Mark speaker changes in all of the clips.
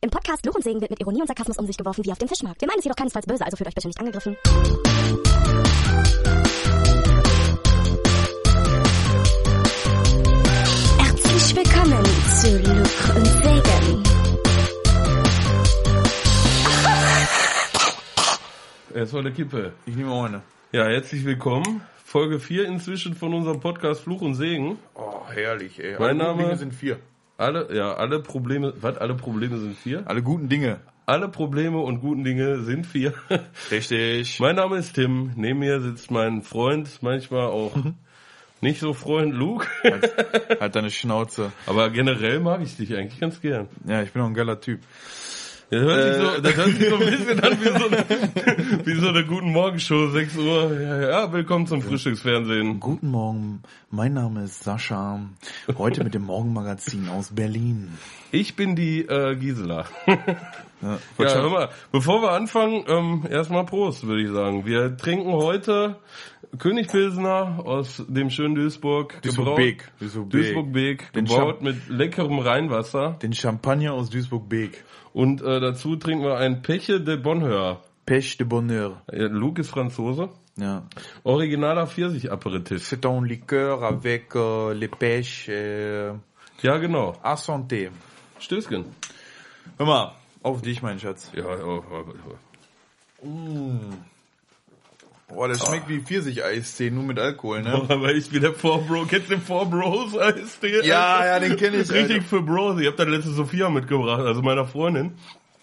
Speaker 1: Im Podcast Fluch und Segen wird mit Ironie und Sarkasmus um sich geworfen wie auf dem Fischmarkt. Wir meinen es jedoch keinesfalls böse, also fühlt euch bitte nicht angegriffen. Herzlich willkommen zu Luke und Segen.
Speaker 2: Erstmal eine Kippe.
Speaker 3: Ich nehme auch eine.
Speaker 2: Ja, herzlich willkommen. Folge 4 inzwischen von unserem Podcast Fluch und Segen.
Speaker 3: Oh, herrlich, ey.
Speaker 2: Mein
Speaker 3: Alle guten
Speaker 2: Name-
Speaker 3: Dinge sind vier.
Speaker 2: Alle, ja, alle Probleme, was, alle Probleme sind vier?
Speaker 3: Alle guten Dinge.
Speaker 2: Alle Probleme und guten Dinge sind vier.
Speaker 3: Richtig.
Speaker 2: mein Name ist Tim. Neben mir sitzt mein Freund, manchmal auch
Speaker 3: Mhm.
Speaker 2: nicht so Freund Luke.
Speaker 3: Halt deine Schnauze.
Speaker 2: Aber generell mag ich dich eigentlich ganz gern.
Speaker 3: Ja, ich bin auch ein geiler Typ.
Speaker 2: Das hört, sich,
Speaker 3: Äh.
Speaker 2: so, das hört sich so ein bisschen an wie so eine, wie so eine guten Morgenshow, 6 Uhr. Ja, ja, willkommen zum Frühstücksfernsehen.
Speaker 3: Guten Morgen, mein Name ist Sascha. Heute mit dem Morgenmagazin aus Berlin.
Speaker 2: Ich bin die äh, Gisela.
Speaker 3: Ja,
Speaker 2: Ja, hör mal, bevor wir anfangen, ähm, erstmal Prost, würde ich sagen. Wir trinken heute König Pilsner aus dem schönen Duisburg.
Speaker 3: Duisburg
Speaker 2: gebraut-
Speaker 3: Beek. Duisburg Beek.
Speaker 2: Duisburg Beek.
Speaker 3: Den
Speaker 2: Gebaut
Speaker 3: Champ-
Speaker 2: mit leckerem Rheinwasser.
Speaker 3: Den Champagner aus Duisburg-Beek.
Speaker 2: Und äh, dazu trinken wir ein Peche de Bonheur.
Speaker 3: Pêche de Bonheur.
Speaker 2: Äh, Luke ist Franzose.
Speaker 3: Ja.
Speaker 2: Originaler Pfirsich-Aperitif.
Speaker 3: C'est un liqueur avec euh, les pêches euh,
Speaker 2: Ja, genau.
Speaker 3: à santé.
Speaker 2: Stößchen.
Speaker 3: Hör mal, auf dich, mein Schatz.
Speaker 2: Ja, oh, oh, oh.
Speaker 3: Boah, das schmeckt wie Pfirsich-Eistee, nur mit Alkohol, ne?
Speaker 2: Ah. Oh, aber ich bin der Four Bro. Kennst du den Four Bros Eistee?
Speaker 3: Ja, ja, den kenn ich,
Speaker 2: Richtig
Speaker 3: Alter.
Speaker 2: für Bros. Ich hab da letzte Sophia mitgebracht, also meiner Freundin.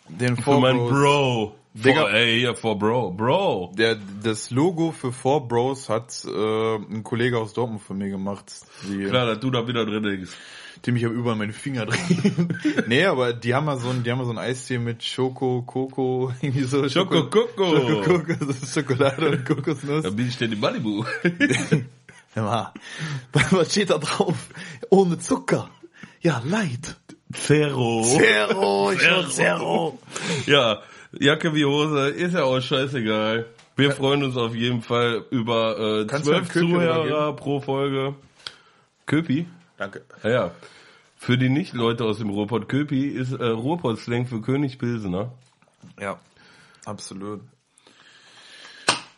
Speaker 3: Den
Speaker 2: Für meinen
Speaker 3: Vorbros.
Speaker 2: Bro.
Speaker 3: Digga.
Speaker 2: For, ey, hier, for Bro. Bro.
Speaker 3: Der, das Logo für Four Bros hat äh, ein Kollege aus Dortmund von mir gemacht. Die,
Speaker 2: Klar, dass du da wieder drin liegst.
Speaker 3: Tim, ich habe überall meine Finger drin. nee, aber die haben mal so ein, die haben mal so ein Eistee mit Schoko, Koko, irgendwie so.
Speaker 2: Schoko, Koko.
Speaker 3: Schoko, Koko, das ist Schokolade und Kokosnuss.
Speaker 2: Da bin ich denn in Malibu.
Speaker 3: Hör mal, was steht da drauf? Ohne Zucker. Ja, leid.
Speaker 2: Zero.
Speaker 3: Zero, ich
Speaker 2: Zero.
Speaker 3: will Zero.
Speaker 2: Ja, Jacke wie Hose, ist ja auch scheißegal. Wir freuen uns auf jeden Fall über äh,
Speaker 3: Kannst du
Speaker 2: zwölf
Speaker 3: mal Köpi
Speaker 2: Zuhörer
Speaker 3: rübergeben?
Speaker 2: pro Folge. Köpi?
Speaker 3: Danke.
Speaker 2: Ja, ja. Für die Nicht-Leute aus dem Ruhrpott, Köpi ist äh, Ruhrpott-Slang für König Pilsener.
Speaker 3: Ja, absolut.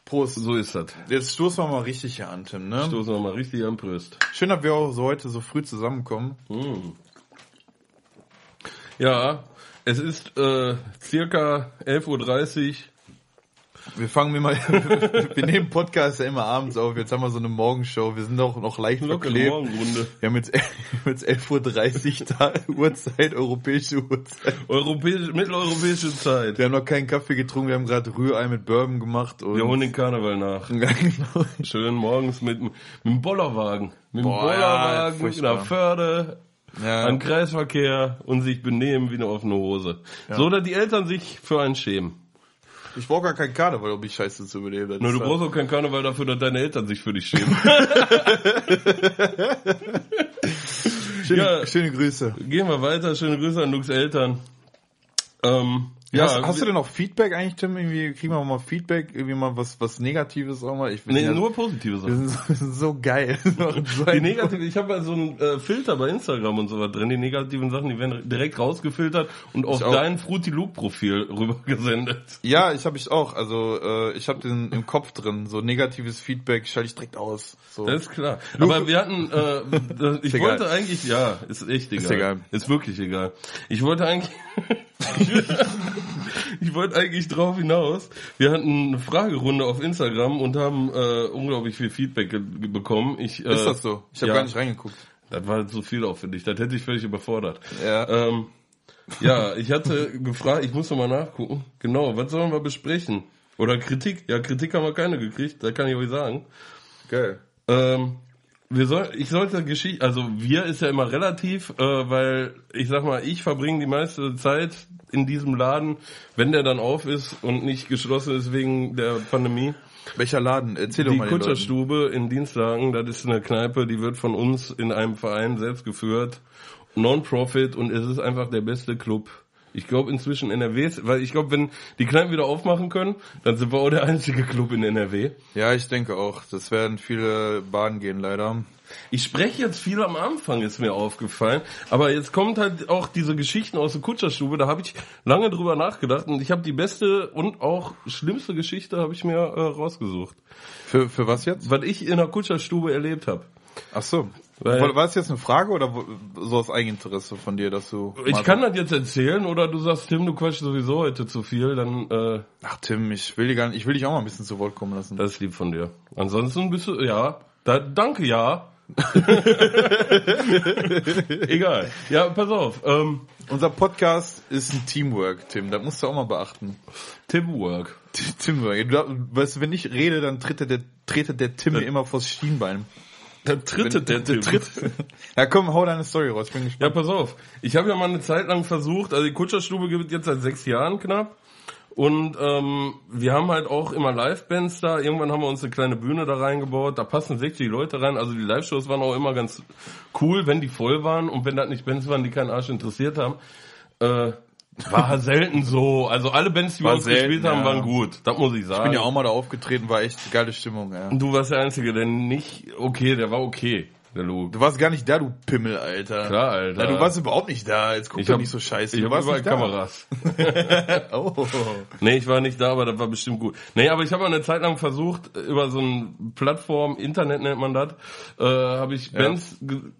Speaker 3: Prost.
Speaker 2: So ist das.
Speaker 3: Jetzt stoßen wir mal richtig hier an, Tim, ne?
Speaker 2: Stoßen wir mal richtig an, Pröst.
Speaker 3: Schön, dass wir auch so heute so früh zusammenkommen.
Speaker 2: Mm. Ja, es ist äh, circa 11.30 Uhr.
Speaker 3: Wir fangen wir mal, wir nehmen Podcast ja immer abends auf. Jetzt haben wir so eine Morgenshow. Wir sind doch noch leicht
Speaker 2: Lockere
Speaker 3: verklebt.
Speaker 2: Morgenrunde.
Speaker 3: Wir haben jetzt, wir haben jetzt 11.30 Uhr da, Uhrzeit, europäische Uhrzeit.
Speaker 2: Europäische, mitteleuropäische Zeit.
Speaker 3: Wir haben noch keinen Kaffee getrunken. Wir haben gerade Rührei mit Bourbon gemacht. Und
Speaker 2: Wir holen den Karneval nach.
Speaker 3: Ja, genau.
Speaker 2: Schön morgens mit, mit dem Bollerwagen. Mit dem
Speaker 3: Boah, ja,
Speaker 2: Bollerwagen
Speaker 3: furchtbar.
Speaker 2: nach Förde,
Speaker 3: Ja.
Speaker 2: am Kreisverkehr und sich benehmen wie eine offene Hose. So, dass die Eltern sich für einen schämen.
Speaker 3: Ich brauche gar keinen Karneval, um die Scheiße zu überleben. Das
Speaker 2: Nur du
Speaker 3: ist-
Speaker 2: brauchst auch keinen Karneval dafür, dass deine Eltern sich für dich schämen.
Speaker 3: schöne,
Speaker 2: ja.
Speaker 3: schöne Grüße.
Speaker 2: Gehen wir weiter. Schöne Grüße an Lukes Eltern. Ähm, ja,
Speaker 3: hast, hast du
Speaker 2: wir-
Speaker 3: denn auch Feedback eigentlich, Tim? Irgendwie kriegen wir mal Feedback, irgendwie mal was, was Negatives auch mal. Ich will
Speaker 2: nee,
Speaker 3: ja-
Speaker 2: nur positive Sachen.
Speaker 3: Wir sind so, wir sind so geil. Wir machen so
Speaker 2: Die
Speaker 3: einen-
Speaker 2: negativen, ich habe ja so einen äh, Filter bei Instagram und so was drin. Die negativen Sachen, die werden direkt rausgefiltert und auf
Speaker 3: auch.
Speaker 2: dein Fruity Loop Profil rübergesendet.
Speaker 3: Ja, ich habe ich auch. Also äh, ich habe den im Kopf drin. So negatives Feedback schalte ich direkt aus. So.
Speaker 2: Das ist klar.
Speaker 3: Luke-
Speaker 2: Aber wir hatten, äh, das- ich
Speaker 3: Ist egal.
Speaker 2: wollte eigentlich, ja, ist echt egal. Ist
Speaker 3: egal.
Speaker 2: Ist wirklich egal. Ich wollte eigentlich, ich wollte eigentlich drauf hinaus. Wir hatten eine Fragerunde auf Instagram und haben äh, unglaublich viel Feedback ge- ge- bekommen. Ich, äh,
Speaker 3: ist das so? Ich habe
Speaker 2: ja.
Speaker 3: gar nicht reingeguckt.
Speaker 2: Das war zu viel auch für dich. Das hätte ich völlig überfordert.
Speaker 3: Ja.
Speaker 2: Ähm, ja, ich hatte gefragt, ich muss noch mal nachgucken. Genau, was sollen wir besprechen? Oder Kritik? Ja, Kritik haben wir keine gekriegt, da kann ich euch sagen.
Speaker 3: Geil.
Speaker 2: Ähm, wir soll, ich sollte Geschichte, also wir ist ja immer relativ, äh, weil ich sag mal, ich verbringe die meiste Zeit in diesem Laden, wenn der dann auf ist und nicht geschlossen ist wegen der Pandemie.
Speaker 3: Welcher Laden? Erzähl doch
Speaker 2: Die
Speaker 3: mal. den Leuten.
Speaker 2: Kutscherstube in Dienstlagen, das ist eine Kneipe, die wird von uns in einem Verein selbst geführt. Non-Profit und es ist einfach der beste Club. Ich glaube inzwischen NRWs, weil ich glaube, wenn die Kneipen wieder aufmachen können, dann sind wir auch der einzige Club in NRW.
Speaker 3: Ja, ich denke auch. Das werden viele baden gehen leider.
Speaker 2: Ich spreche jetzt viel am Anfang, ist mir aufgefallen. Aber jetzt kommt halt auch diese Geschichten aus der Kutscherstube. Da habe ich lange drüber nachgedacht und ich habe die beste und auch schlimmste Geschichte habe ich mir äh, rausgesucht,
Speaker 3: Für, für was jetzt?
Speaker 2: was ich in der Kutscherstube erlebt habe.
Speaker 3: Ach so.
Speaker 2: Weil-
Speaker 3: War war es jetzt eine Frage oder wo- so aus Eigeninteresse von dir, dass du...
Speaker 2: Ich
Speaker 3: mal-
Speaker 2: kann das jetzt erzählen oder du sagst, Tim, du quatschst sowieso heute zu viel, dann äh,
Speaker 3: Ach Tim, ich will, die gar nicht, ich will dich auch mal ein bisschen zu Wort kommen lassen.
Speaker 2: das ist lieb von dir. Ansonsten bist du, ja, da, danke, ja. Egal. Ja, pass auf. Ähm,
Speaker 3: Unser Podcast ist ein Teamwork, Tim. Das musst du auch mal beachten.
Speaker 2: Timwork.
Speaker 3: T- Teamwork. Du, weißt, du, wenn ich rede, dann tretet der, tretet der Tim mir immer vors Schienbein.
Speaker 2: Äh. Der dritte,
Speaker 3: Wenn- tritt. Ja komm, hau deine Story raus. Ich bin gespannt.
Speaker 2: Ja, pass auf. Ich habe ja mal eine Zeit lang versucht, also die Kutscherstube gibt es jetzt seit sechs Jahren knapp. Und ähm, wir haben halt auch immer Live-Bands da. Irgendwann haben wir uns eine kleine Bühne da reingebaut. Da passen 60 Leute rein. Also die Live-Shows waren auch immer ganz cool, wenn die voll waren. Und wenn das nicht Bands waren, die keinen Arsch interessiert haben. Äh, war selten so. Also alle Bands, die
Speaker 3: War
Speaker 2: wir uns
Speaker 3: selten,
Speaker 2: gespielt haben,
Speaker 3: ja.
Speaker 2: waren gut. Das muss ich sagen.
Speaker 3: Ich bin ja auch mal da aufgetreten, war echt geile Stimmung. Ja.
Speaker 2: Du warst der Einzige, der nicht... Okay, der war okay, der Lou.
Speaker 3: Du warst gar nicht da, du Pimmel, Alter.
Speaker 2: Klar, Alter.
Speaker 3: Ja, du warst überhaupt nicht da. Jetzt guck doch
Speaker 2: hab-
Speaker 3: nicht so scheiße.
Speaker 2: Ich
Speaker 3: du
Speaker 2: habe
Speaker 3: warst
Speaker 2: überall
Speaker 3: nicht da.
Speaker 2: Kameras.
Speaker 3: Oh.
Speaker 2: Nee, ich war nicht da, aber das war bestimmt gut. Nee, aber ich habe mal eine Zeit lang versucht, über so eine Plattform, Internet nennt man das, äh, habe ich Bands ge-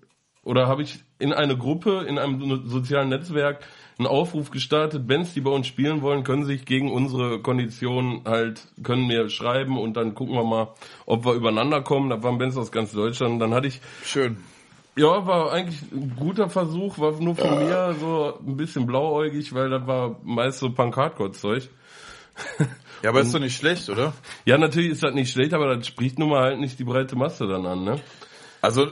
Speaker 2: oder habe ich in eine Gruppe, in einem so- sozialen Netzwerk einen Aufruf gestartet, Bands, die bei uns spielen wollen, können sich gegen unsere Konditionen halt, können mir schreiben und dann gucken wir mal, ob wir übereinander kommen. Da waren Bands aus ganz Deutschland. Dann hatte ich
Speaker 3: Schön.
Speaker 2: ja, war eigentlich ein guter Versuch, war nur von mir so ein bisschen blauäugig, weil das war meist so Punk-Hardcore-Zeug.
Speaker 3: Ja, aber ist doch nicht schlecht, oder?
Speaker 2: Ja, natürlich ist das nicht schlecht, aber das spricht nun mal halt nicht die breite Masse dann an, ne?
Speaker 3: Also,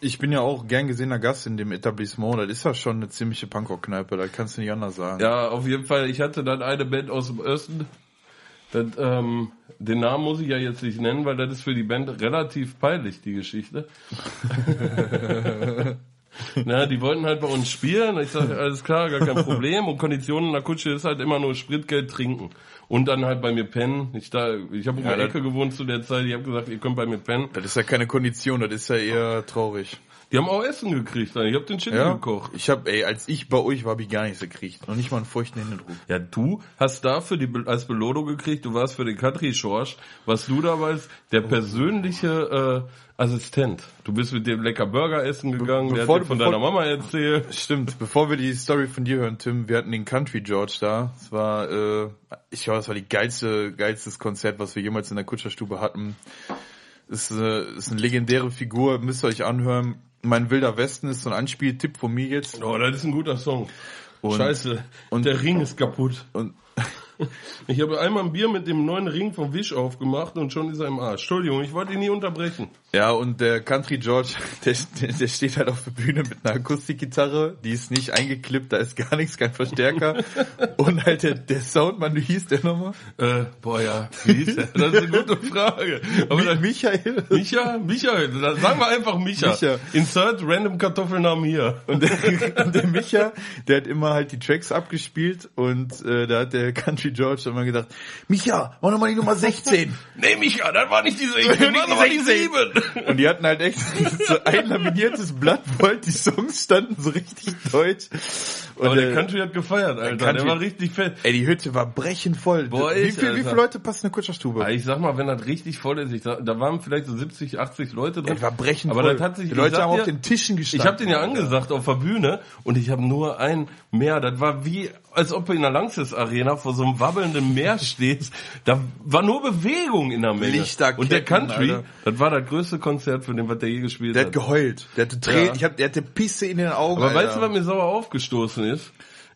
Speaker 3: ich bin ja auch gern gesehener Gast in dem Etablissement. Das ist ja schon eine ziemliche Punkrock-Kneipe. Da kannst du nicht anders sagen.
Speaker 2: Ja, auf jeden Fall, ich hatte dann eine Band aus dem Osten. Das, ähm, den Namen muss ich ja jetzt nicht nennen, weil das ist für die Band relativ peinlich, die Geschichte. Na, die wollten halt bei uns spielen. Ich sage, alles klar, gar kein Problem. Und Konditionen in der Kutsche ist halt immer nur Spritgeld trinken. Und dann halt bei mir pennen. Ich, da, ich habe um
Speaker 3: Ja,
Speaker 2: die
Speaker 3: das-
Speaker 2: Ecke gewohnt zu der Zeit. Ich habe gesagt, ihr könnt bei mir pennen.
Speaker 3: Das ist ja keine Kondition, das ist ja eher traurig.
Speaker 2: Die haben auch Essen gekriegt. Ich habe den Chili gekocht.
Speaker 3: Ich hab, ey, als ich bei euch war, hab ich gar nichts gekriegt. Noch nicht mal einen feuchten Händedruck.
Speaker 2: Ja, du hast dafür die, Be- als Belohnung gekriegt, du warst für den Katri Schorsch, was du da warst, der persönliche äh, Assistent. Du bist mit dem lecker Burger essen gegangen, der
Speaker 3: bevor
Speaker 2: hat dir
Speaker 3: du-
Speaker 2: von
Speaker 3: bevor-
Speaker 2: deiner Mama erzählt.
Speaker 3: Stimmt, bevor wir die Story von dir hören, Tim, wir hatten den Country George da. Es war, äh, ich glaube, das war die geilste, geilstes Konzert, was wir jemals in der Kutscherstube hatten. Ist, äh, ist eine legendäre Figur, müsst ihr euch anhören. Mein wilder Westen ist so ein Anspieltipp von mir jetzt.
Speaker 2: Oh, das ist ein guter Song.
Speaker 3: Und-
Speaker 2: Scheiße,
Speaker 3: und-
Speaker 2: der Ring ist kaputt.
Speaker 3: Und
Speaker 2: Ich habe einmal ein Bier mit dem neuen Ring vom Wisch aufgemacht und schon ist er im Arsch. Entschuldigung, ich wollte ihn nie unterbrechen.
Speaker 3: Ja, und der Country George, der, der, der steht halt auf der Bühne mit einer Akustikgitarre, die ist nicht eingeklippt, da ist gar nichts, kein Verstärker. und halt der, der Soundmann, wie hieß der nochmal?
Speaker 2: Äh, boah ja, wie hieß der? Das ist eine gute Frage. Aber da,
Speaker 3: Michael.
Speaker 2: Micha, Micha, dann sagen wir einfach Micha.
Speaker 3: Micha.
Speaker 2: Insert random Kartoffelnamen hier.
Speaker 3: Und der, und der Micha, der hat immer halt die Tracks abgespielt und äh, da hat der Country George immer gedacht, Micha, mach nochmal die Nummer 16.
Speaker 2: Nee, Micha, das war nicht diese Idee,
Speaker 3: Nicht
Speaker 2: das
Speaker 3: die
Speaker 2: war die
Speaker 3: 16.
Speaker 2: sieben.
Speaker 3: Und die hatten halt echt so ein laminiertes Blatt voll, die Songs standen so richtig deutsch. Und
Speaker 2: Aber der
Speaker 3: äh,
Speaker 2: Country hat gefeiert, Alter. Der,
Speaker 3: Country-
Speaker 2: war richtig fett.
Speaker 3: Ey, die Hütte war brechend
Speaker 2: Boah,
Speaker 3: wie,
Speaker 2: ich,
Speaker 3: viel, wie
Speaker 2: Alter.
Speaker 3: viele Leute passen in eine Kutscherstube?
Speaker 2: Ja, Ich sag mal, wenn das richtig voll ist, ich sag, da waren vielleicht so 70, 80 Leute drin.
Speaker 3: Ey, war brechend
Speaker 2: Aber
Speaker 3: voll.
Speaker 2: das hat sich,
Speaker 3: Die
Speaker 2: ich
Speaker 3: Leute
Speaker 2: sag
Speaker 3: haben
Speaker 2: dir,
Speaker 3: auf den Tischen
Speaker 2: Ich
Speaker 3: gestanden.
Speaker 2: habe den ja angesagt auf der Bühne und ich habe nur einen mehr. Das war wie, als ob du in der Lanxess Arena vor so einem wabbelnden Meer stehst. Da war nur Bewegung in der Menge.
Speaker 3: Lichterketten,
Speaker 2: und der Country,
Speaker 3: Alter.
Speaker 2: das war das größte Konzert von dem, was der je gespielt
Speaker 3: Der
Speaker 2: hat.
Speaker 3: hat geheult. Der hatte Tränen.
Speaker 2: Ja.
Speaker 3: Ich hab, der hatte Pisse in den Augen.
Speaker 2: Aber weißt
Speaker 3: Alter.
Speaker 2: du, was mir sauer aufgestoßen ist?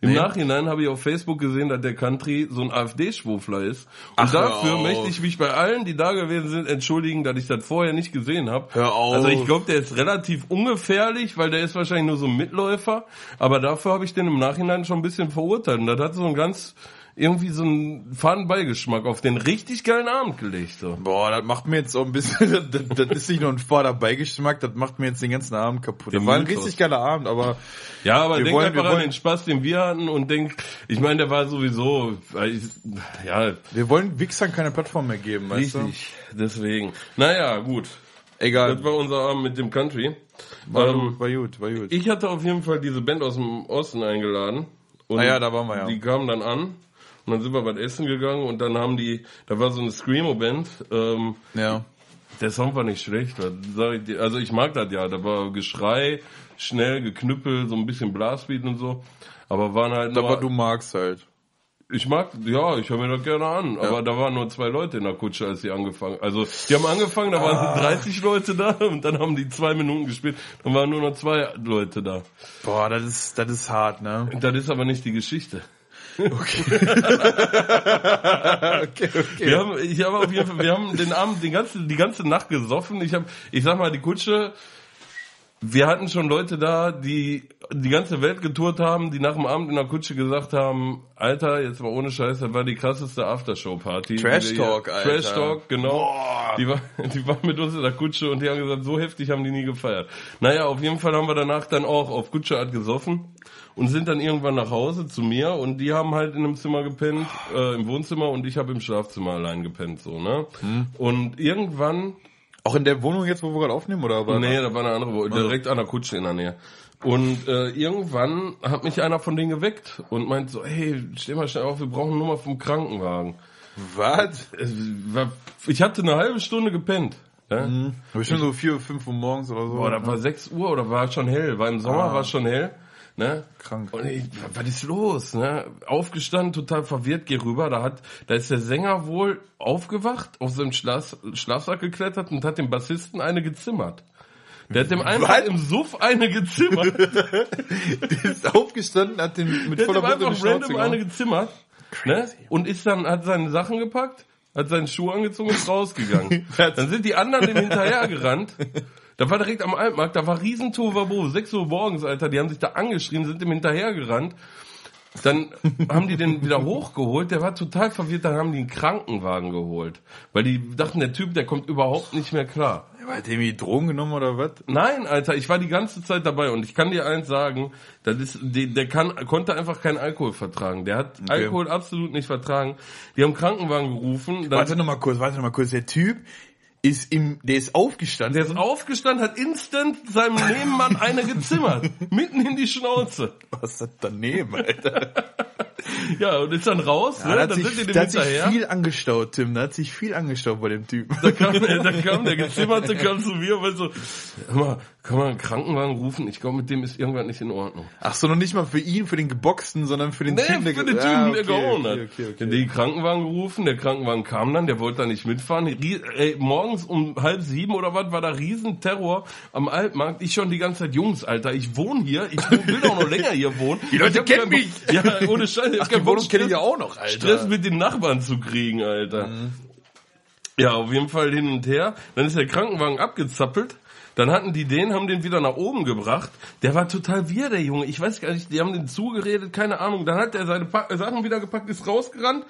Speaker 2: Im Nachhinein habe ich auf Facebook gesehen, dass der Country so ein AfD-Schwurfler ist. Und
Speaker 3: Ach, hör
Speaker 2: dafür
Speaker 3: auf.
Speaker 2: möchte ich mich bei allen, die da gewesen sind, entschuldigen, dass ich das vorher nicht gesehen habe.
Speaker 3: Hör auf.
Speaker 2: Also ich glaube, der ist relativ ungefährlich, weil der ist wahrscheinlich nur so ein Mitläufer. Aber dafür habe ich den im Nachhinein schon ein bisschen verurteilt. Und das hat so einen ganz, irgendwie so einen faden Beigeschmack auf den richtig geilen Abend gelegt. So.
Speaker 3: Boah, das macht mir jetzt so ein bisschen, das, das ist nicht nur ein fader Beigeschmack, das macht mir jetzt den ganzen Abend kaputt. Das
Speaker 2: Den
Speaker 3: war ein
Speaker 2: Mythos.
Speaker 3: richtig geiler Abend, aber
Speaker 2: Ja, aber
Speaker 3: Wir
Speaker 2: denk
Speaker 3: wollen-
Speaker 2: einfach
Speaker 3: wir
Speaker 2: an
Speaker 3: wollen-
Speaker 2: den Spaß, den wir hatten und denk, ich meine, der war sowieso, äh, ich, ja,
Speaker 3: wir wollen Wichsern keine Plattform mehr geben, weißt
Speaker 2: Richtig, deswegen. Naja, gut.
Speaker 3: du? Egal.
Speaker 2: Das war unser Abend mit dem Country.
Speaker 3: War,
Speaker 2: Ähm,
Speaker 3: gut, war gut, war gut.
Speaker 2: ich hatte auf jeden Fall diese Band aus dem Osten eingeladen. Und
Speaker 3: Ah ja, da waren wir ja.
Speaker 2: Die kamen dann an und dann sind wir was essen gegangen und dann haben die, da war so eine Screamo-Band. Ähm,
Speaker 3: ja.
Speaker 2: der Song war nicht schlecht. das Sag ich dir. Also ich mag das ja. Da war Geschrei, schnell, geknüppel, so ein bisschen Blastbeat und so. Aber waren halt nur...
Speaker 3: Aber du magst halt.
Speaker 2: Ich mag, ja, ich höre mir das gerne an, aber da waren nur zwei Leute in der Kutsche, als die angefangen. Also die haben angefangen, da waren 30 Leute da und dann haben die zwei Minuten gespielt, dann waren nur noch zwei Leute da.
Speaker 3: Boah, das ist, das ist hart, ne?
Speaker 2: Das ist aber nicht die Geschichte.
Speaker 3: Okay, okay.
Speaker 2: Wir haben, ich habe auf jeden Fall, wir haben den Abend, den ganzen, die ganze Nacht gesoffen. Ich habe, ich sag mal, die Kutsche. Wir hatten schon Leute da, die die ganze Welt getourt haben, die nach dem Abend in der Kutsche gesagt haben, Alter, jetzt mal ohne Scheiß, das war die krasseste Aftershow-Party. die wir
Speaker 3: Trash
Speaker 2: hier-
Speaker 3: Talk, Alter.
Speaker 2: Trash Talk, genau.
Speaker 3: Boah.
Speaker 2: Die war, die war mit uns in der Kutsche und die haben gesagt, so heftig haben die nie gefeiert. Naja, auf jeden Fall haben wir danach dann auch auf Kutscheart gesoffen und sind dann irgendwann nach Hause zu mir und die haben halt in einem Zimmer gepennt, äh, im Wohnzimmer und ich habe im Schlafzimmer allein gepennt, so, ne? Und irgendwann
Speaker 3: Auch in der Wohnung jetzt, wo wir gerade aufnehmen, oder? Aber
Speaker 2: Nee, da war eine andere, Wo- direkt an der Kutsche in der Nähe. Und äh, irgendwann hat mich einer von denen geweckt und meint so, hey, steh mal schnell auf, wir brauchen eine Nummer vom Krankenwagen.
Speaker 3: Was? Äh,
Speaker 2: Es war- Ich hatte eine halbe Stunde gepennt. Ne?
Speaker 3: Bestimmt so 4, 5 Uhr morgens oder so. ne?
Speaker 2: Boah, da war 6 Uhr oder war schon hell, war im Sommer,
Speaker 3: Ah.
Speaker 2: war schon hell. Ne?
Speaker 3: Krank.
Speaker 2: Und ich, was ist los? Ne? Aufgestanden, total verwirrt, geh rüber. Da hat, da ist der Sänger wohl aufgewacht, auf seinem Schlaf, Schlafsack geklettert und hat dem Bassisten eine gezimmert. Der hat dem einfach im Suff eine gezimmert.
Speaker 3: Der ist aufgestanden, hat den mit
Speaker 2: Der hat
Speaker 3: voller
Speaker 2: ihm
Speaker 3: Brust in die
Speaker 2: einfach
Speaker 3: Schnauze
Speaker 2: random eine
Speaker 3: gehauen.
Speaker 2: gezimmert. Ne? Und ist dann, hat seine Sachen gepackt, hat seinen Schuh angezogen und ist rausgegangen.
Speaker 3: Was?
Speaker 2: dann sind die anderen dem hinterher gerannt. Da war direkt am Altmarkt, da war Riesentovabo, 6 Uhr morgens, Alter, die haben sich da angeschrien, sind dem hinterhergerannt. Dann haben die den wieder hochgeholt, der war total verwirrt, dann haben die einen Krankenwagen geholt. Weil die dachten, der Typ, der kommt überhaupt nicht mehr klar.
Speaker 3: Hat der irgendwie Drogen genommen oder was?
Speaker 2: Nein, Alter, ich war die ganze Zeit dabei und ich kann dir eins sagen, das ist, der, der kann, konnte einfach keinen Alkohol vertragen. Der hat Alkohol absolut nicht vertragen. Die haben Krankenwagen gerufen, dann
Speaker 3: Warte nochmal kurz, warte nochmal kurz. Der Typ ist im, der ist aufgestanden.
Speaker 2: der ist aufgestanden, hat instant seinem Nebenmann eine gezimmert. mitten in die Schnauze.
Speaker 3: was ist das daneben, Alter?
Speaker 2: Ja, und ist dann raus,
Speaker 3: Ja,
Speaker 2: ne?
Speaker 3: da hat,
Speaker 2: dann
Speaker 3: sich,
Speaker 2: sind die
Speaker 3: da
Speaker 2: dem
Speaker 3: hat sich
Speaker 2: hinterher.
Speaker 3: viel angestaut, Tim. Da hat sich viel angestaut bei dem Typen.
Speaker 2: Da kam, da kam der Gezimmerte, kam zu mir und war so, hör mal, kann man einen Krankenwagen rufen? Ich glaube, mit dem ist irgendwas nicht in Ordnung.
Speaker 3: Ach so, noch nicht mal für ihn, für den Geboxten, sondern für den
Speaker 2: Nee,
Speaker 3: Typen,
Speaker 2: für den Typen,
Speaker 3: Ah,
Speaker 2: der gehauen hat.
Speaker 3: okay, okay, okay.
Speaker 2: Die Krankenwagen gerufen, der Krankenwagen kam dann, der wollte da nicht mitfahren. Rie- Ey, morgens um halb sieben oder was war da Riesenterror am Altmarkt. Ich schon die ganze Zeit, Jungs, Alter, ich wohne hier, ich will auch noch länger hier wohnen.
Speaker 3: Die Leute
Speaker 2: Ich hab
Speaker 3: kennen
Speaker 2: keinen Bock- Ja, ohne Scheiß. ich hab
Speaker 3: Ach,
Speaker 2: keinen
Speaker 3: die
Speaker 2: Bock,
Speaker 3: Wohnung kenne ich ja
Speaker 2: Stress-
Speaker 3: auch noch, Alter. Mhm.
Speaker 2: Stress mit den Nachbarn zu kriegen, Alter. Ja, auf jeden Fall hin und her. Dann ist der Krankenwagen abgezappelt. Dann hatten die den, haben den wieder nach oben gebracht. Der war total wir, der Junge. Ich weiß gar nicht, die haben den zugeredet, keine Ahnung. Dann hat er seine pa Sachen wieder gepackt, ist rausgerannt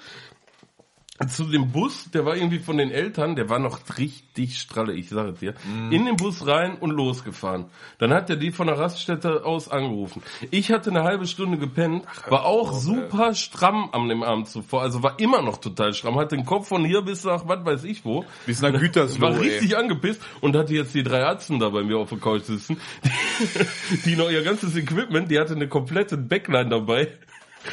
Speaker 2: zu dem Bus. Der war irgendwie von den Eltern, der war noch richtig stralle, ich sage dir.
Speaker 3: Mhm.
Speaker 2: In den Bus rein und losgefahren. Dann hat er die von der Raststätte aus angerufen. Ich hatte eine halbe Stunde gepennt, war auch super stramm an dem Abend zuvor. Also war immer noch total stramm, hatte den Kopf von hier bis nach was weiß ich wo.
Speaker 3: Bis nach Gütersloh,
Speaker 2: War
Speaker 3: ey.
Speaker 2: richtig angepisst und hatte jetzt die drei Ärzten da bei mir auf der Couch sitzen, die, die noch ihr ganzes Equipment, die hatte eine komplette Backline dabei.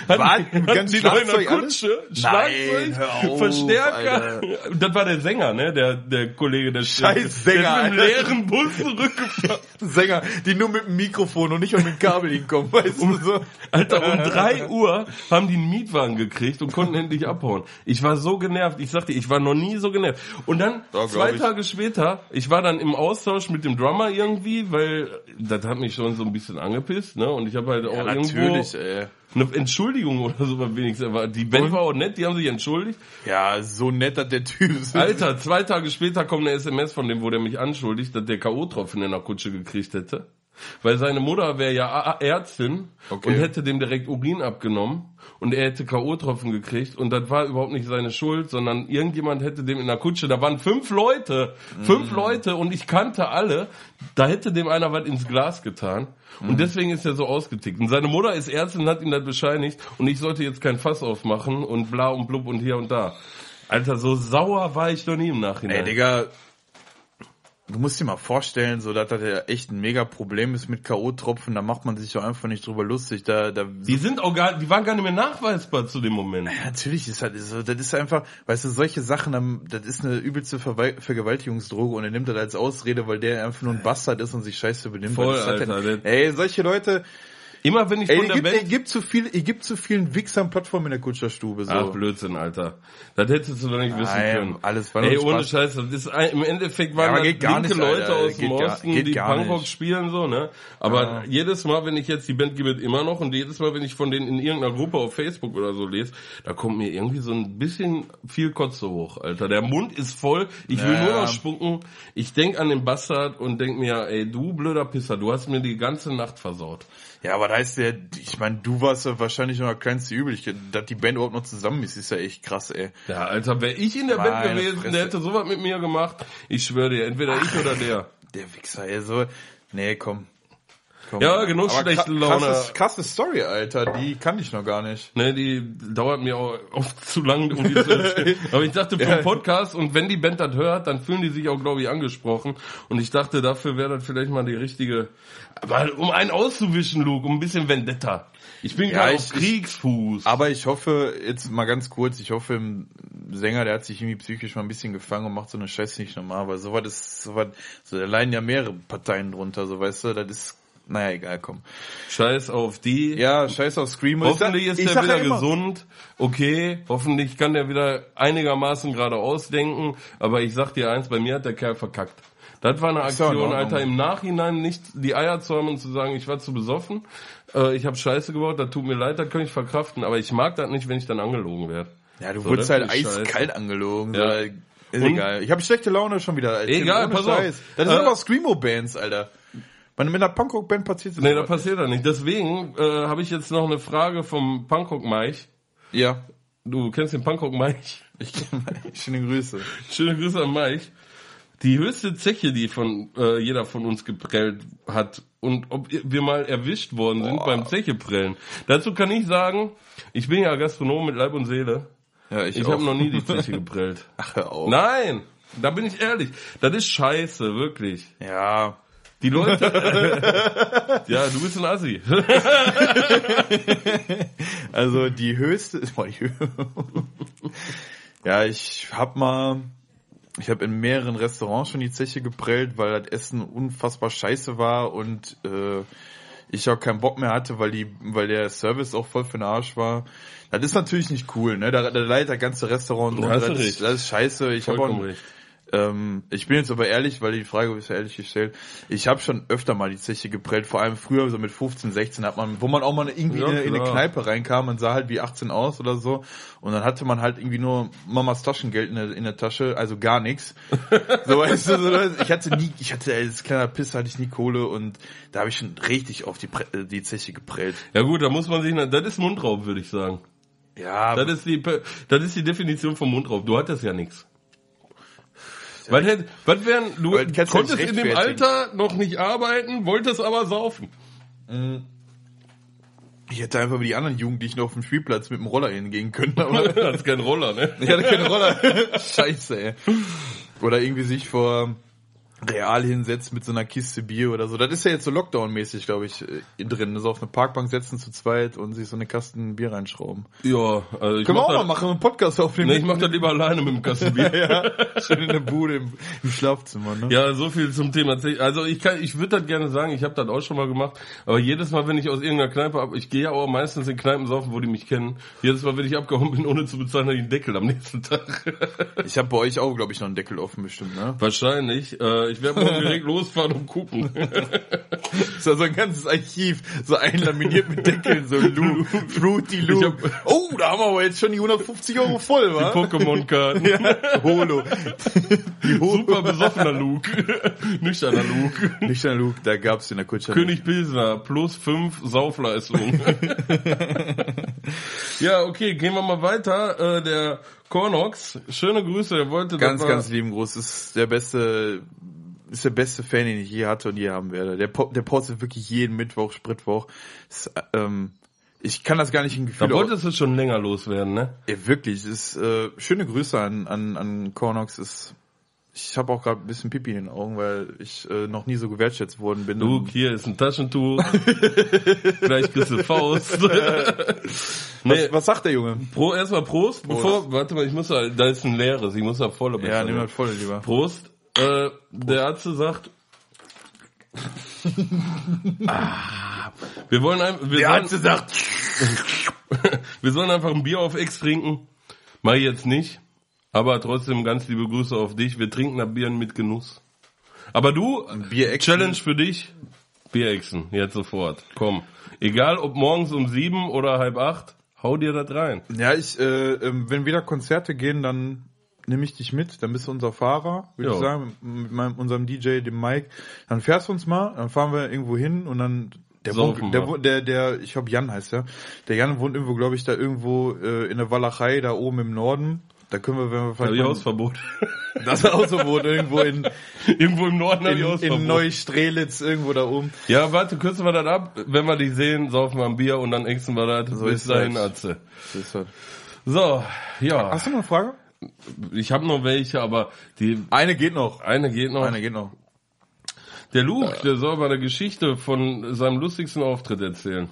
Speaker 3: Was?
Speaker 2: Hatten, hatten
Speaker 3: Ganz
Speaker 2: die noch in der
Speaker 3: Schlagzeug alles?
Speaker 2: Kutsche,
Speaker 3: Nein, hör auf,
Speaker 2: Verstärker. Das war der Sänger, ne? Der, der Kollege, der
Speaker 3: Scheiß
Speaker 2: der ist
Speaker 3: Sänger,
Speaker 2: mit
Speaker 3: Alter.
Speaker 2: einem leeren Bus zurückgefahren.
Speaker 3: Sänger, die nur mit dem Mikrofon und nicht mal mit dem Kabel hinkommen, weißt du so.
Speaker 2: Alter, um 3 Uhr haben die einen Mietwagen gekriegt und konnten endlich abhauen. Ich war so genervt. Ich sagte, ich war noch nie so genervt. Und dann,
Speaker 3: glaub
Speaker 2: zwei
Speaker 3: ich.
Speaker 2: Tage später, ich war dann im Austausch mit dem Drummer irgendwie, weil das hat mich schon so ein bisschen angepisst, ne? Und ich habe halt auch irgendwo
Speaker 3: ey.
Speaker 2: eine Entschuldigung oder so mal wenigstens. Aber die Band war auch nett, die haben sich entschuldigt.
Speaker 3: Ja, so nett, dass der Typ ist.
Speaker 2: Alter, zwei Tage später kommt eine SMS von dem, wo der mich anschuldigt, dass der K.O.-Tropfen in der Kutsche gekriegt hätte. Weil seine Mutter wäre ja A- A- Ärztin
Speaker 3: Okay.
Speaker 2: und hätte dem direkt Urin abgenommen und er hätte K.O.-Tropfen gekriegt und das war überhaupt nicht seine Schuld, sondern irgendjemand hätte dem in der Kutsche, da waren fünf Leute,
Speaker 3: Mhm.
Speaker 2: fünf Leute und ich kannte alle, da hätte dem einer was ins Glas getan
Speaker 3: Mhm.
Speaker 2: und deswegen ist er so ausgetickt. Und seine Mutter ist Ärztin, hat ihm das bescheinigt und ich sollte jetzt kein Fass aufmachen und bla und blub und hier und da. Alter, so sauer war ich noch nie im Nachhinein.
Speaker 3: Ey, Digga, du musst dir mal vorstellen, so dass das ja echt ein mega Problem ist mit K.O.-Tropfen, da macht man sich doch einfach nicht drüber lustig. Da, da
Speaker 2: Die sind auch gar, die waren gar nicht mehr nachweisbar zu dem Moment.
Speaker 3: Natürlich ist halt so, das ist einfach, weißt du, solche Sachen, am- das ist eine übelste Verwe- Vergewaltigungsdroge und er nimmt das als Ausrede, weil der einfach nur ein Bastard ist und sich scheiße benimmt.
Speaker 2: Voll,
Speaker 3: Das hat
Speaker 2: Alter, das-
Speaker 3: Halt, ey, solche Leute,
Speaker 2: Immer wenn ich
Speaker 3: ey,
Speaker 2: von
Speaker 3: ihr
Speaker 2: der
Speaker 3: gibt,
Speaker 2: Welt
Speaker 3: ihr gibt zu viel, ihr gibt zu vielen Wichsern Plattformen in der Kutscherstube, so.
Speaker 2: Ach, Blödsinn, Alter. Das hättest du doch nicht wissen
Speaker 3: Nein,
Speaker 2: können.
Speaker 3: alles war nur
Speaker 2: Ey, ohne
Speaker 3: Spaß.
Speaker 2: Scheiß, das ist ein, im Endeffekt
Speaker 3: aber
Speaker 2: waren das
Speaker 3: geht gar
Speaker 2: linke
Speaker 3: nicht,
Speaker 2: Leute
Speaker 3: Alter.
Speaker 2: aus
Speaker 3: Geht
Speaker 2: dem
Speaker 3: gar-
Speaker 2: Osten,
Speaker 3: geht
Speaker 2: die
Speaker 3: gar
Speaker 2: Punkrock
Speaker 3: nicht.
Speaker 2: spielen, so, ne? Aber
Speaker 3: Ja.
Speaker 2: jedes Mal, wenn ich jetzt die Band gebe, immer noch und jedes Mal, wenn ich von denen in irgendeiner Gruppe auf Facebook oder so lese, da kommt mir irgendwie so ein bisschen viel Kotze hoch, Alter. Der Mund ist voll, ich will
Speaker 3: Ja,
Speaker 2: nur
Speaker 3: ja.
Speaker 2: noch spucken. Ich denk an den Bastard und denk mir, ey, du blöder Pisser, du hast mir die ganze Nacht versaut.
Speaker 3: Ja, aber da ist der, ich meine, du warst ja wahrscheinlich noch der kleinste üblich, dass die Band überhaupt noch zusammen ist, ist ja echt krass, ey.
Speaker 2: Ja, Alter, wäre ich in der
Speaker 3: Meine
Speaker 2: Band gewesen,
Speaker 3: Fresse.
Speaker 2: der hätte sowas mit mir gemacht. Ich schwöre dir, entweder ich oder der.
Speaker 3: Der Wichser, ey, so, nee, komm. komm.
Speaker 2: Ja, genug
Speaker 3: Aber
Speaker 2: schlechte
Speaker 3: kra-
Speaker 2: Laune.
Speaker 3: Krasse, krasse Story, Alter, die kann ich noch gar nicht.
Speaker 2: Ne, die dauert mir auch oft zu lang, um die zu erzählen. Aber ich dachte, für
Speaker 3: Ja.
Speaker 2: einen Podcast und wenn die Band das hört, dann fühlen die sich auch, glaube ich, angesprochen. Und ich dachte, dafür wäre das vielleicht mal die richtige, weil, um einen auszuwischen, Luke, um ein bisschen Vendetta. Ich bin
Speaker 3: Ja,
Speaker 2: gerade
Speaker 3: ich- Ah.
Speaker 2: auf Kriegsfuß.
Speaker 3: Aber ich hoffe, jetzt mal ganz kurz, ich hoffe, im Sänger, der hat sich irgendwie psychisch mal ein bisschen gefangen und macht so eine Scheiße nicht normal, weil sowas ist, sowas, so, da leiden ja mehrere Parteien drunter, so, weißt du, das ist, naja, egal, komm.
Speaker 2: Scheiß auf die.
Speaker 3: Ja, scheiß auf Screamer. Ich sag-
Speaker 2: Hoffentlich ist
Speaker 3: ich
Speaker 2: der
Speaker 3: sag ja
Speaker 2: wieder
Speaker 3: immer-
Speaker 2: gesund. Okay, hoffentlich kann der wieder einigermaßen gerade ausdenken. Aber ich sag dir eins, bei mir hat der Kerl verkackt. Das war eine
Speaker 3: ja in
Speaker 2: Aktion,
Speaker 3: Ordnung.
Speaker 2: Alter, im Nachhinein nicht die Eier zu haben und zu sagen, ich war zu besoffen, äh, ich habe Scheiße gebaut, das tut mir leid, das kann ich verkraften, aber ich mag das nicht, wenn ich dann angelogen werde.
Speaker 3: Ja, du
Speaker 2: So,
Speaker 3: wurdest
Speaker 2: das
Speaker 3: halt
Speaker 2: ist scheiße.
Speaker 3: eiskalt angelogen.
Speaker 2: Ja.
Speaker 3: So,
Speaker 2: Und-
Speaker 3: ist egal. Ich habe schlechte Laune schon wieder. Erzähl,
Speaker 2: Egal,
Speaker 3: ohne
Speaker 2: pass auf.
Speaker 3: Das sind
Speaker 2: Äh,
Speaker 3: aber Screamo-Bands, Alter. Wenn du mit einer Punkrock-Band passiert
Speaker 2: Nee, da passiert das nicht. Deswegen äh, habe ich jetzt noch eine Frage vom Punkrock Mike.
Speaker 3: Ja.
Speaker 2: Du kennst den Punkrock Mike?
Speaker 3: Ich, schöne Grüße.
Speaker 2: Schöne Grüße an Mike. Die höchste Zeche, die von äh, jeder von uns geprellt hat und ob wir mal erwischt worden sind beim Zecheprellen. Dazu kann ich sagen, ich bin ja Gastronom mit Leib und Seele.
Speaker 3: Ja,
Speaker 2: Ich habe noch nie die Zeche geprellt.
Speaker 3: Ach, hör auf.
Speaker 2: Nein, da bin ich ehrlich. Das ist scheiße, wirklich.
Speaker 3: Ja.
Speaker 2: Die Leute. ja, du bist ein Assi.
Speaker 3: Also die höchste. Boah, die Hö- ja, ich hab mal. Ich habe in mehreren Restaurants schon die Zeche geprellt, weil das Essen unfassbar scheiße war und äh, ich auch keinen Bock mehr hatte, weil die, weil der Service auch voll für den Arsch war. Das ist natürlich nicht cool, ne? Da, da leidet das ganze Restaurant
Speaker 2: Da
Speaker 3: drunter.
Speaker 2: hast du
Speaker 3: das,
Speaker 2: recht.
Speaker 3: das ist scheiße. Ich habe
Speaker 2: Vollkommen
Speaker 3: auch
Speaker 2: recht.
Speaker 3: ähm, ich bin jetzt aber ehrlich, weil die Frage ist ja ehrlich gestellt. Ich habe schon öfter mal die Zeche geprellt, vor allem früher, so mit 15, 16 hat man, wo man auch mal irgendwie
Speaker 2: Ja,
Speaker 3: in, eine- in eine
Speaker 2: klar.
Speaker 3: Kneipe reinkam und sah halt wie 18 aus oder so. Und dann hatte man halt irgendwie nur Mamas Taschengeld in der, in der Tasche, also gar nichts. So, weißt du, so, das- ich hatte nie, ich hatte als kleiner Piss hatte ich nie Kohle und da habe ich schon richtig auf die, Pre äh, die Zeche geprellt.
Speaker 2: Ja gut, da muss man sich, das ist Mundraub, würde ich sagen.
Speaker 3: Ja,
Speaker 2: Das ist die, Pe- das ist die Definition vom Mundraub. Du hattest ja nichts. Was, hätt, was wären, du
Speaker 3: Aber das kannst du
Speaker 2: konntest
Speaker 3: nicht
Speaker 2: in dem
Speaker 3: rechtfertigen.
Speaker 2: Alter noch nicht arbeiten, wolltest aber saufen.
Speaker 3: ich hätte einfach wie die anderen Jugendlichen auf dem Spielplatz mit dem Roller hingehen können, aber
Speaker 2: das ist kein Roller, ne?
Speaker 3: Ich hatte keinen Roller. Scheiße, ey. Oder irgendwie sich vor Real hinsetzt mit so einer Kiste Bier oder so. Das ist ja jetzt so Lockdown-mäßig, glaube ich, äh, drin. So auf eine Parkbank setzen zu zweit und sich so eine Kasten Bier reinschrauben.
Speaker 2: Ja, also ich
Speaker 3: Können
Speaker 2: mach,
Speaker 3: wir auch mal
Speaker 2: das,
Speaker 3: machen, einen Podcast aufnehmen.
Speaker 2: ne, ich mach das lieber alleine mit dem Kassenbier.
Speaker 3: ja, schön in der Bude im, im Schlafzimmer, ne?
Speaker 2: Ja, so viel zum Thema. Zeche. Also ich kann, ich würde das gerne sagen, ich habe das auch schon mal gemacht, aber jedes Mal, wenn ich aus irgendeiner Kneipe ab, ich gehe ja auch meistens in Kneipen saufen, wo die mich kennen. Jedes Mal, wenn ich abgehauen bin, ohne zu bezahlen, hab ich einen Deckel am nächsten Tag.
Speaker 3: Ich habe bei euch auch, glaube ich, noch einen Deckel offen bestimmt, ne?
Speaker 2: Wahrscheinlich. Äh, ich werde morgen direkt losfahren und gucken.
Speaker 3: Das ist ja so ein ganzes Archiv, so einlaminiert mit Deckeln, so Lou, Fruity Lou.
Speaker 2: Ich hab-
Speaker 3: Oh, da haben wir aber jetzt schon die 150 Euro voll, wa?
Speaker 2: Pokémon-Karten.
Speaker 3: Ja, Holo. Die Holo.
Speaker 2: Super besoffener Luke. Nüchterner Luke.
Speaker 3: Nüchtern Luke, da gab's in der Kutsche.
Speaker 2: König Pilsner, plus fünf Saufleistung. ja, okay, gehen wir mal weiter. Äh, der Cornox, schöne Grüße, er wollte
Speaker 3: Ganz,
Speaker 2: das
Speaker 3: ganz lieben Gruß. Ist der beste, ist der beste Fan, den ich je hatte und je haben werde. Der, po der postet wirklich jeden Mittwoch, Spritwoch. Ist, ähm, ich kann das gar nicht in
Speaker 2: Da
Speaker 3: Gefühl
Speaker 2: wolltest du schon
Speaker 3: Mhm.
Speaker 2: länger loswerden, ne?
Speaker 3: Ja, wirklich. Ist, äh, schöne Grüße an, an, an Cornox. Ist Ich habe auch gerade ein bisschen Pipi in den Augen, weil ich äh, noch nie so gewertschätzt worden bin.
Speaker 2: Luke, hier ist ein Taschentuch. Gleich kriegst du Faust. nee,
Speaker 3: was, was sagt der Junge?
Speaker 2: Pro, erstmal Prost, bevor, warte mal, ich muss da, da ist ein leeres, ich muss da volle
Speaker 3: Ja,
Speaker 2: bessern.
Speaker 3: nimm halt voll lieber.
Speaker 2: Prost. Äh, der Arzt sagt, ah, wir wollen ein, wir, sollen,
Speaker 3: sagt,
Speaker 2: wir sollen einfach ein Bier auf X trinken. Mach ich jetzt nicht. Aber trotzdem ganz liebe Grüße auf dich. Wir trinken da Bieren mit Genuss. Aber du,
Speaker 3: Bier-Echsen.
Speaker 2: Challenge für dich. Bierechsen, jetzt sofort. Komm. Egal ob morgens um sieben oder halb acht, hau dir das rein.
Speaker 3: ja, ich, äh, ähm, wenn wieder Konzerte gehen, dann nehme ich dich mit, dann bist du unser Fahrer, würde
Speaker 2: Jo.
Speaker 3: ich sagen, mit meinem, unserem DJ, dem Mike. Dann fährst du uns mal, dann fahren wir irgendwo hin und dann der
Speaker 2: Saufen
Speaker 3: wohnt, der,
Speaker 2: wir.
Speaker 3: wohnt- der, der, ich glaube Jan heißt der. Der Jan wohnt irgendwo, glaube ich, da irgendwo äh, in der Walachei, da oben im Norden. Da können wir, wenn wir
Speaker 2: Hab
Speaker 3: vielleicht
Speaker 2: ich
Speaker 3: mal-
Speaker 2: Hausverbot.
Speaker 3: das Hausverbot irgendwo in,
Speaker 2: Irgendwo im Norden hab ich
Speaker 3: in,
Speaker 2: Hausverbot.
Speaker 3: in Neustrelitz, irgendwo da oben.
Speaker 2: Ja, warte, kürzen wir das ab. Wenn wir dich sehen, saufen wir ein Bier und dann ängsten wir das. So Bis
Speaker 3: ist
Speaker 2: dahin,
Speaker 3: das.
Speaker 2: Atze. So, ja.
Speaker 3: Hast du noch eine Frage?
Speaker 2: Ich habe noch welche, aber die
Speaker 3: Eine geht noch.
Speaker 2: eine geht noch.
Speaker 3: Eine geht noch.
Speaker 2: Der Luke, der soll mal eine Geschichte von seinem lustigsten Auftritt erzählen.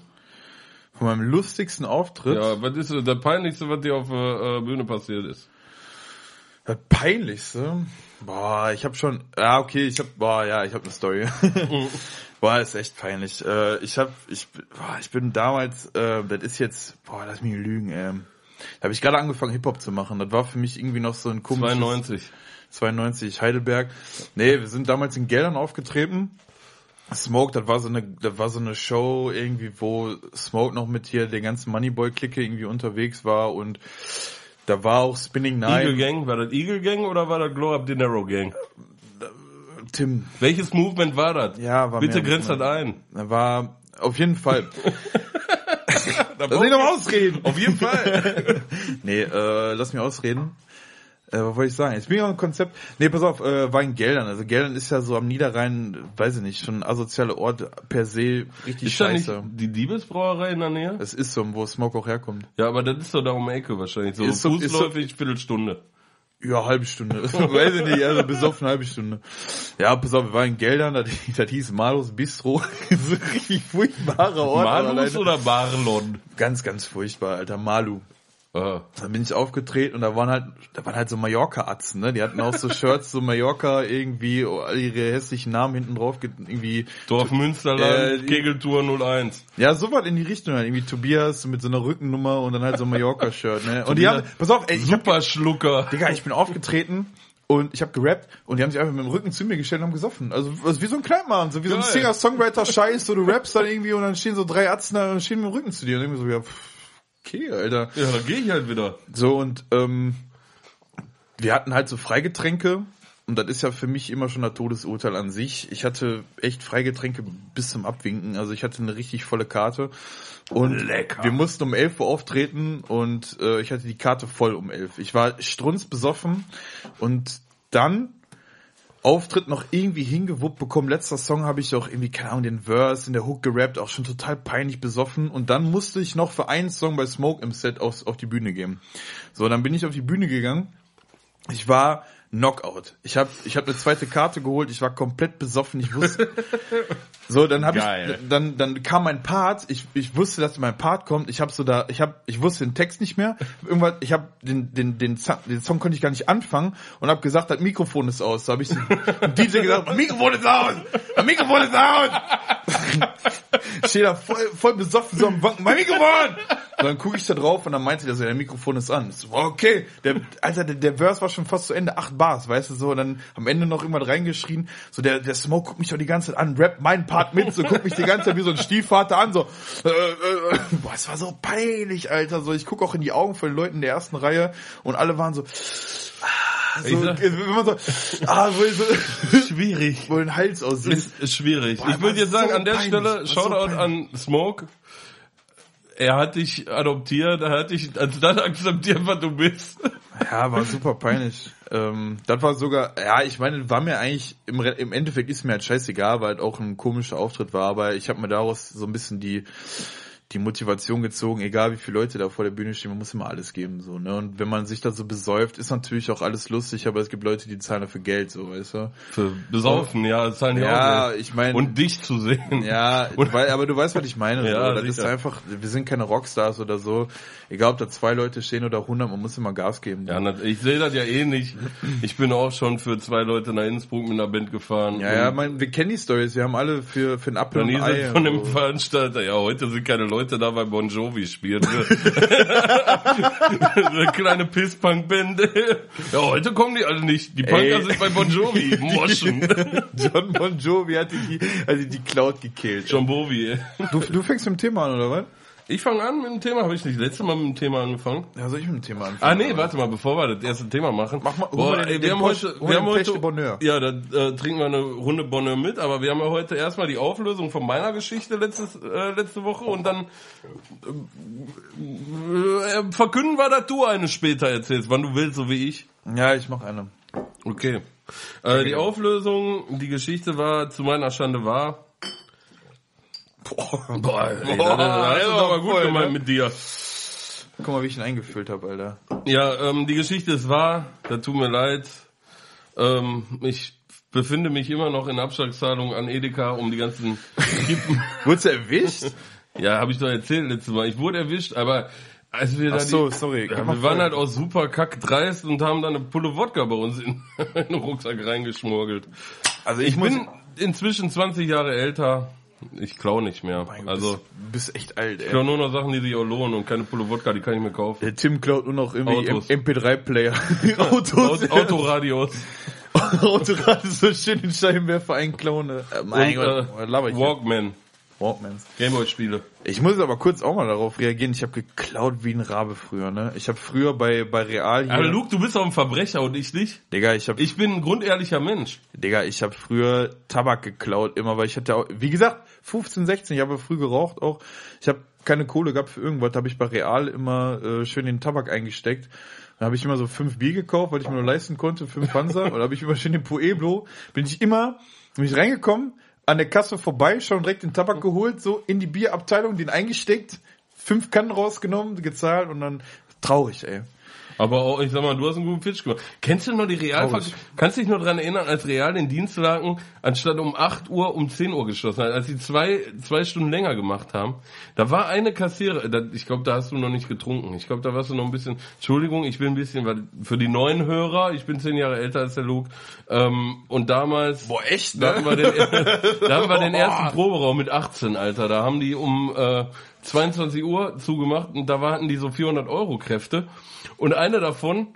Speaker 3: Von meinem lustigsten Auftritt.
Speaker 2: Ja, was ist das Peinlichste, was dir auf der äh, Bühne passiert ist?
Speaker 3: Das peinlichste. Boah, ich habe schon. Ja, okay, ich habe. Boah, ja, ich habe eine Story. boah, ist echt peinlich. Äh, ich habe, ich, boah, ich bin damals. Äh, das ist jetzt. Boah, lass mich lügen. Ähm, da habe ich gerade angefangen Hip Hop zu machen. Das war für mich irgendwie noch so ein komisches.
Speaker 2: 92.
Speaker 3: 92 Heidelberg. Nee, wir sind damals in Geldern aufgetreten. Smoke, das war so eine, das war so eine Show irgendwie, wo Smoke noch mit hier der ganzen Moneyboy-Clique irgendwie unterwegs war und da war auch Spinning
Speaker 2: Eagle
Speaker 3: Nine.
Speaker 2: Gang, war das Eagle Gang oder war das Glow Up Dinero Gang?
Speaker 3: Tim,
Speaker 2: Welches Movement war das?
Speaker 3: Ja, war
Speaker 2: Bitte
Speaker 3: mehr-
Speaker 2: grenzt das ein.
Speaker 3: da war auf jeden Fall. Lass mich noch ausreden.
Speaker 2: Auf jeden Fall.
Speaker 3: nee, äh, lass mich ausreden. Äh, was wollte ich sagen? Jetzt bin ich auch ein Konzept. Nee, pass auf, äh, war in Geldern. Also Geldern ist ja so am Niederrhein, weiß ich nicht, schon ein asozialer Ort per se richtig
Speaker 2: Ist da nicht
Speaker 3: scheiße.
Speaker 2: die Diebesbrauerei in der Nähe?
Speaker 3: Es ist so, wo Smoke auch herkommt.
Speaker 2: Ja, aber das ist doch da um die Ecke wahrscheinlich. So
Speaker 3: Ist so- ist so-
Speaker 2: fußläufig Viertelstunde.
Speaker 3: Ja, halbe Stunde. Weiß ich nicht, also besoffen halbe Stunde. Ja, pass auf, wir waren in Geldern, das, das hieß Malus Bistro. so richtig furchtbarer Ort. aber
Speaker 2: Malus
Speaker 3: leider-
Speaker 2: oder Barlon?
Speaker 3: Ganz, ganz furchtbar, Alter, Malu.
Speaker 2: Ah.
Speaker 3: Dann bin ich aufgetreten und da waren halt, da waren halt so Mallorca-Atzen, ne? Die hatten auch so Shirts, so Mallorca irgendwie, oh, all ihre hässlichen Namen hinten drauf, ge- irgendwie.
Speaker 2: Dorf Münsterland,
Speaker 3: Äh,
Speaker 2: Kegeltour 01.
Speaker 3: Ja, sowas in die Richtung, halt. irgendwie Tobias mit so einer Rückennummer und dann halt so ein Mallorca-Shirt, ne? Und die haben,
Speaker 2: Tobias-
Speaker 3: pass auf, ey, ich hab
Speaker 2: Superschlucker.
Speaker 3: Digga, ich bin aufgetreten und ich habe gerappt und die haben sich einfach mit dem Rücken zu mir gestellt und haben gesoffen. Also, also wie so ein Kleinmann, so wie so ein
Speaker 2: Geil.
Speaker 3: Singer-Songwriter-Scheiß, so du rappst dann irgendwie und dann stehen so drei Atzen da und stehen mit dem Rücken zu dir und irgendwie so, ja, pff, okay, Alter.
Speaker 2: Ja, da gehe ich halt wieder.
Speaker 3: So und ähm, wir hatten halt so Freigetränke und das ist ja für mich immer schon das Todesurteil an sich. Ich hatte echt Freigetränke bis zum Abwinken, also ich hatte eine richtig volle Karte und
Speaker 2: Lecker.
Speaker 3: wir mussten um 11 Uhr auftreten und äh, ich hatte die Karte voll um 11. Ich war strunzbesoffen und dann Auftritt noch irgendwie hingewuppt bekommen. Letzter Song habe ich auch irgendwie, keine Ahnung, den Verse in der Hook gerappt, auch schon total peinlich besoffen. Und dann musste ich noch für einen Song bei Smoke im Set aufs, auf die Bühne gehen. So, dann bin ich auf die Bühne gegangen. Ich war Knockout. Ich habe ich hab eine zweite Karte geholt. Ich war komplett besoffen. Ich wusste. so, dann habe
Speaker 2: Geil.
Speaker 3: ich, dann, dann kam mein Part. Ich, ich wusste, dass mein Part kommt. Ich habe so da, ich habe, ich wusste den Text nicht mehr. Irgendwann, ich habe den, den, den, Za- den Song konnte ich gar nicht anfangen und habe gesagt, das Mikrofon ist aus. Da habe ich dem DJ gesagt, mein Mikrofon ist aus, mein Mikrofon ist aus. Ich stehe da voll, voll besoffen so am Wanken, mein Mikrofon! Und dann gucke ich da drauf und dann meinte der so, ja, dein Mikrofon ist an. Ich so, wow, okay. Der, Alter, der, der Verse war schon fast zu Ende, acht Bars, weißt du so. Und dann am Ende noch irgendwas reingeschrien, so der, der Smoke guckt mich doch die ganze Zeit an, rappt meinen Part mit, so guckt mich die ganze Zeit wie so ein Stiefvater an, so. Äh, äh, boah, es war so peinlich, Alter. So, ich gucke auch in die Augen von den Leuten in der ersten Reihe und alle waren so, ah, so,
Speaker 2: Ich sag-
Speaker 3: wenn man so, ah, so, so
Speaker 2: Schwierig.
Speaker 3: wohl den Hals aussieht.
Speaker 2: Ist, ist schwierig.
Speaker 3: Boah,
Speaker 2: ich würde
Speaker 3: was
Speaker 2: jetzt sagen,
Speaker 3: so
Speaker 2: an der
Speaker 3: peinlich,
Speaker 2: Stelle,
Speaker 3: was so
Speaker 2: Shoutout an Smoke. Er hat dich adoptiert, er hat dich als das akzeptiert, was du bist.
Speaker 3: Ja, war super peinlich. ähm, das war sogar, ja, ich meine, war mir eigentlich, im, Re- im Endeffekt ist mir halt scheißegal, weil halt auch ein komischer Auftritt war, aber ich habe mir daraus so ein bisschen die, die Motivation gezogen, egal wie viele Leute da vor der Bühne stehen, man muss immer alles geben, so, ne? Und wenn man sich da so besäuft, ist natürlich auch alles lustig, aber es gibt Leute, die zahlen dafür Geld, so, weißt du?
Speaker 2: Für besaufen, ja, das zahlen die
Speaker 3: Ja,
Speaker 2: auch Geld.
Speaker 3: ich meine-
Speaker 2: Und dich zu sehen.
Speaker 3: Ja,
Speaker 2: Und-
Speaker 3: weil, aber du weißt, was ich meine.
Speaker 2: Ja,
Speaker 3: so. Das ist
Speaker 2: sicher.
Speaker 3: einfach, wir sind keine Rockstars oder so. Egal, ob da zwei Leute stehen oder 100, man muss immer Gas geben.
Speaker 2: Ja, na, ich sehe das ja ähnlich. Ich bin auch schon für zwei Leute nach Innsbruck mit einer Band gefahren.
Speaker 3: ja, ja mein, wir kennen die Stories, wir haben alle für, für einen Apfel
Speaker 2: Dann
Speaker 3: und ein
Speaker 2: hieß
Speaker 3: Ei. oh.
Speaker 2: es von dem
Speaker 3: und so.
Speaker 2: Veranstalter, ja, heute sind keine Leute da, weil Bon Jovi spielt. Eine kleine Piss-Punk-Band. ja, heute kommen die alle nicht. Die Punker
Speaker 3: Ey.
Speaker 2: sind bei Bon Jovi. Moschen.
Speaker 3: John Bon Jovi hat die, also die Cloud gekillt.
Speaker 2: John Bovi. ey.
Speaker 3: Du, du fängst mit dem Thema an, oder was?
Speaker 2: Ich fange an mit dem Thema. Habe ich nicht letztes Mal mit dem Thema angefangen?
Speaker 3: Ja, soll ich mit dem Thema anfangen?
Speaker 2: Ah nee,
Speaker 3: oder?
Speaker 2: warte mal, bevor wir das erste Thema machen.
Speaker 3: Mach mal- hol
Speaker 2: Boah,
Speaker 3: mal den-
Speaker 2: ey,
Speaker 3: den
Speaker 2: wir haben
Speaker 3: Porsche-
Speaker 2: heute, wir
Speaker 3: hol den
Speaker 2: haben heute,
Speaker 3: Pechte Bonheur.
Speaker 2: ja, dann äh, trinken wir eine Runde Bonheur mit, aber wir haben ja heute erstmal die Auflösung von meiner Geschichte letztes, äh, letzte Woche und dann äh, äh, verkünden wir, dass du eine später erzählst, wann du willst, so wie ich.
Speaker 3: Ja, ich mach eine.
Speaker 2: Okay. Äh, die
Speaker 3: genau.
Speaker 2: Auflösung, die Geschichte war, zu meiner Schande war. Boah, boah, ey,
Speaker 3: Boah,
Speaker 2: das, das ist
Speaker 3: ey,
Speaker 2: aber gut
Speaker 3: voll,
Speaker 2: gemeint
Speaker 3: ne?
Speaker 2: mit dir.
Speaker 3: Guck mal, wie ich ihn eingefüllt habe, Alter.
Speaker 2: Ja, ähm, die Geschichte ist wahr. Da tut mir leid. Ähm, ich befinde mich immer noch in Abschlagszahlung an Edeka, um die ganzen Kippen.
Speaker 3: Wurdest du erwischt?
Speaker 2: ja, habe ich doch erzählt letztes Mal. Ich wurde erwischt, aber als wir da
Speaker 3: Ach so,
Speaker 2: die,
Speaker 3: sorry.
Speaker 2: ja, wir waren halt auch super kackdreist und haben da eine Pulle Wodka bei uns in, in den Rucksack reingeschmorgelt.
Speaker 3: also
Speaker 2: Ich,
Speaker 3: ich, muss...
Speaker 2: bin inzwischen 20 Jahre älter. Ich klau nicht mehr.
Speaker 3: Mein Gott,
Speaker 2: also
Speaker 3: du bist echt alt,
Speaker 2: ich
Speaker 3: ey.
Speaker 2: klau nur noch Sachen, die sich auch lohnen und keine Pulle Wodka, die kann ich mir kaufen.
Speaker 3: Der Tim klaut nur noch irgendwie
Speaker 2: Autos.
Speaker 3: MP3-Player. Autos.
Speaker 2: Aut- Autoradios.
Speaker 3: Autorad ist so schön den Scheinwerfer einklauen. ne? Äh,
Speaker 2: und,
Speaker 3: mein Gott, was
Speaker 2: äh,
Speaker 3: laber ich jetzt?
Speaker 2: Walkman.
Speaker 3: Walkmans.
Speaker 2: Gameboy-Spiele.
Speaker 3: Ich muss aber kurz auch mal darauf reagieren. Ich habe geklaut wie ein Rabe früher, ne? Ich habe früher bei, bei Real hier...
Speaker 2: Aber Luke, du bist doch ein Verbrecher und ich nicht.
Speaker 3: Digga, ich habe
Speaker 2: Ich bin ein grundehrlicher Mensch.
Speaker 3: Digga, ich habe früher Tabak geklaut immer, weil ich hatte auch, wie gesagt, 15, 16, ich habe früh geraucht auch. Ich habe keine Kohle gehabt für irgendwas, habe ich bei Real immer äh, schön den Tabak eingesteckt. Dann habe ich immer so fünf Bier gekauft, weil ich mir nur leisten konnte, fünf Panzer. Und dann habe ich immer schön den Pueblo, bin ich immer, bin ich reingekommen, an der Kasse vorbei, schon direkt den Tabak geholt, so in die Bierabteilung, den eingesteckt, fünf Kannen rausgenommen, gezahlt und dann traurig, ey.
Speaker 2: Aber auch, ich sag mal, du hast einen guten Pitch gemacht. Kennst du noch die Real?
Speaker 3: Traurig.
Speaker 2: Kannst du dich noch dran erinnern, als Real den Dienstlaken anstatt um 8 Uhr um 10 Uhr geschlossen hat, als sie zwei, zwei Stunden länger gemacht haben? Da war eine Kassiererin, da, ich glaube, da hast du noch nicht getrunken. Ich glaube, da warst du noch ein bisschen, Entschuldigung, ich bin ein bisschen, weil für die neuen Hörer, ich bin zehn Jahre älter als der Luke, ähm, und damals...
Speaker 3: Boah, echt, ne?
Speaker 2: Da hatten wir den, da hatten wir den
Speaker 3: Boah.
Speaker 2: ersten Proberaum mit 18, Alter. Da haben die um äh, 22 Uhr zugemacht und da hatten die so 400 Euro Kräfte. Und einer davon,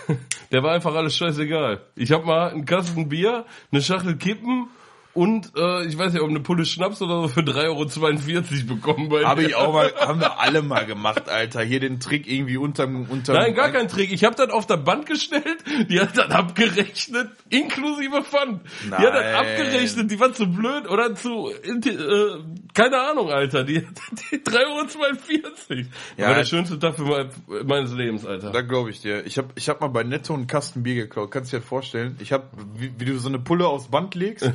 Speaker 2: der war einfach alles scheißegal. Ich hab mal einen Kasten Bier, eine Schachtel Kippen und äh, ich weiß nicht, ob eine Pulle Schnaps oder so für 3,42 Euro bekommen. Bei
Speaker 3: Habe
Speaker 2: der.
Speaker 3: ich auch mal, haben wir alle mal gemacht, Alter. Hier den Trick irgendwie unterm, unterm.
Speaker 2: Nein, gar kein Trick. Ich hab das auf der Band gestellt, die hat dann abgerechnet, inklusive Pfand. Die hat
Speaker 3: Nein.
Speaker 2: dann abgerechnet, die war zu blöd oder zu, äh, keine Ahnung, Alter. Die hat die 3,42 Euro.
Speaker 3: Ja,
Speaker 2: war der
Speaker 3: ich-
Speaker 2: schönste Tag für mein, meines Lebens, Alter.
Speaker 3: Da glaube ich dir. Ich habe ich hab mal bei Netto einen Kasten Bier geklaut. Kannst du dir das vorstellen? Ich habe, wie, wie du so eine Pulle aufs Band legst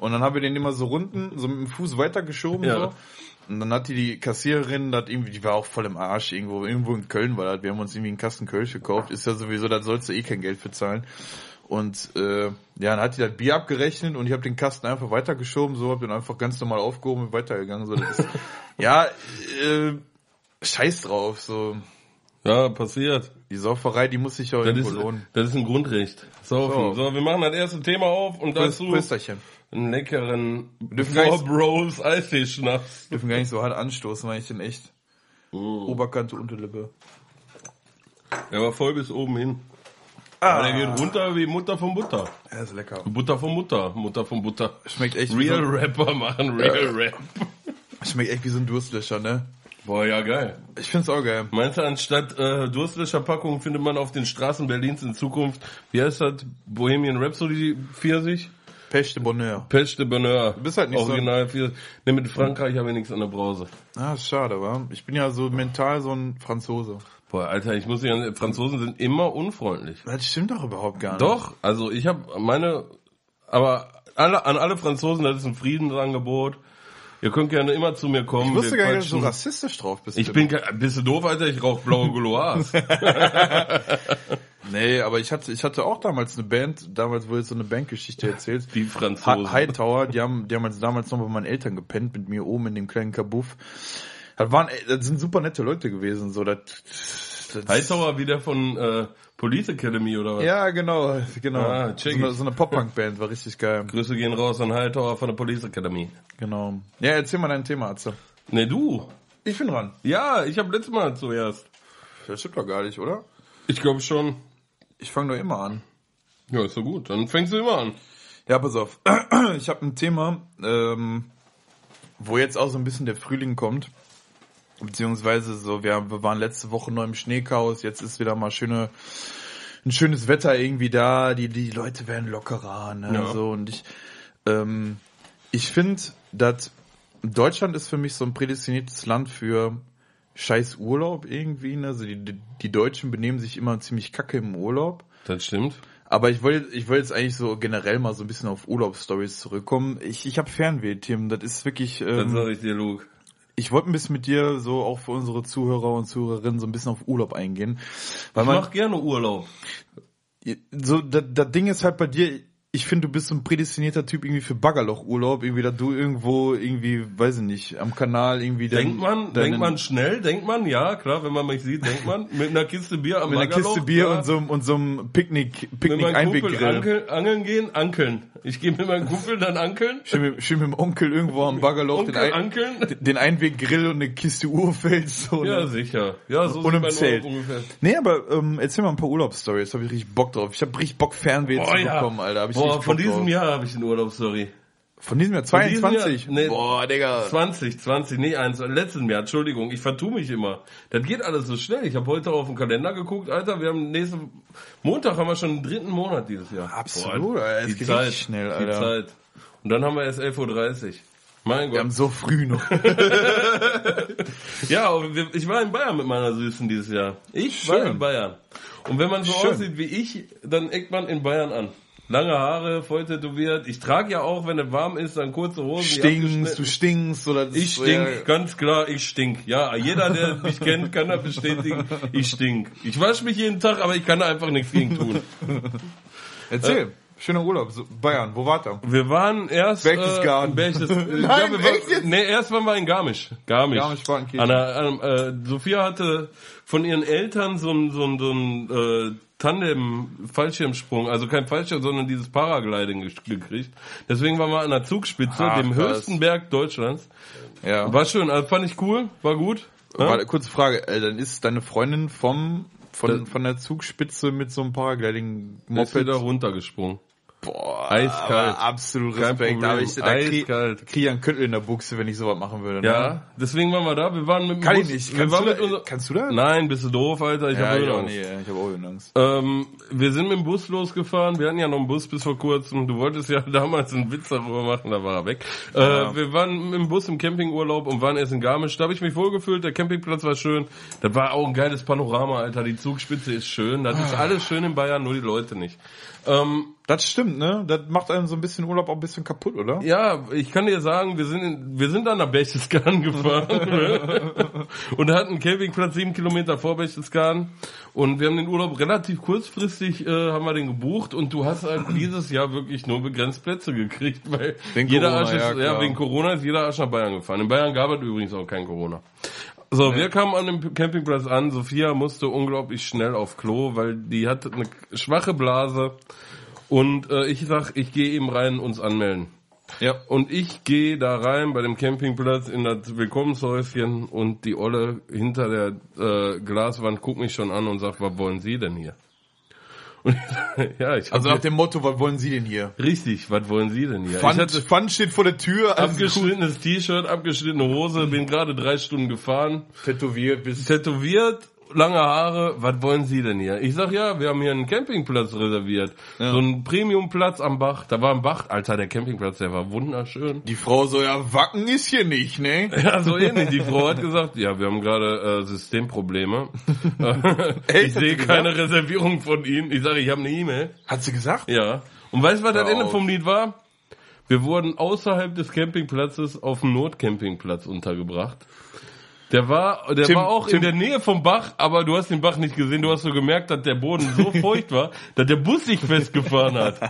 Speaker 3: und dann habe ich den immer so runden, so mit dem Fuß weitergeschoben.
Speaker 2: Ja.
Speaker 3: So. Und dann hat die, die Kassiererin, das irgendwie, die war auch voll im Arsch irgendwo, irgendwo in Köln war das. Wir haben uns irgendwie einen Kasten Kölsch gekauft. Ist ja sowieso, da sollst du eh kein Geld für zahlen. Und äh, ja, dann hat die das Bier abgerechnet und ich habe den Kasten einfach weitergeschoben, so habe den einfach ganz normal aufgehoben und weitergegangen. So, das ist, ja, äh, scheiß drauf, so.
Speaker 2: Ja, passiert.
Speaker 3: Die Sauferei, die muss sich ja
Speaker 2: Das
Speaker 3: irgendwo
Speaker 2: ist,
Speaker 3: lohnen.
Speaker 2: das ist ein Grundrecht. Saufen.
Speaker 3: So.
Speaker 2: So, wir machen das erste Thema auf und dazu
Speaker 3: Prösterchen.
Speaker 2: einen leckeren
Speaker 3: dürfen gar
Speaker 2: Four
Speaker 3: nicht-
Speaker 2: Bros Eisfee-Schnaps.
Speaker 3: Dürfen gar nicht so hart anstoßen, weil ich den echt Oberkante, Unterlippe.
Speaker 2: Der war voll bis oben hin.
Speaker 3: Ah,
Speaker 2: Aber der geht runter wie Mutter von Butter.
Speaker 3: er ist lecker.
Speaker 2: Butter von Mutter, Mutter von Butter.
Speaker 3: Schmeckt echt, wie
Speaker 2: Real
Speaker 3: so,
Speaker 2: Rapper machen Real
Speaker 3: Ja.
Speaker 2: Rap.
Speaker 3: schmeckt echt wie so ein Durstlöscher, ne?
Speaker 2: Boah, ja geil.
Speaker 3: Ich find's auch geil.
Speaker 2: Meinst du, anstatt äh, Durstlöscherpackungen findet man auf den Straßen Berlins in Zukunft, wie heißt das, Bohemian Rhapsody Pfirsich?
Speaker 3: Peste Bonheur.
Speaker 2: Pêche de Bonheur. Du
Speaker 3: bist halt nicht so-
Speaker 2: Original Pfirsich. Ne, mit Frankreich habe ich nichts an der Brause.
Speaker 3: Ah, ist schade, wa? Ich bin ja so mental so ein Franzose.
Speaker 2: Boah, Alter, ich muss sagen, Franzosen sind immer unfreundlich.
Speaker 3: Das stimmt doch überhaupt gar nicht.
Speaker 2: Doch, also ich habe meine, aber alle, an alle Franzosen, das ist ein Friedensangebot. Ihr könnt gerne immer zu mir kommen.
Speaker 3: Ich wusste
Speaker 2: wir
Speaker 3: gar nicht, dass du
Speaker 2: quatschen.
Speaker 3: so rassistisch drauf bist.
Speaker 2: Ich
Speaker 3: Tim.
Speaker 2: bin, ge- bist du doof, Alter? Ich rauche blaue Gouloirs.
Speaker 3: Nee, aber ich hatte, ich hatte auch damals eine Band, damals wurde jetzt so eine Bandgeschichte erzählt.
Speaker 2: Die Franzosen.
Speaker 3: Ha- Hightower, die haben, die haben jetzt damals noch bei meinen Eltern gepennt, mit mir oben in dem kleinen Kabuff. Das waren, das sind super nette Leute gewesen, so, das, das
Speaker 2: Hightower wieder von äh, Police Academy oder was?
Speaker 3: Ja, genau, genau.
Speaker 2: Ah,
Speaker 3: so
Speaker 2: check
Speaker 3: eine,
Speaker 2: it.
Speaker 3: so eine Pop-Punk-Band war richtig geil.
Speaker 2: Grüße gehen raus an Hightower von der Police Academy.
Speaker 3: Genau. Ja, erzähl mal dein Thema, Atze.
Speaker 2: Ne, du.
Speaker 3: Ich bin dran.
Speaker 2: Ja, ich habe letztes Mal zuerst.
Speaker 3: Das stimmt doch gar nicht, oder?
Speaker 2: Ich glaube schon.
Speaker 3: Ich fange doch immer an.
Speaker 2: Ja, ist so gut. Dann fängst du immer an.
Speaker 3: Ja, pass auf. Ich habe ein Thema, ähm, wo jetzt auch so ein bisschen der Frühling kommt. Beziehungsweise so, wir, wir waren letzte Woche noch im Schneechaos, jetzt ist wieder mal schöne, ein schönes Wetter irgendwie da, die, die Leute werden lockerer, ne?
Speaker 2: Ja.
Speaker 3: So und ich, ähm, ich finde, dass Deutschland ist für mich so ein prädestiniertes Land für scheiß Urlaub irgendwie, ne? Also die, die, die Deutschen benehmen sich immer ziemlich kacke im Urlaub.
Speaker 2: Das stimmt.
Speaker 3: Aber ich wollte, ich wollte jetzt eigentlich so generell mal so ein bisschen auf Urlaubsstories zurückkommen. Ich, ich habe Fernweh, Tim. Das ist wirklich.
Speaker 2: Dann
Speaker 3: Ähm,
Speaker 2: sag ich dir, Luke.
Speaker 3: ich wollte ein bisschen mit dir so auch für unsere Zuhörer und Zuhörerinnen so ein bisschen auf Urlaub eingehen, weil
Speaker 2: Ich
Speaker 3: man
Speaker 2: mach gerne Urlaub.
Speaker 3: so das, das Ding ist halt bei dir. Ich finde, du bist so ein prädestinierter Typ irgendwie für Baggerlochurlaub, irgendwie, dass du irgendwo irgendwie, weiß ich nicht, am Kanal irgendwie.
Speaker 2: Denkt man,
Speaker 3: deinen-
Speaker 2: denkt man schnell, denkt man, ja, klar, wenn man mich sieht, denkt man, mit einer Kiste Bier am
Speaker 3: mit einer
Speaker 2: Baggerloch,
Speaker 3: Kiste Bier
Speaker 2: ja.
Speaker 3: und so einem- und so einem Picknick,
Speaker 2: Mit
Speaker 3: Picknick
Speaker 2: meinem Kumpel
Speaker 3: Einweggrill.
Speaker 2: ankel, angeln gehen, ankeln. Ich gehe mit meinem Kumpel dann ankeln.
Speaker 3: Schön mit, schön mit dem Onkel irgendwo am Baggerloch
Speaker 2: Onkel
Speaker 3: Ei-
Speaker 2: ankeln?
Speaker 3: d- den Einweggrill und eine Kiste Urfels. So,
Speaker 2: Ja,
Speaker 3: ne?
Speaker 2: sicher. Ja, so
Speaker 3: Und im
Speaker 2: sieht mein
Speaker 3: Zelt.
Speaker 2: Urlaub ungefähr.
Speaker 3: Nee, aber ähm, erzähl mal ein paar Urlaubsstories. Hab ich richtig Bock drauf. Ich hab richtig Bock Fernweh zu bekommen, Alter. Hab ich
Speaker 2: Boah,
Speaker 3: richtig
Speaker 2: von
Speaker 3: Bock
Speaker 2: diesem
Speaker 3: drauf.
Speaker 2: Jahr habe ich einen Urlaub, sorry.
Speaker 3: Von diesem Jahr
Speaker 2: diesem Jahr?
Speaker 3: 22.
Speaker 2: Nee.
Speaker 3: Boah, Digga.
Speaker 2: 20, 20, nee, eins, letzten Jahr, Entschuldigung, ich vertue mich immer. Das geht alles so schnell. Ich habe heute auf den Kalender geguckt, Alter, wir haben nächsten Montag haben wir schon den dritten Monat dieses Jahr.
Speaker 3: Absolut,
Speaker 2: Boah,
Speaker 3: Alter, es
Speaker 2: die
Speaker 3: geht
Speaker 2: Zeit,
Speaker 3: richtig schnell,
Speaker 2: Die
Speaker 3: Alter.
Speaker 2: Zeit. Und dann haben wir erst 11.30 Uhr. Mein
Speaker 3: Wir haben
Speaker 2: Gott.
Speaker 3: so früh noch.
Speaker 2: Ja, aber wir- ich war in Bayern mit meiner Süßen dieses Jahr. Ich war
Speaker 3: Schön.
Speaker 2: in Bayern. Und wenn man so
Speaker 3: Schön.
Speaker 2: aussieht wie ich, dann eckt man in Bayern an. Lange Haare, voll tätowiert. Ich trage ja auch, wenn es warm ist, dann kurze Hosen. die abgeschnitten-
Speaker 3: stinkst, du stinkst oder das
Speaker 2: Ich
Speaker 3: so,
Speaker 2: stink,
Speaker 3: Ja,
Speaker 2: ganz klar, ich stink. Ja, jeder, der mich kennt, kann das bestätigen. Ich stink. Ich wasche mich jeden Tag, aber ich kann da einfach nichts gegen tun. Äh.
Speaker 3: erzähl. Schöner Urlaub. So, Bayern, wo wart ihr?
Speaker 2: Wir waren erst
Speaker 3: Berchtesgaden.
Speaker 2: Äh, Berchtes, Nein,
Speaker 3: Nein,
Speaker 2: wir
Speaker 3: echt jetzt?
Speaker 2: waren, nee, erst waren wir in Garmisch. Garmisch.
Speaker 3: Garmisch-Partenkirchen.
Speaker 2: an der, an, einem, äh, Sophia hatte von ihren Eltern so ein so ein, so ein äh, Tandem-Fallschirmsprung, also kein Fallschirm, sondern dieses Paragliding ges- gekriegt. Deswegen waren wir an der Zugspitze,
Speaker 3: Ach,
Speaker 2: dem
Speaker 3: krass.
Speaker 2: höchsten Berg Deutschlands.
Speaker 3: Ja.
Speaker 2: War schön, also fand ich cool, war gut. ne? Ja?
Speaker 3: Warte, kurze Frage. Äh, dann ist deine Freundin vom von,
Speaker 2: Da-
Speaker 3: von der Zugspitze mit so einem
Speaker 2: Ist wieder
Speaker 3: Paragliding-Moped.
Speaker 2: runtergesprungen.
Speaker 3: Boah,
Speaker 2: Eiskalt.
Speaker 3: aber Absolut
Speaker 2: Kein
Speaker 3: Respekt.
Speaker 2: Problem.
Speaker 3: Aber ich, da krieg,
Speaker 2: Eiskalt.
Speaker 3: krieg ich einen Köttel in der Buchse, wenn ich sowas machen würde. Ne?
Speaker 2: Ja, deswegen waren wir da. Wir waren mit dem
Speaker 3: Kann ich
Speaker 2: Bus-
Speaker 3: nicht.
Speaker 2: Wir
Speaker 3: Kannst
Speaker 2: waren
Speaker 3: du
Speaker 2: mit
Speaker 3: da-
Speaker 2: unser,
Speaker 3: kannst du da?
Speaker 2: Nein, bist du doof, Alter. Ich
Speaker 3: Ja,
Speaker 2: hab
Speaker 3: ich auch
Speaker 2: Höhenangst.
Speaker 3: nicht. ey. Ich habe auch Höhenangst.
Speaker 2: Ähm, wir sind mit dem Bus losgefahren. Wir hatten ja noch einen Bus bis vor kurzem. Du wolltest ja damals einen Witz darüber machen, da war er weg. Äh,
Speaker 3: Ja.
Speaker 2: Wir waren im Bus im Campingurlaub und waren erst in Garmisch. Da habe ich mich wohlgefühlt. Der Campingplatz war schön. Das war auch ein geiles Panorama, Alter. Die Zugspitze ist schön. Das ist alles schön in Bayern, nur die Leute nicht. Ähm,
Speaker 3: Das stimmt, ne? Das macht einem so ein bisschen Urlaub auch ein bisschen kaputt, oder?
Speaker 2: Ja, ich kann dir sagen, wir sind, in, wir sind an der Berchtesgaden gefahren und hatten einen Campingplatz sieben Kilometer vor Berchtesgaden und wir haben den Urlaub relativ kurzfristig, äh, haben wir den gebucht und du hast halt dieses Jahr wirklich nur begrenzt Plätze gekriegt, weil
Speaker 3: Wegen
Speaker 2: jeder
Speaker 3: Corona,
Speaker 2: Arsch ist,
Speaker 3: ja,
Speaker 2: ja,
Speaker 3: klar.
Speaker 2: wegen Corona ist jeder Arsch nach Bayern gefahren. In Bayern gab es übrigens auch kein Corona. So, wir kamen an dem Campingplatz an. Sophia musste unglaublich schnell auf Klo, weil die hat eine schwache Blase. Und äh, ich sag, ich gehe eben rein, uns anmelden.
Speaker 3: Ja.
Speaker 2: Und ich gehe da rein bei dem Campingplatz in das Willkommenshäuschen und die Olle hinter der äh, Glaswand guckt mich schon an und sagt, was wollen Sie denn hier? Und ich sag, ja, ich
Speaker 3: Also
Speaker 2: hab
Speaker 3: nach dem Motto, was wollen Sie denn hier?
Speaker 2: hier- richtig, was wollen Sie denn hier? ich
Speaker 3: Pfand,
Speaker 2: hatte
Speaker 3: Pfand steht vor der Tür, alles gut.
Speaker 2: abgeschnittenes T-Shirt, abgeschnittene Hose, bin gerade drei Stunden gefahren,
Speaker 3: tätowiert bist.
Speaker 2: tätowiert, lange Haare, was wollen Sie denn hier? Ich sag, ja, wir haben hier einen Campingplatz reserviert. So einen Premiumplatz am Bach. Da war ein Bach, Alter, der Campingplatz, der war wunderschön.
Speaker 3: Die Frau so, ja, Wacken ist hier nicht, ne?
Speaker 2: Ja, so ähnlich. Die Frau hat gesagt, ja, wir haben gerade äh, Systemprobleme. ich
Speaker 3: Echt? Hat sie
Speaker 2: sehe
Speaker 3: gesagt?
Speaker 2: keine Reservierung von Ihnen. Ich sage, ich habe eine E-Mail.
Speaker 3: Hat sie gesagt?
Speaker 2: Ja. Und weißt du, was das
Speaker 3: Hör
Speaker 2: Ende
Speaker 3: auf.
Speaker 2: vom Lied war? Wir wurden außerhalb des Campingplatzes auf dem Notcampingplatz untergebracht. Der war, der
Speaker 3: Tim-
Speaker 2: war auch in
Speaker 3: Tim-
Speaker 2: der Nähe vom Bach, aber du hast den Bach nicht gesehen. Du hast so gemerkt, dass der Boden so feucht war, dass der Bus sich festgefahren hat.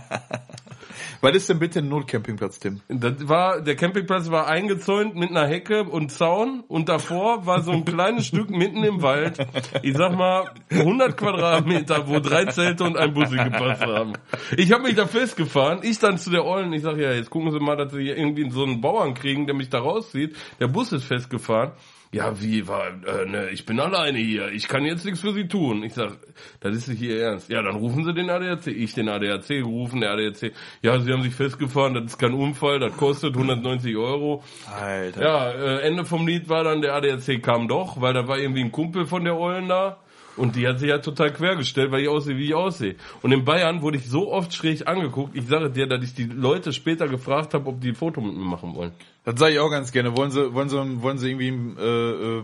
Speaker 3: Was ist denn bitte ein Notcampingplatz, Tim?
Speaker 2: Das war, der Campingplatz war eingezäunt mit einer Hecke und Zaun und davor war so ein kleines Stück mitten im Wald. Ich sag mal 100 Quadratmeter, wo drei Zelte und ein Bus gepasst haben. Ich habe mich da festgefahren. Ich dann zu der Ollen. Ich sag ja, jetzt gucken Sie mal, dass Sie hier irgendwie so einen Bauern kriegen, der mich da rauszieht. Der Bus ist festgefahren. Ja, wie war, äh, ne, ich bin alleine hier, ich kann jetzt nichts für Sie tun. Ich sag, das ist nicht Ihr Ernst. Ja, dann rufen Sie den ADAC. Ich den ADAC gerufen, der ADAC. Ja, Sie haben sich festgefahren, das ist kein Unfall, das kostet 190 Euro.
Speaker 3: Alter.
Speaker 2: Ja, äh, Ende vom Lied war dann, der ADAC kam doch, weil da war irgendwie ein Kumpel von der Eulen da. Und die hat sich ja total quergestellt, weil ich aussehe, wie ich aussehe. Und in Bayern wurde ich so oft schräg angeguckt, ich sage dir, dass ich die Leute später gefragt habe, ob die ein Foto mit mir machen wollen.
Speaker 3: Das sage ich auch ganz gerne. Wollen sie, wollen sie, wollen sie irgendwie ein äh, äh,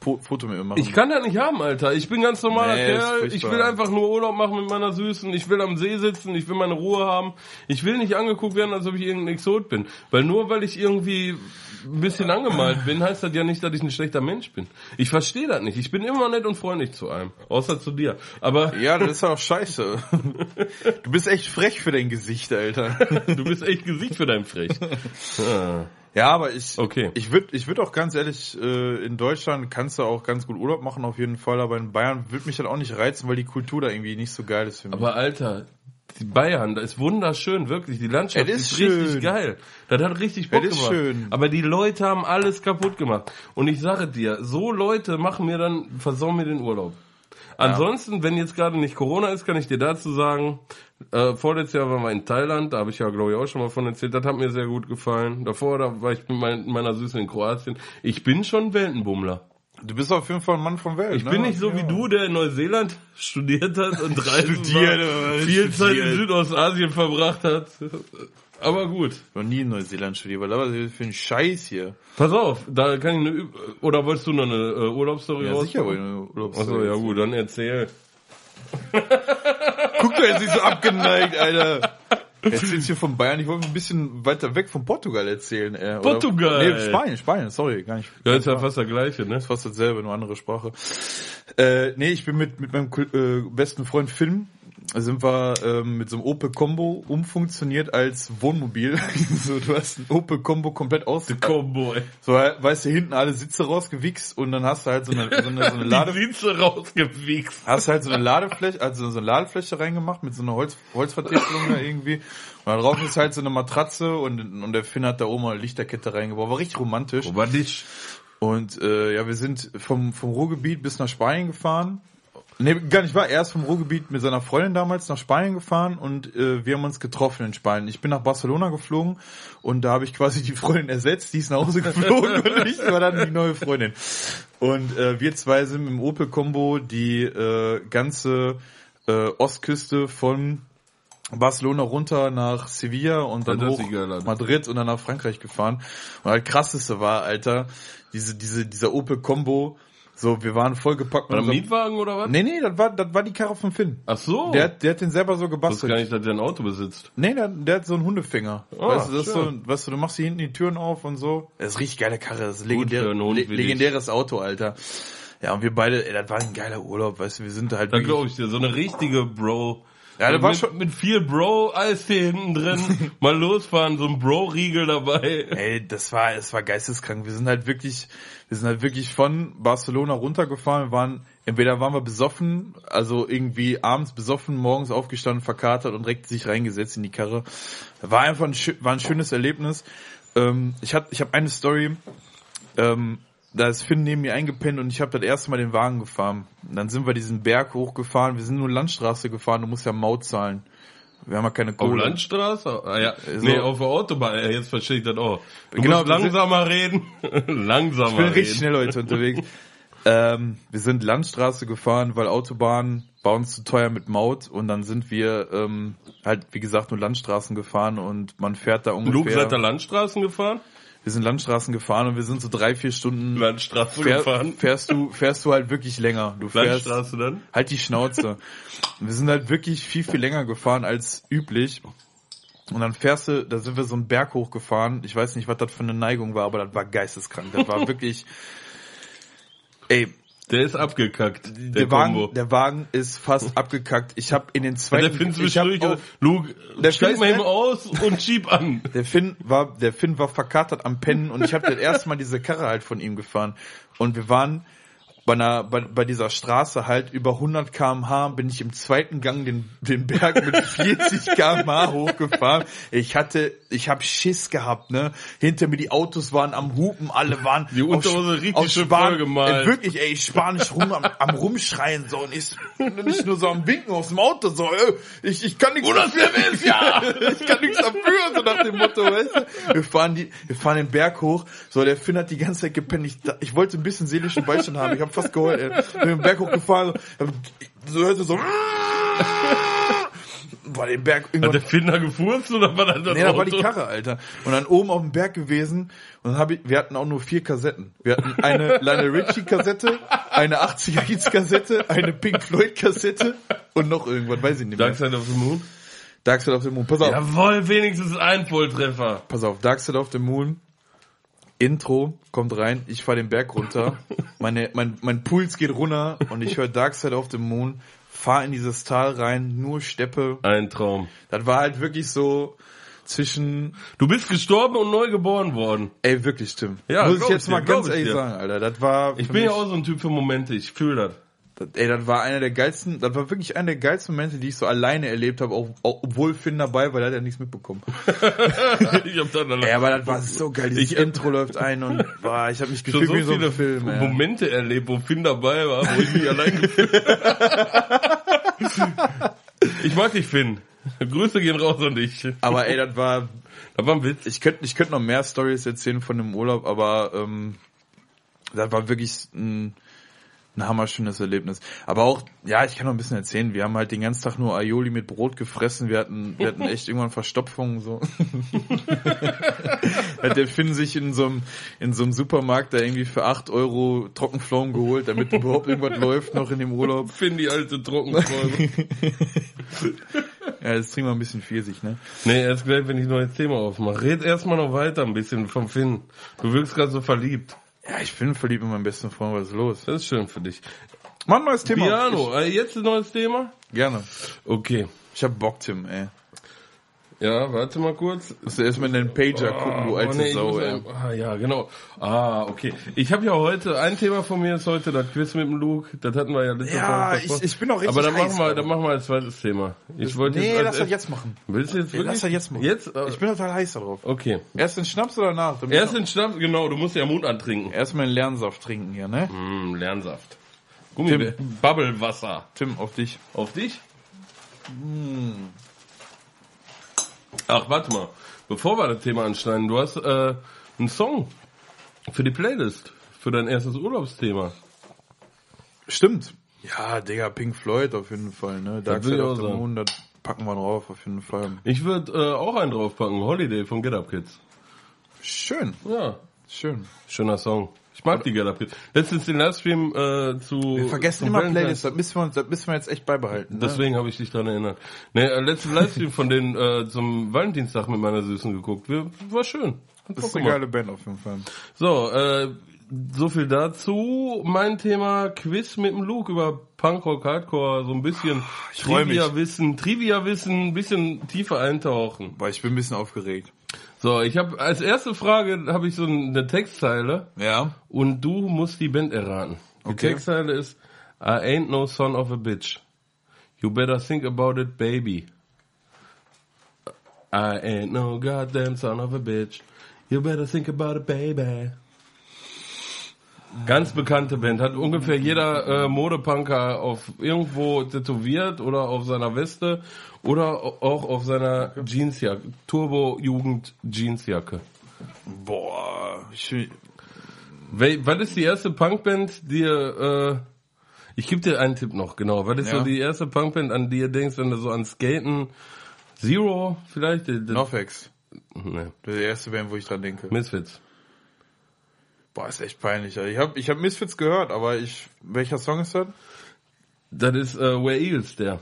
Speaker 3: Po- Foto mit mir machen?
Speaker 2: Ich kann das nicht haben, Alter. Ich bin ganz normaler
Speaker 3: Nee, ist
Speaker 2: Kerl. Ich
Speaker 3: furchtbar.
Speaker 2: will einfach nur Urlaub machen mit meiner Süßen. Ich will am See sitzen. Ich will meine Ruhe haben. Ich will nicht angeguckt werden, als ob ich irgendein Exot bin. Weil nur weil ich irgendwie ein bisschen angemalt bin, heißt das ja nicht, dass ich ein schlechter Mensch bin. Ich verstehe das nicht. Ich bin immer nett und freundlich zu einem. Außer zu dir. Aber
Speaker 3: ja, das ist doch scheiße. Du bist echt frech für dein Gesicht, Alter.
Speaker 2: du bist echt Gesicht für dein Frech. Ah,
Speaker 3: Ja, aber ich,
Speaker 2: Okay.
Speaker 3: ich würde ich würd auch ganz ehrlich, äh, in Deutschland kannst du auch ganz gut Urlaub machen auf jeden Fall, aber in Bayern würde mich das auch nicht reizen, weil die Kultur da irgendwie nicht so geil ist für mich.
Speaker 2: Aber Alter. Die Bayern, das ist wunderschön, wirklich. Die Landschaft
Speaker 3: Es
Speaker 2: ist,
Speaker 3: ist
Speaker 2: richtig
Speaker 3: schön.
Speaker 2: geil. Das hat richtig Bock
Speaker 3: Es ist
Speaker 2: gemacht.
Speaker 3: schön.
Speaker 2: Aber die Leute haben alles kaputt gemacht. Und ich sage dir, so Leute machen mir dann, versauen mir den Urlaub. Ansonsten, wenn jetzt gerade nicht Corona ist, kann ich dir dazu sagen, äh, vorletztes Jahr waren wir in Thailand, da habe ich ja glaube ich auch schon mal von erzählt, das hat mir sehr gut gefallen. Davor, da war ich mit mein, meiner Süßen in Kroatien. Ich bin schon Weltenbummler.
Speaker 3: du bist auf jeden Fall ein Mann von Welt. ne?
Speaker 2: Ich bin nicht so wie du, der in Neuseeland studiert hat und reisen
Speaker 3: Studiert,
Speaker 2: war,
Speaker 3: aber
Speaker 2: viel Zeit in
Speaker 3: studiert.
Speaker 2: Südostasien verbracht hat. Aber gut.
Speaker 3: Noch nie in Neuseeland studiert, weil was ist das für ein Scheiß hier.
Speaker 2: Pass auf, da kann ich eine Üb oder wolltest du noch eine äh, Urlaubsstory
Speaker 3: Ja,
Speaker 2: raus?
Speaker 3: sicher, weil du Urlaub
Speaker 2: Achso, ja gut, dann erzähl.
Speaker 3: Guck doch, er ist so abgeneigt, Alter. Jetzt sind hier von Bayern, ich wollte ein bisschen weiter weg von Portugal erzählen. Äh,
Speaker 2: Portugal.
Speaker 3: Oder, nee, Spanien, Spanien, sorry, gar nicht.
Speaker 2: Ja, ist ja fast der gleiche, ne?
Speaker 3: ist fast dasselbe, nur andere Sprache. Äh, nee, ich bin mit, mit meinem Kul- äh, besten Freund Finn, sind wir ähm, mit so einem Opel Combo umfunktioniert als Wohnmobil. so, du hast ein Opel Combo komplett aus.
Speaker 2: Cowboy.
Speaker 3: So, weißt du, hinten alle Sitze rausgewichst und dann hast du halt so eine, so eine, so eine
Speaker 2: Die
Speaker 3: Lade.
Speaker 2: Sitze rausgewichst.
Speaker 3: Hast halt so eine Ladefläche, also so eine Ladefläche reingemacht mit so einer Holz, Holzvertäfelung da irgendwie. Und da drauf ist halt so eine Matratze und, und der Finn hat da oben eine Lichterkette reingebaut. War richtig romantisch.
Speaker 2: Aber nicht.
Speaker 3: Und äh, ja, wir sind vom, vom Ruhrgebiet bis nach Spanien gefahren. Nee, gar nicht wahr. Er ist vom Ruhrgebiet mit seiner Freundin damals nach Spanien gefahren und äh, wir haben uns getroffen in Spanien. Ich bin nach Barcelona geflogen und da habe ich quasi die Freundin ersetzt. Die ist nach Hause geflogen und ich war dann die neue Freundin. Und äh, wir zwei sind im Opel-Kombo die äh, ganze äh, Ostküste von Barcelona runter nach Sevilla und dann
Speaker 2: Das hört
Speaker 3: hoch
Speaker 2: sich geil an.
Speaker 3: Madrid und dann nach Frankreich gefahren. Und halt krasseste war, Alter, diese, diese, dieser Opel Combo. So, wir waren
Speaker 2: War
Speaker 3: vollgepackt. mit
Speaker 2: das ein
Speaker 3: unserem-
Speaker 2: Mietwagen oder was?
Speaker 3: Nee, nee, das war, das war die Karre von Finn.
Speaker 2: Ach so.
Speaker 3: Der, hat- der hat den selber so
Speaker 2: ich wusste gar
Speaker 3: gebastelt.
Speaker 2: nicht, dass der ein Auto besitzt.
Speaker 3: Nee, der, der hat so einen Hundefänger.
Speaker 2: Ah,
Speaker 3: weißt du, das ist so,
Speaker 2: schön.
Speaker 3: weißt du, du machst hier hinten die Türen auf und so. Das ist richtig geile Karre. Das ist legendär,
Speaker 2: für einen Hund
Speaker 3: le
Speaker 2: wie dich.
Speaker 3: legendäres Auto, Alter. Ja, und wir beide, ey, das war ein geiler Urlaub, weißt du, wir sind da halt
Speaker 2: Da
Speaker 3: wirklich-
Speaker 2: glaube ich dir, so eine richtige Bro.
Speaker 3: Ja, der war
Speaker 2: mit,
Speaker 3: schon-
Speaker 2: mit viel Bro-Eistee hinten drin. mal losfahren, so ein Bro-Riegel dabei.
Speaker 3: Ey, das war, es war geisteskrank. Wir sind halt wirklich, wir sind halt wirklich von Barcelona runtergefahren. Wir waren, entweder waren wir besoffen, also irgendwie abends besoffen, morgens aufgestanden, verkatert und direkt sich reingesetzt in die Karre. War einfach ein, schö- war ein schönes Erlebnis. Ähm, ich hab, ich habe eine Story, ähm, da ist Finn neben mir eingepennt und ich habe das erste Mal den Wagen gefahren. Und dann sind wir diesen Berg hochgefahren. Wir sind nur Landstraße gefahren. Du musst ja Maut zahlen. Wir haben ja keine
Speaker 2: Auf
Speaker 3: Kohle.
Speaker 2: Landstraße? Ah, ja. Nee, auf der Autobahn. Ja, jetzt verstehe ich das auch. Du
Speaker 3: Genau,
Speaker 2: musst
Speaker 3: wir sind-
Speaker 2: langsamer reden. langsamer
Speaker 3: Ich bin
Speaker 2: reden.
Speaker 3: richtig schnell heute unterwegs. ähm, wir sind Landstraße gefahren, weil Autobahn war uns zu teuer mit Maut und dann sind wir ähm, halt, wie gesagt, nur Landstraßen gefahren und man fährt da
Speaker 2: Luke,
Speaker 3: ungefähr.
Speaker 2: seid ihr Landstraßen gefahren?
Speaker 3: wir sind Landstraßen gefahren und wir sind so drei, vier Stunden
Speaker 2: Landstraße
Speaker 3: fähr,
Speaker 2: gefahren.
Speaker 3: fährst du, fährst du halt wirklich länger. Du fährst
Speaker 2: Landstraße dann?
Speaker 3: halt die Schnauze. wir sind halt wirklich viel, viel länger gefahren als üblich. Und dann fährst du, da sind wir so einen Berg hochgefahren. Ich weiß nicht, was das für eine Neigung war, aber das war geisteskrank. Das war wirklich, ey,
Speaker 2: Der ist abgekackt, der,
Speaker 3: der, Wagen,
Speaker 2: Kombo.
Speaker 3: der Wagen ist fast abgekackt. Ich habe in den
Speaker 2: der
Speaker 3: zweiten,
Speaker 2: Finn
Speaker 3: ich hab
Speaker 2: zwischendurch,
Speaker 3: auch-
Speaker 2: Luke,
Speaker 3: Der
Speaker 2: steig
Speaker 3: Scheiß,
Speaker 2: mal eben
Speaker 3: ne?
Speaker 2: aus und schieb an.
Speaker 3: Der Finn war, der Finn war verkatert am Pennen und ich habe das erste Mal diese Karre halt von ihm gefahren und wir waren bei einer, bei, bei dieser Straße halt über 100 km/h bin ich im zweiten Gang den, den Berg mit 40 km/h hochgefahren. Ich hatte, ich habe Schiss gehabt, ne? Hinter mir die Autos waren am Hupen, alle waren
Speaker 2: Die Unterhose
Speaker 3: auf Sp-
Speaker 2: richtig
Speaker 3: auf
Speaker 2: schön
Speaker 3: Span-
Speaker 2: vollgemalt.
Speaker 3: Äh, wirklich, ey, spanisch rum am, am rumschreien so und ich nicht nur so am winken aus dem Auto so, äh, ich ich kann nichts
Speaker 2: Bruder, wer will's ja?
Speaker 3: ich kann nichts dafür, so nach dem Motto, weißt du? Wir fahren, die, wir fahren den Berg hoch, so der Finn hat die ganze Zeit gepennt. Ich, da- ich wollte ein bisschen seelischen Beistand haben, ich habe fast geheult, ey. Ich bin den Berg hochgefahren, so, hab- so hörte so, war den Berg
Speaker 2: Hat der
Speaker 3: irgendwann,
Speaker 2: Finn da gefurzt oder war das das
Speaker 3: nee, da war die
Speaker 2: Auto?
Speaker 3: Karre, Alter. Und dann oben auf dem Berg gewesen und dann hab ich, wir hatten auch nur vier Kassetten. Wir hatten eine Lionel Richie Kassette, eine 80er Hits Kassette, eine Pink Floyd Kassette und noch irgendwas, weiß ich nicht mehr.
Speaker 2: Dark Side of the Moon?
Speaker 3: Dark Side of the Moon, pass auf.
Speaker 2: Jawohl, wenigstens ein Volltreffer.
Speaker 3: pass auf, Dark Side of the Moon. Intro kommt rein, ich fahre den Berg runter, meine, mein, mein Puls geht runter und ich höre Dark Side of the Moon, fahr in dieses Tal rein, nur Steppe.
Speaker 2: Ein Traum.
Speaker 3: Das war halt wirklich so zwischen,
Speaker 2: Du bist gestorben und neu geboren worden.
Speaker 3: ey, wirklich Tim.
Speaker 2: Ja,
Speaker 3: Muss
Speaker 2: glaub ich
Speaker 3: ich jetzt
Speaker 2: dir,
Speaker 3: mal
Speaker 2: glaub
Speaker 3: ganz
Speaker 2: ich
Speaker 3: ehrlich
Speaker 2: dir.
Speaker 3: sagen, Alter, das war,
Speaker 2: Ich
Speaker 3: für
Speaker 2: bin ja
Speaker 3: mich-
Speaker 2: auch so ein Typ für Momente, ich fühle das.
Speaker 3: Das, ey, das war einer der geilsten, das war wirklich einer der geilsten Momente, die ich so alleine erlebt habe, auch, auch, obwohl Finn dabei war, der hat ja nichts mitbekommen.
Speaker 2: ich hab dann
Speaker 3: Ey, aber das war so geil, dieses
Speaker 2: Ich-
Speaker 3: Intro läuft ein und, boah, ich habe mich
Speaker 2: schon
Speaker 3: gefühlt
Speaker 2: so
Speaker 3: wie so
Speaker 2: viele
Speaker 3: ein Film, ey.
Speaker 2: Momente erlebt, wo Finn dabei war, wo ich mich allein gefühlt habe. Ich mag dich, Finn. Grüße gehen raus an dich. Da
Speaker 3: Aber ey, das war
Speaker 2: war ein Witz.
Speaker 3: ich könnte ich könnte noch mehr Stories erzählen von dem Urlaub, aber ähm, das war wirklich ein, ein hammerschönes Erlebnis. Aber auch, ja, ich kann noch ein bisschen erzählen. Wir haben halt den ganzen Tag nur Aioli mit Brot gefressen. Wir hatten, wir hatten echt irgendwann Verstopfung so. Hat der Finn sich in so einem in so einem Supermarkt da irgendwie für 8 Euro Trockenpflaumen geholt, damit überhaupt irgendwas läuft noch in dem Urlaub.
Speaker 2: Finn, die alte Trockenfolge.
Speaker 3: Ja, jetzt trinken wir ein bisschen Pfirsich, ne?
Speaker 2: nee, erst gleich, wenn ich ein neues Thema aufmache. Red erstmal noch weiter ein bisschen vom Finn. Du wirkst gerade so verliebt.
Speaker 3: Ja, ich bin verliebt in meinen besten Freund. Was ist los?
Speaker 2: Das ist schön für dich.
Speaker 3: Mann, neues Thema.
Speaker 2: Piano, äh, jetzt ein neues Thema?
Speaker 3: Ich, gerne.
Speaker 2: Okay.
Speaker 3: Ich hab Bock, Tim, ey.
Speaker 2: Ja, warte mal kurz.
Speaker 3: Musst du erstmal in deinen Pager gucken, du
Speaker 2: Oh,
Speaker 3: alte
Speaker 2: nee, ich
Speaker 3: Sau,
Speaker 2: muss
Speaker 3: ey.
Speaker 2: ein- Ah, ja, genau. Ah, okay. Ich habe ja heute, ein Thema von mir ist heute das Quiz mit dem Luke. Das hatten wir ja letzte
Speaker 3: Ja,
Speaker 2: Woche. davor.
Speaker 3: ich- ich bin auch richtig
Speaker 2: Aber dann machen
Speaker 3: heiß,
Speaker 2: wir,
Speaker 3: Alter.
Speaker 2: dann machen wir ein zweites Thema. Ich wollte
Speaker 3: Nee,
Speaker 2: als
Speaker 3: lass das
Speaker 2: erst-
Speaker 3: jetzt machen.
Speaker 2: Willst du jetzt
Speaker 3: Nee,
Speaker 2: wirklich?
Speaker 3: lass das jetzt machen.
Speaker 2: Jetzt? Äh,
Speaker 3: Ich bin Genau. total heiß darauf.
Speaker 2: okay.
Speaker 3: Erst den Schnaps oder nach? Damit
Speaker 2: Erst den Schnaps, genau, du musst ja Mut antrinken.
Speaker 3: Erstmal den Lernsaft trinken hier, ne?
Speaker 2: Hm, Lernsaft. Gummi Bubblewasser.
Speaker 3: Tim, auf dich.
Speaker 2: Auf dich? Hm. Ach, warte mal. Bevor wir das Thema anschneiden, du hast äh, einen Song für die Playlist, für dein erstes Urlaubsthema.
Speaker 3: Stimmt. Ja, Digga, Pink Floyd auf jeden Fall, ne? Dark
Speaker 2: will ich
Speaker 3: Side
Speaker 2: auch
Speaker 3: of the
Speaker 2: sagen.
Speaker 3: Moon, das packen wir drauf, auf jeden Fall.
Speaker 2: Ich würde äh, auch einen draufpacken, Holiday von Get Up Kids.
Speaker 3: Schön,
Speaker 2: Ja,
Speaker 3: schön.
Speaker 2: schöner Song. Ich mag die Get Up Kids. Letztens den Livestream äh, zu...
Speaker 3: Wir vergessen
Speaker 2: zum
Speaker 3: immer
Speaker 2: Valentine's
Speaker 3: Playlists, das müssen wir, uns- das müssen wir jetzt echt beibehalten. Ne?
Speaker 2: Deswegen habe ich dich daran erinnert. Nee, äh, letzten Livestream von den äh, zum Valentinstag mit meiner Süßen geguckt. Wir, war schön. Hat Bock
Speaker 3: Das ist eine
Speaker 2: gemacht.
Speaker 3: geile Band auf jeden Fall.
Speaker 2: So, äh, so viel dazu. Mein Thema Quiz mit dem Luke über Punkrock, Hardcore, so ein bisschen
Speaker 3: Ah, freu mich.
Speaker 2: Trivia-Wissen, Trivia-Wissen, ein bisschen tiefer eintauchen.
Speaker 3: Boah, ich bin ein bisschen aufgeregt.
Speaker 2: So, ich habe als erste Frage habe ich so eine Textzeile
Speaker 3: Ja?
Speaker 2: und du musst die Band erraten. Die
Speaker 3: Okay.
Speaker 2: Textzeile ist I ain't no son of a bitch. You better think about it, baby. I ain't no goddamn son of a bitch. You better think about it, baby. Ganz bekannte Band, hat ungefähr jeder äh, Modepunker auf irgendwo tätowiert oder auf seiner Weste oder au- auch auf seiner Jeansjacke, Turbo-Jugend-Jeansjacke.
Speaker 3: Boah, ich,
Speaker 2: Wel was ist die erste Punkband, die ihr, äh, ich gebe dir einen Tipp noch, genau. Was ist
Speaker 3: Ja.
Speaker 2: so die erste Punkband, an die ihr denkst, wenn du so an Skaten, Zero vielleicht? Die, die,
Speaker 3: Norfax.
Speaker 2: nee.
Speaker 3: Das ist die erste Band, wo ich dran denke.
Speaker 2: Misfits.
Speaker 3: Boah, ist echt peinlich. Alter. Ich habe ich hab Misfits gehört, aber ich. Welcher Song ist das?
Speaker 2: Das ist äh, Where Eagles, der.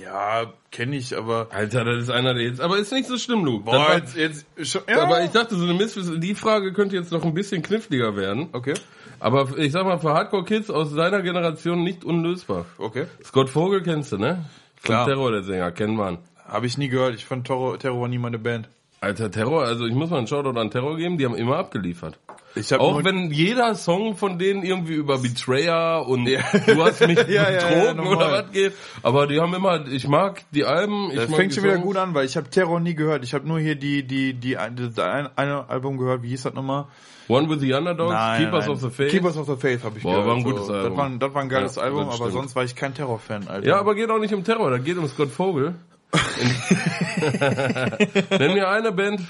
Speaker 3: Ja, kenne ich, aber.
Speaker 2: Alter, das ist einer der jetzt. Aber ist nicht so schlimm, Luke. Das
Speaker 3: Boah,
Speaker 2: war-
Speaker 3: jetzt, jetzt, schon, ja.
Speaker 2: Aber ich dachte, so eine Misswissen, die Frage könnte jetzt noch ein bisschen kniffliger werden.
Speaker 3: okay,
Speaker 2: Aber ich sag mal, für Hardcore-Kids aus seiner Generation nicht unlösbar.
Speaker 3: okay.
Speaker 2: Scott Vogel kennst du, ne?
Speaker 3: Klar.
Speaker 2: Von Terror, der Sänger, kennen wir. ihn.
Speaker 3: Habe ich nie gehört. Ich fand Terror, Terror war nie meine Band.
Speaker 2: Alter, Terror, also ich muss mal einen Shoutout an Terror geben, die haben immer abgeliefert.
Speaker 3: Ich hab
Speaker 2: Auch
Speaker 3: nur-
Speaker 2: wenn jeder Song von denen irgendwie über Betrayer und
Speaker 3: Ja.
Speaker 2: du hast mich
Speaker 3: Ja, ja, ja,
Speaker 2: betrogen
Speaker 3: normal.
Speaker 2: oder was geht, aber die haben immer, ich mag die Alben, ich
Speaker 3: Das
Speaker 2: mag
Speaker 3: fängt
Speaker 2: die
Speaker 3: schon wieder
Speaker 2: Songs.
Speaker 3: gut an, weil ich habe Terror nie gehört. Ich habe nur hier die, die, die, ein- das eine, eine Album gehört. Wie hieß das nochmal?
Speaker 2: One with the Underdogs, Keepers of the Faith.
Speaker 3: Keepers of the Faith habe ich
Speaker 2: Boah,
Speaker 3: gehört.
Speaker 2: war ein gutes Album.
Speaker 3: Das war, ein- das war ein geiles
Speaker 2: Ja,
Speaker 3: Album,
Speaker 2: das
Speaker 3: aber
Speaker 2: stimmt.
Speaker 3: sonst war ich kein Terror-Fan, Alter.
Speaker 2: Ja, aber geht auch nicht um Terror, da geht um Scott Vogel. In- Nenn mir eine Band,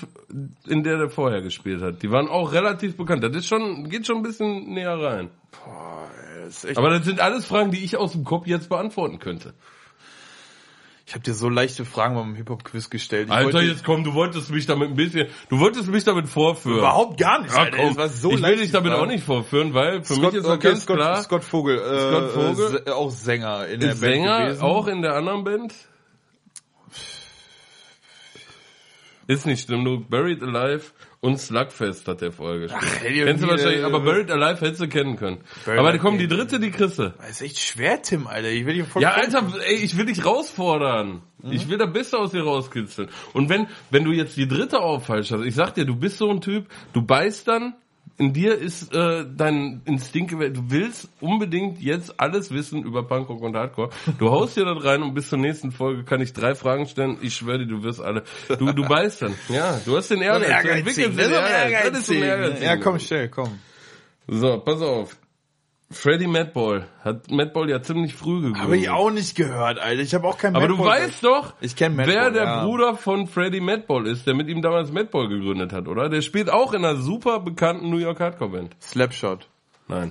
Speaker 2: in der der vorher gespielt hat. Die waren auch relativ bekannt. Das ist schon, geht schon ein bisschen näher rein.
Speaker 3: Das ist echt,
Speaker 2: Aber das sind alles Fragen, die ich aus dem Kopf jetzt beantworten könnte.
Speaker 3: ich habe dir so leichte Fragen beim Hip-Hop-Quiz gestellt. Ich
Speaker 2: Alter,
Speaker 3: wollte-
Speaker 2: jetzt komm, du wolltest mich damit ein bisschen, du wolltest mich damit vorführen.
Speaker 3: überhaupt gar nicht.
Speaker 2: Ja,
Speaker 3: Alter.
Speaker 2: komm,
Speaker 3: Das war so
Speaker 2: ich will
Speaker 3: leicht,
Speaker 2: dich
Speaker 3: die
Speaker 2: damit
Speaker 3: Fragen.
Speaker 2: auch nicht vorführen, weil für mich
Speaker 3: Scott,
Speaker 2: ist
Speaker 3: okay,
Speaker 2: noch ganz
Speaker 3: Scott,
Speaker 2: klar,
Speaker 3: Scott Vogel, äh,
Speaker 2: Scott Vogel.
Speaker 3: äh, auch Sänger in der
Speaker 2: ist
Speaker 3: Band
Speaker 2: Sänger
Speaker 3: gewesen.
Speaker 2: auch in der anderen Band? Ist nicht schlimm, Luke. Buried Alive und Slugfest hat der vorher gespielt.
Speaker 3: Ach, hätte ich
Speaker 2: Kennst du
Speaker 3: nie,
Speaker 2: wahrscheinlich,
Speaker 3: äh,
Speaker 2: aber Buried Alive hättest du kennen können.
Speaker 3: Buried
Speaker 2: aber
Speaker 3: Alive
Speaker 2: komm, die
Speaker 3: kenn ich.
Speaker 2: dritte, die kriegst du.
Speaker 3: Das ist echt schwer, Tim, Alter. Ich will dir voll
Speaker 2: Ja, Alter, ey, ich will dich herausfordern. Ich will das Beste aus dir rauskitzeln. Und wenn, wenn du jetzt die dritte auch falsch hast, ich sag dir, du bist so ein Typ, du beißt dann, in dir ist äh, dein Instinkt, gewählt. du willst unbedingt jetzt alles wissen über Punkrock und Hardcore. Du haust dir das rein und bis zur nächsten Folge kann ich drei Fragen stellen. Ich schwöre dir, du wirst alle. Du, du beißt dann. Ja, du hast den Ehrgeiz. Du entwickelst den Ehrgeiz. Das ist ein Ehrgeiz.
Speaker 3: Ja, komm, schnell, komm.
Speaker 2: So, pass auf. Freddy Madball hat Madball ja ziemlich früh gegründet.
Speaker 3: Habe ich auch nicht gehört, Alter. Ich habe auch kein
Speaker 2: Aber du
Speaker 3: Madball-
Speaker 2: weißt doch,
Speaker 3: Ich kenn Madball,
Speaker 2: wer der
Speaker 3: ja.
Speaker 2: Bruder von Freddie Madball ist, der mit ihm damals Madball gegründet hat, oder? Der spielt auch in einer super bekannten New York Hardcore Band.
Speaker 3: Slapshot.
Speaker 2: Nein.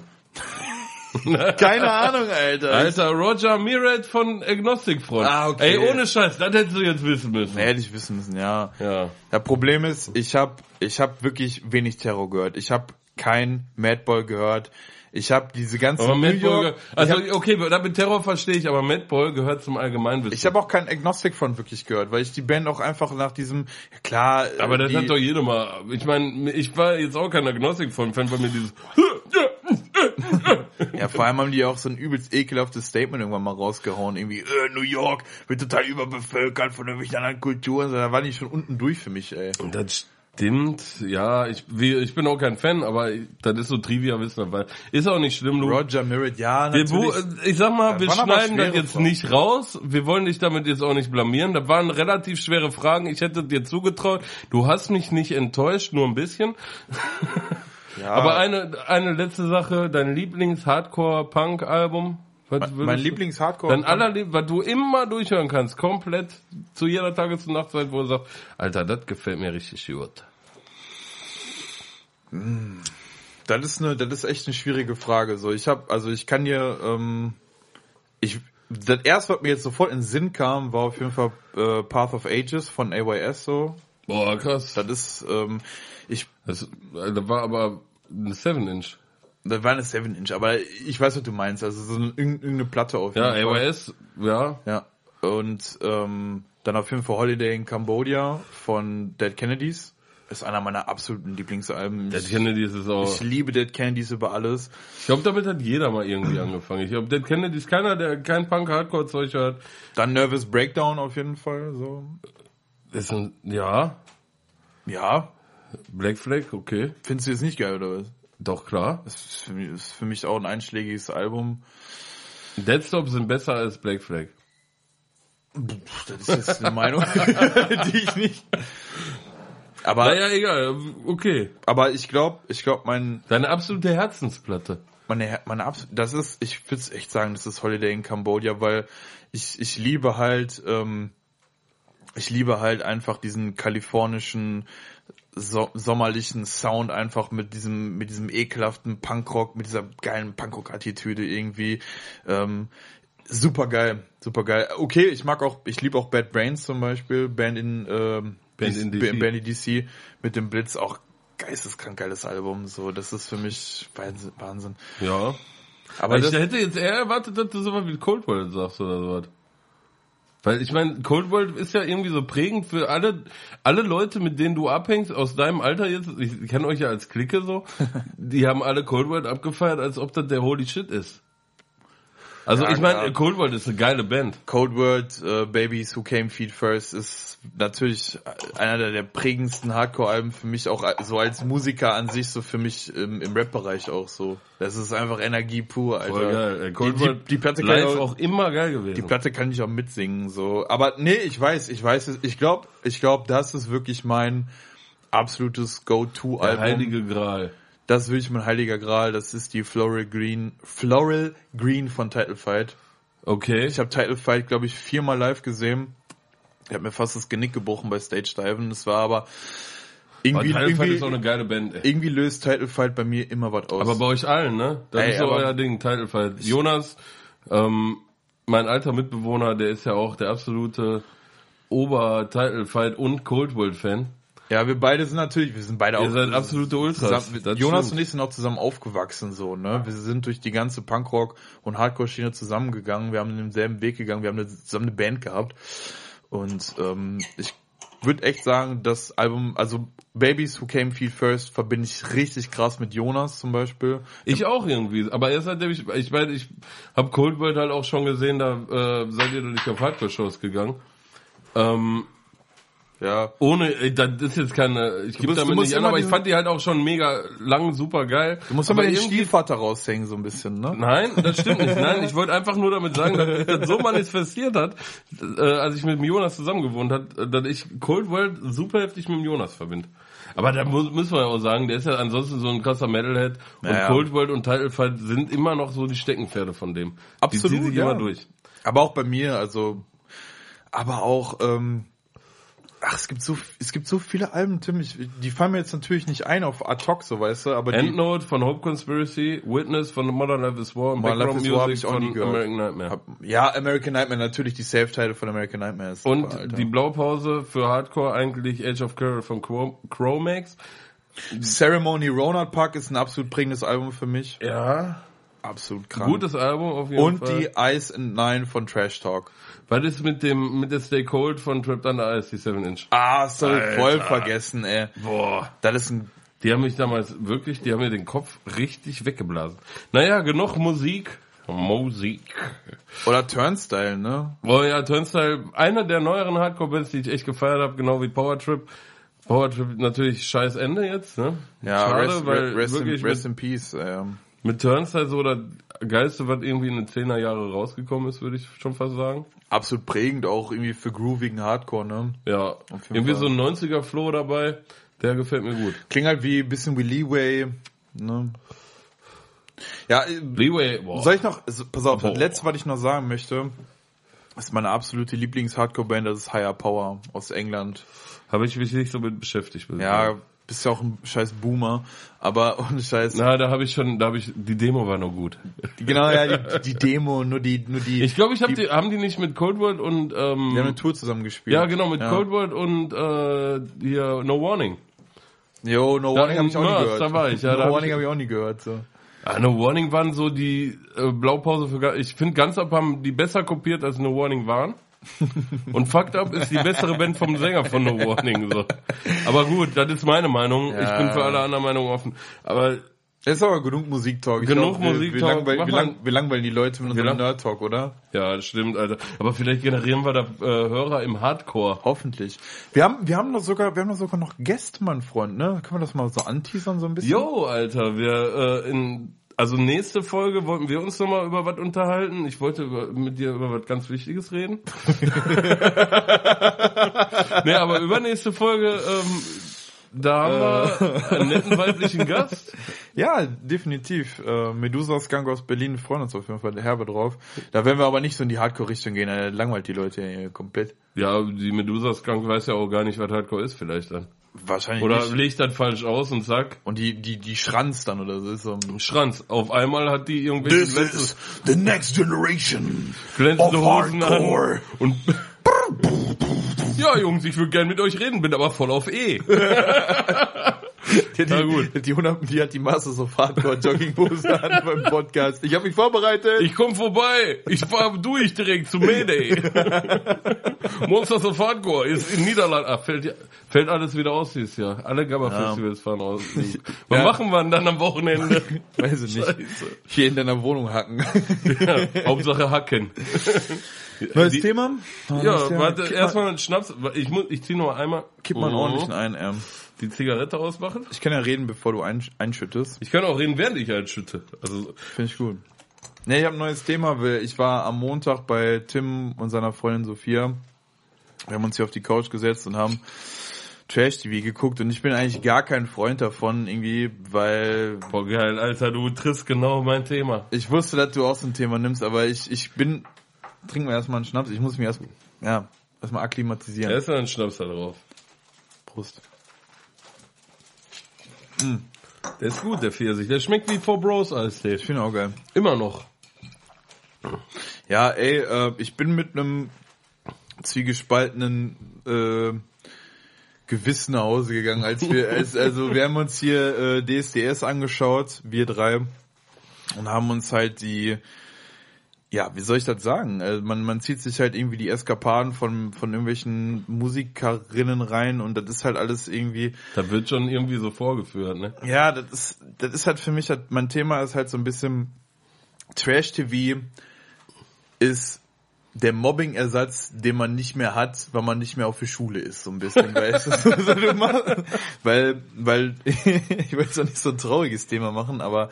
Speaker 3: Keine Ahnung, Alter.
Speaker 2: Alter, Roger Miret von Agnostic Front.
Speaker 3: Ah, okay.
Speaker 2: Ey, ohne Scheiß, das hättest du jetzt wissen müssen.
Speaker 3: Hätte ich wissen müssen, ja.
Speaker 2: Ja.
Speaker 3: Das Problem ist, ich habe ich hab wirklich wenig Terror gehört. Ich habe kein Madball gehört. Ich habe diese ganzen
Speaker 2: Aber
Speaker 3: New
Speaker 2: Madball,
Speaker 3: York,
Speaker 2: ge- also
Speaker 3: ich habe
Speaker 2: okay, da mit Terror verstehe ich, aber Madball gehört zum Allgemeinwissen.
Speaker 3: ich hab auch kein Agnostic Front wirklich gehört, weil ich die Band auch einfach nach diesem, ja klar, äh,
Speaker 2: aber das
Speaker 3: die,
Speaker 2: hat doch jeder mal. Ich meine, ich war jetzt auch kein Agnostic Front Fan, weil mir dieses
Speaker 3: ja vor allem haben die auch so ein übelst ekelhaftes Statement irgendwann mal rausgehauen, irgendwie äh, New York wird total überbevölkert von irgendwelchen anderen Kulturen, da waren die schon unten durch für mich, ey.
Speaker 2: Und Das stimmt, ja, ich, wie, ich bin auch kein Fan, aber das ist so Trivia-Wissen, weil ist auch nicht schlimm, Luke.
Speaker 3: Roger Merritt, ja,
Speaker 2: Wir,
Speaker 3: natürlich.
Speaker 2: bu- ich sag mal, wir
Speaker 3: waren aber
Speaker 2: schneiden das
Speaker 3: schwere
Speaker 2: jetzt
Speaker 3: Fragen.
Speaker 2: nicht raus. Wir wollen dich damit jetzt auch nicht blamieren. Das waren relativ schwere Fragen. Ich hätte dir zugetraut. Du hast mich nicht enttäuscht, nur ein bisschen.
Speaker 3: ja.
Speaker 2: Aber eine, eine letzte Sache. Dein Lieblings-Hardcore-Punk-Album? Was würdest
Speaker 3: mein
Speaker 2: du-
Speaker 3: Lieblings-Hardcore-
Speaker 2: Dein allerlieb, was du immer durchhören kannst, komplett zu jeder Tages- und Nachtzeit, wo du sagst, Alter, das gefällt mir richtig gut.
Speaker 3: Das ist eine, das ist echt eine schwierige Frage. So, ich habe, also ich kann dir, ähm, ich, das erste, was mir jetzt sofort in den Sinn kam, war auf jeden Fall äh, Path of Ages von AYS. So,
Speaker 2: Boah, krass.
Speaker 3: das ist, ähm, ich,
Speaker 2: Das, das war aber eine 7-Inch.
Speaker 3: das war eine Seven Inch, aber ich weiß, was du meinst. Also so eine, irgend- irgendeine Platte auf
Speaker 2: Ja,
Speaker 3: jeden Fall.
Speaker 2: AYS, ja.
Speaker 3: Ja. Und ähm, dann auf jeden Fall Holiday in Cambodia von Dead Kennedys. Ist einer meiner absoluten Lieblingsalben.
Speaker 2: Dead
Speaker 3: Ich,
Speaker 2: Kennedys ist auch.
Speaker 3: ich liebe Dead Kennedys über alles.
Speaker 2: Ich glaube, damit hat jeder mal irgendwie angefangen. Ich glaube, Dead Kennedy ist keiner, der kein Punk-Hardcore-Zeug hat.
Speaker 3: Dann Nervous Breakdown auf jeden Fall. So.
Speaker 2: Ist ein, ja,
Speaker 3: Ja,
Speaker 2: Black Flag, okay.
Speaker 3: Findest du jetzt nicht geil, oder was?
Speaker 2: Doch, klar.
Speaker 3: Das ist für mich, ist für mich auch ein einschlägiges Album.
Speaker 2: Deadstop sind besser als Black Flag.
Speaker 3: Pff, Das ist jetzt eine Meinung, die ich nicht. Aber,
Speaker 2: Naja, Ah, egal, okay.
Speaker 3: aber ich glaube, ich glaube, mein,
Speaker 2: Deine absolute Herzensplatte.
Speaker 3: meine, Her- meine Abs das ist, ich würde echt sagen, das ist Holiday in Cambodia, weil ich, ich liebe halt, ähm, ich liebe halt einfach diesen kalifornischen, so sommerlichen Sound einfach mit diesem, mit diesem ekelhaften Punkrock, mit dieser geilen Punkrock-Attitüde irgendwie. Ähm, super geil, super geil. Okay, ich mag auch, ich liebe auch Bad Brains zum Beispiel, Band in, ähm,
Speaker 2: Band in DC.
Speaker 3: Band in DC mit dem Blitz auch geisteskrank geiles Album. So, das ist für mich Wahnsinn. Wahnsinn.
Speaker 2: Ja.
Speaker 3: Aber
Speaker 2: Weil ich
Speaker 3: das,
Speaker 2: hätte jetzt eher erwartet, dass du sowas wie Coldwell sagst oder sowas. Weil ich meine, Cold World ist ja irgendwie so prägend für alle, alle Leute, mit denen du abhängst, aus deinem Alter jetzt, ich kenne euch ja als Clique so, die haben alle Cold World abgefeiert, als ob das der Holy Shit ist. Also
Speaker 3: Ja,
Speaker 2: ich meine,
Speaker 3: klar.
Speaker 2: Cold World ist eine geile Band.
Speaker 3: Cold World, äh, Babies Who Came Feet First ist natürlich einer der, der prägendsten Hardcore-Alben für mich auch a- so als Musiker an sich, so für mich im, im Rap-Bereich auch so. Das ist einfach Energie pur, Alter.
Speaker 2: Voll geil. ey. Cold
Speaker 3: die,
Speaker 2: World
Speaker 3: die, die Platte kann ich
Speaker 2: live
Speaker 3: auch,
Speaker 2: auch immer geil gewesen.
Speaker 3: die Platte kann ich auch mitsingen, so. Aber nee, ich weiß, ich weiß es. Ich glaube, ich glaube, das ist wirklich mein absolutes
Speaker 2: der
Speaker 3: Go-To-Album.
Speaker 2: heilige Gral.
Speaker 3: Das ist wirklich mein heiliger Gral. Das ist die Floral Green, Floral Green von Title Fight.
Speaker 2: Okay.
Speaker 3: Ich habe Title Fight, glaube ich, viermal live gesehen. Ich habe mir fast das Genick gebrochen bei Stage Diven. Das war aber
Speaker 2: Aber
Speaker 3: irgendwie,
Speaker 2: Title Fight
Speaker 3: irgendwie,
Speaker 2: ist auch eine geile Band, ey.
Speaker 3: irgendwie löst Title Fight bei mir immer was aus.
Speaker 2: Aber bei euch allen, ne? Das
Speaker 3: Ey,
Speaker 2: ist so
Speaker 3: aber-
Speaker 2: euer Ding, Title Fight. Jonas, ähm, mein alter Mitbewohner, der ist ja auch der absolute Ober-Title Fight und Cold World Fan.
Speaker 3: ja, wir beide sind natürlich, wir sind beide
Speaker 2: Ihr seid absolute Ultras.
Speaker 3: zusammen,
Speaker 2: Das
Speaker 3: Jonas
Speaker 2: stimmt.
Speaker 3: und ich sind auch zusammen aufgewachsen, so, ne? Wir sind durch die ganze Punkrock- und Hardcore-Schiene zusammengegangen. Wir haben denselben Weg gegangen. Wir haben eine, zusammen eine Band gehabt. Und, ähm, ich würde echt sagen, das Album, also Babies Who Came Feet First verbinde ich richtig krass mit Jonas zum Beispiel.
Speaker 2: Ich auch irgendwie, aber erst seitdem ich, ich meine, ich habe Cold World halt auch schon gesehen, da äh, seid ihr doch nicht auf Hardcore-Shows gegangen. Ähm,
Speaker 3: Ja,
Speaker 2: ohne, äh, das ist jetzt keine, ich gebe
Speaker 3: musst- du
Speaker 2: damit
Speaker 3: musst
Speaker 2: nicht an,
Speaker 3: immer
Speaker 2: aber ich
Speaker 3: diesen-
Speaker 2: fand die halt auch schon mega lang super geil.
Speaker 3: Du musst
Speaker 2: aber
Speaker 3: aber den
Speaker 2: irgendwie-
Speaker 3: Stiefvater raushängen so ein bisschen, ne?
Speaker 2: Nein, das stimmt nicht. Nein, ich wollte einfach nur damit sagen, dass mich das so manifestiert hat, äh, als ich mit dem Jonas zusammen gewohnt hat, äh, dass ich Cold World super heftig mit dem Jonas verbinde. Aber da muss, müssen wir ja auch sagen, der ist ja ansonsten so ein krasser Metalhead und
Speaker 3: Naja.
Speaker 2: Cold World und Title Fight sind immer noch so die Steckenpferde von dem.
Speaker 3: Absolut,
Speaker 2: Die ziehen sich
Speaker 3: ja.
Speaker 2: immer durch.
Speaker 3: Aber auch bei mir, also, aber auch, ähm, ach, es gibt so, es gibt so viele Alben, Tim, ich, die fallen mir jetzt natürlich nicht ein auf ad hoc, so weißt du, aber die,
Speaker 2: Endnote von Hope Conspiracy, Witness von Modern Life is War und
Speaker 3: Modern Life
Speaker 2: Background
Speaker 3: is War hab
Speaker 2: Music
Speaker 3: ich auch nie
Speaker 2: von
Speaker 3: gehört.
Speaker 2: American Nightmare.
Speaker 3: ja, American Nightmare, natürlich die Safe-Teile von American Nightmare. Ist
Speaker 2: Und
Speaker 3: super, Alter.
Speaker 2: die Blaupause für Hardcore eigentlich Age of Curl von Cro- Chromax.
Speaker 3: Ceremony Ronald Park ist ein absolut prägendes Album für mich.
Speaker 2: Ja.
Speaker 3: Absolut krank.
Speaker 2: Gutes Album auf jeden
Speaker 3: Und
Speaker 2: Fall.
Speaker 3: die Ice and Nine von Trash Talk.
Speaker 2: Was ist mit dem mit der Stay Cold von Trapped Under Ice, die 7 Inch?
Speaker 3: Ah, sorry,
Speaker 2: Alter.
Speaker 3: voll vergessen, ey.
Speaker 2: Boah.
Speaker 3: Das ist ein
Speaker 2: Die haben mich damals wirklich, die haben mir den Kopf richtig weggeblasen. Naja, genug Musik. Musik.
Speaker 3: Oder Turnstyle, ne?
Speaker 2: Oh ja, Turnstyle, eine der neueren Hardcore-Bands, die ich echt gefeiert habe, genau wie Power Trip. Power Trip natürlich scheiß Ende jetzt, ne?
Speaker 3: Ja,
Speaker 2: Schade,
Speaker 3: rest,
Speaker 2: weil
Speaker 3: rest, in,
Speaker 2: wirklich
Speaker 3: rest in Peace. Ähm.
Speaker 2: mit, mit Turnstyle so das Geilste, was irgendwie in den 10er Jahre rausgekommen ist, würde ich schon fast sagen.
Speaker 3: Absolut prägend auch irgendwie für groovigen Hardcore, ne?
Speaker 2: Ja,
Speaker 3: jeden
Speaker 2: irgendwie
Speaker 3: Fall.
Speaker 2: so ein 90er Flow dabei, der gefällt mir gut.
Speaker 3: Klingt halt wie ein bisschen wie Leeway, ne? Ja, äh,
Speaker 2: Leeway, boah.
Speaker 3: soll ich noch, so- pass auf,
Speaker 2: Boah.
Speaker 3: das letzte, was ich noch sagen möchte, ist meine absolute Lieblings-Hardcore-Band, das ist Higher Power aus England.
Speaker 2: Habe ich mich nicht so mit beschäftigt. muss ich sagen.
Speaker 3: Ja, bist ja auch ein scheiß Boomer, aber ohne Scheiß.
Speaker 2: Na, da habe ich schon, da habe ich, die Demo war noch gut.
Speaker 3: Genau, ja, die, die Demo, nur die, nur die.
Speaker 2: Ich glaube, ich habe die, haben die nicht mit Cold World und,
Speaker 3: wir haben eine
Speaker 2: ähm,
Speaker 3: Tour zusammen gespielt.
Speaker 2: ja genau, mit Cold World und, äh, hier, No Warning.
Speaker 3: Yo, No
Speaker 2: Da
Speaker 3: Warning habe ich auch
Speaker 2: in
Speaker 3: nie
Speaker 2: Mörst,
Speaker 3: gehört.
Speaker 2: da war ich, ja,
Speaker 3: no
Speaker 2: da hab
Speaker 3: Warning
Speaker 2: ich-
Speaker 3: habe ich auch nie gehört, so.
Speaker 2: Ah, no Warning waren so die äh, Blaupause für, Ga- ich finde, Guns Up haben die besser kopiert, als No Warning waren. Und Fucked Up ist die bessere Band vom Sänger von No Warning. So. Aber gut, das ist meine Meinung. Ich
Speaker 3: Ja.
Speaker 2: bin für alle anderen Meinungen offen. Aber
Speaker 3: Das ist aber genug Musiktalk. Ich
Speaker 2: Genug
Speaker 3: wir- Wir,
Speaker 2: Musiktalk.
Speaker 3: langweilen,
Speaker 2: Mach
Speaker 3: wir,
Speaker 2: mal-
Speaker 3: lang, wir langweilen die Leute mit unserem
Speaker 2: lang-
Speaker 3: Nerd-Talk, oder?
Speaker 2: ja, das stimmt, Alter. Aber vielleicht generieren wir da äh, Hörer im Hardcore.
Speaker 3: Hoffentlich. Wir haben, wir haben doch sogar, wir haben doch sogar noch Gäste, mein Freund, ne? Können wir das mal so anteasern so ein bisschen?
Speaker 2: Jo, Alter, wir äh, in also nächste Folge wollten wir uns nochmal über was unterhalten. Ich wollte über, mit dir über was ganz Wichtiges reden. nee, aber übernächste Folge, ähm, da haben wir einen netten weiblichen Gast.
Speaker 3: Ja, definitiv. Äh, Medusas Gang aus Berlin freuen uns auf jeden Fall herbe drauf. Da werden wir aber nicht so in die Hardcore-Richtung gehen, da langweilt die Leute hier komplett.
Speaker 2: Ja, die Medusa Skunk weiß ja auch gar nicht, was Hardcore ist vielleicht dann.
Speaker 3: Wahrscheinlich
Speaker 2: Oder
Speaker 3: nicht.
Speaker 2: legt das falsch aus und zack,
Speaker 3: Und die, die, die schranzt dann oder so. Ist so ein
Speaker 2: Schranz. Auf einmal hat die irgendwelche
Speaker 3: the next generation.
Speaker 2: glänzende
Speaker 3: of
Speaker 2: Hosen
Speaker 3: Hardcore.
Speaker 2: an und ja, Jungs, ich würde gern mit euch reden, bin aber voll auf E.
Speaker 3: Die,
Speaker 2: Na
Speaker 3: Na
Speaker 2: gut.
Speaker 3: gut. Die, 100, die hat die Masters of Hardcore Jogginghose an beim Podcast. Ich habe mich vorbereitet.
Speaker 2: Ich komm vorbei. Ich fahr durch direkt zu Mayday. Monsters of Hardcore ist in Niederland. Ah, fällt, ja- fällt alles wieder aus dieses Jahr. Alle Gamma-Festivals fahren aus. Was
Speaker 3: Ja.
Speaker 2: machen wir denn dann am Wochenende?
Speaker 3: weiß ich nicht.
Speaker 2: Scheiße.
Speaker 3: Hier in deiner Wohnung hacken.
Speaker 2: Ja, Hauptsache hacken.
Speaker 3: Neues
Speaker 2: Die-
Speaker 3: Thema?
Speaker 2: Ja, warte,
Speaker 3: Kipp mal-
Speaker 2: erstmal einen Schnaps. Ich, muss, ich zieh nur einmal
Speaker 3: Kipp mal einen
Speaker 2: Oh.
Speaker 3: ordentlichen ein. Ähm.
Speaker 2: die Zigarette ausmachen.
Speaker 3: Ich kann ja reden, bevor du einsch- einschüttest.
Speaker 2: Ich kann auch reden, während ich halt schütte. Also,
Speaker 3: Finde ich gut. Ne, ich habe ein neues Thema. weil Ich war am Montag bei Tim und seiner Freundin Sophia. Wir haben uns hier auf die Couch gesetzt und haben Trash-TV geguckt. Und ich bin eigentlich gar kein Freund davon irgendwie, weil
Speaker 2: boah, geil, Alter, du triffst genau mein Thema.
Speaker 3: ich wusste, dass du auch so ein Thema nimmst, aber ich, ich bin... Trinken wir erstmal einen Schnaps. Ich muss mich erst, ja, erstmal akklimatisieren.
Speaker 2: Da ist ja ein Schnaps da drauf.
Speaker 3: Prost.
Speaker 2: Der ist gut, der Pfirsich. Der schmeckt wie Four Bros Eistee.
Speaker 3: Ich finde auch geil.
Speaker 2: Immer noch.
Speaker 3: Ja, ey, äh, ich bin mit einem zwiegespaltenen äh, Gewissen nach Hause gegangen, als wir, als, also wir haben uns hier äh, DSDS angeschaut, wir drei, und haben uns halt die, ja, wie soll ich das sagen? Also man, man zieht sich halt irgendwie die Eskapaden von, von irgendwelchen Musikerinnen rein und das ist halt alles irgendwie,
Speaker 2: Da wird schon irgendwie so vorgeführt, ne?
Speaker 3: ja, das ist, das ist halt für mich, halt, mein Thema ist halt so ein bisschen Trash-TV ist der Mobbing-Ersatz, den man nicht mehr hat, weil man nicht mehr auf der Schule ist, so ein bisschen. Weil, es ist so, so, du machst- weil, weil ich will jetzt auch nicht so ein trauriges Thema machen, aber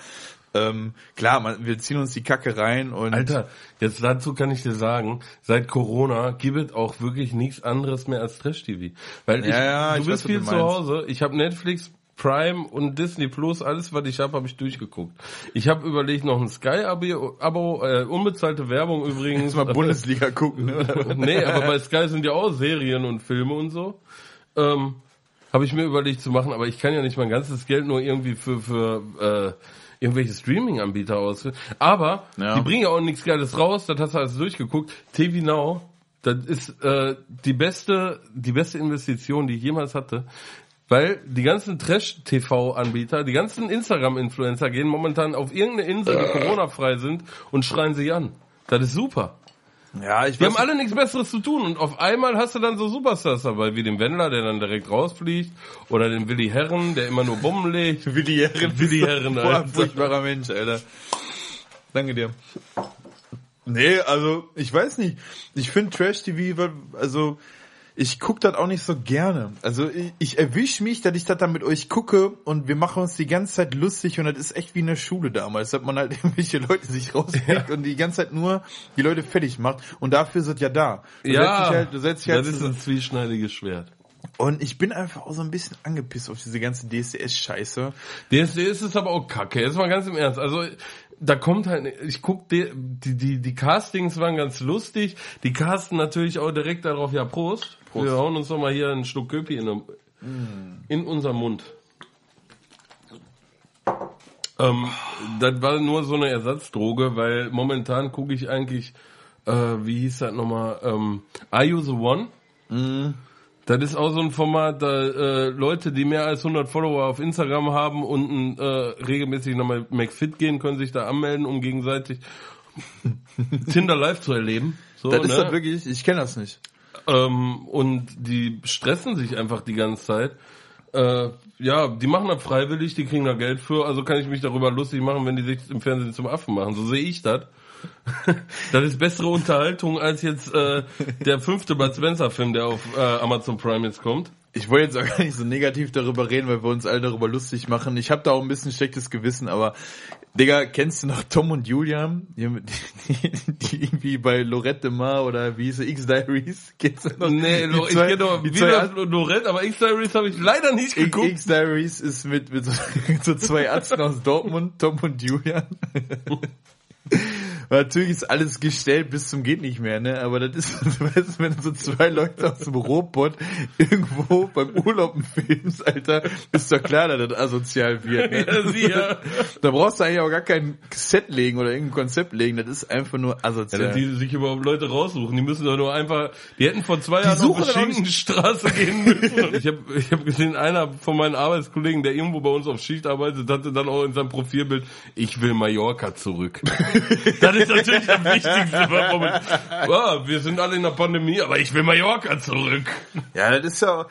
Speaker 3: ähm, klar, man, wir ziehen uns die Kacke rein und
Speaker 2: Alter, jetzt dazu kann ich dir sagen, seit Corona gibt es auch wirklich nichts anderes mehr als Trash-TV. Weil ich,
Speaker 3: Ja, ja,
Speaker 2: du
Speaker 3: ich
Speaker 2: bist
Speaker 3: weiß, was du
Speaker 2: viel zu
Speaker 3: meinst.
Speaker 2: Hause, ich habe Netflix, Prime und Disney Plus, alles was ich habe, habe ich durchgeguckt. Ich habe überlegt, noch ein Sky-Abo, Abo, äh, unbezahlte Werbung übrigens.
Speaker 3: mal Bundesliga gucken. Ne?
Speaker 2: nee, aber bei Sky sind ja auch Serien und Filme und so. Ähm, habe ich mir überlegt zu machen, aber ich kann ja nicht mein ganzes Geld nur irgendwie für, für äh, irgendwelche Streaming-Anbieter aus. Aber
Speaker 3: Ja.
Speaker 2: die bringen ja auch nichts Geiles raus, das hast du alles durchgeguckt. TV Now, das ist äh, die beste, die beste Investition, die ich jemals hatte. Weil die ganzen Trash-TV-Anbieter, die ganzen Instagram-Influencer gehen momentan auf irgendeine Insel, die Corona-frei sind und schreien sie an. Das ist super.
Speaker 3: Ja, ich
Speaker 2: Die
Speaker 3: weiß,
Speaker 2: haben alle nichts Besseres zu tun und auf einmal hast du dann so Superstars dabei, wie den Wendler, der dann direkt rausfliegt, oder den Willi Herren, der immer nur Bomben legt.
Speaker 3: Willi Herren.
Speaker 2: Willi Herren,
Speaker 3: Boah, ein
Speaker 2: Alter.
Speaker 3: furchtbarer Mensch, Alter. Danke dir. Nee, also, ich weiß nicht. Ich finde Trash-TV, weil- also, ich guck das auch nicht so gerne. Also, ich, ich erwisch mich, dass ich das dann mit euch gucke und wir machen uns die ganze Zeit lustig und das ist echt wie in der Schule damals, dass man halt irgendwelche Leute sich rauspickt und die ganze Zeit nur die Leute fertig macht und dafür ist es ja da. Du setzt dich halt, du setzt dich halt
Speaker 2: das ist ein zwieschneidiges Schwert.
Speaker 3: und ich bin einfach auch so ein bisschen angepisst auf diese ganze DSDS-Scheiße.
Speaker 2: DSDS ist aber auch kacke, jetzt mal ganz im Ernst. Also, da kommt halt, ich guck, die, die, die, die Castings waren ganz lustig, die casten natürlich auch direkt darauf, ja Prost,
Speaker 3: Prost.
Speaker 2: wir hauen uns doch mal hier einen Schluck Köpi in, den- in unseren Mund. Ähm, das war nur so eine Ersatzdroge, weil momentan gucke ich eigentlich, äh, wie hieß das nochmal, ähm, Are You the One?
Speaker 3: Mhm.
Speaker 2: Das ist auch so ein Format, da äh, Leute, die mehr als 100 Follower auf Instagram haben und ein, äh, regelmäßig nochmal McFit gehen, können sich da anmelden, um gegenseitig Tinder live zu erleben. So,
Speaker 3: das ist
Speaker 2: ne?
Speaker 3: das wirklich, ich kenne das nicht.
Speaker 2: Ähm, und die stressen sich einfach die ganze Zeit. Äh, ja, die machen das freiwillig, die kriegen da Geld für, also kann ich mich darüber lustig machen, wenn die sich im Fernsehen zum Affen machen. So sehe ich das. das ist bessere Unterhaltung als jetzt äh, der fünfte Bud Spencer-Film, der auf äh, Amazon Prime jetzt kommt.
Speaker 3: Ich wollte jetzt auch gar nicht so negativ darüber reden, weil wir uns alle darüber lustig machen. Ich habe da auch ein bisschen schlechtes Gewissen, aber Digga, kennst du noch Tom und Julian? Die, haben- die, die irgendwie bei Lorette Mar oder wie hieß sie, X-Diaries? Kennst du noch?
Speaker 2: Nee,
Speaker 3: Die
Speaker 2: Lo, ich
Speaker 3: zwei-
Speaker 2: kenne doch
Speaker 3: die zwei
Speaker 2: wieder Lorette, aber X-Diaries habe ich leider nicht geguckt.
Speaker 3: X Diaries ist mit, mit so, mit so zwei Ärzten aus Dortmund, Tom und Julian. Natürlich ist alles gestellt bis zum geht nicht mehr, ne? Aber das ist, also, weißt du, wenn so zwei Leute aus dem Robot irgendwo beim Urlaub filmst, Alter, ist doch klar, dass das asozial wird. Ne?
Speaker 2: Ja, sicher.
Speaker 3: Da brauchst du eigentlich auch gar kein Set legen oder irgendein Konzept legen. Das ist einfach nur
Speaker 2: Ja, dass
Speaker 3: asozial.
Speaker 2: die sich überhaupt Leute raussuchen. Die müssen doch nur einfach, die hätten vor zwei Jahren
Speaker 3: suchen
Speaker 2: auf
Speaker 3: dann auch
Speaker 2: die Straße gehen müssen. Und ich habe ich hab gesehen, einer von meinen Arbeitskollegen, der irgendwo bei uns auf Schicht arbeitet, hatte dann auch in seinem Profilbild, ich will Mallorca zurück. das ist natürlich das Wichtigste. was man- Ah, wir sind alle in der Pandemie, aber ich will Mallorca zurück.
Speaker 3: Ja, das ist ja,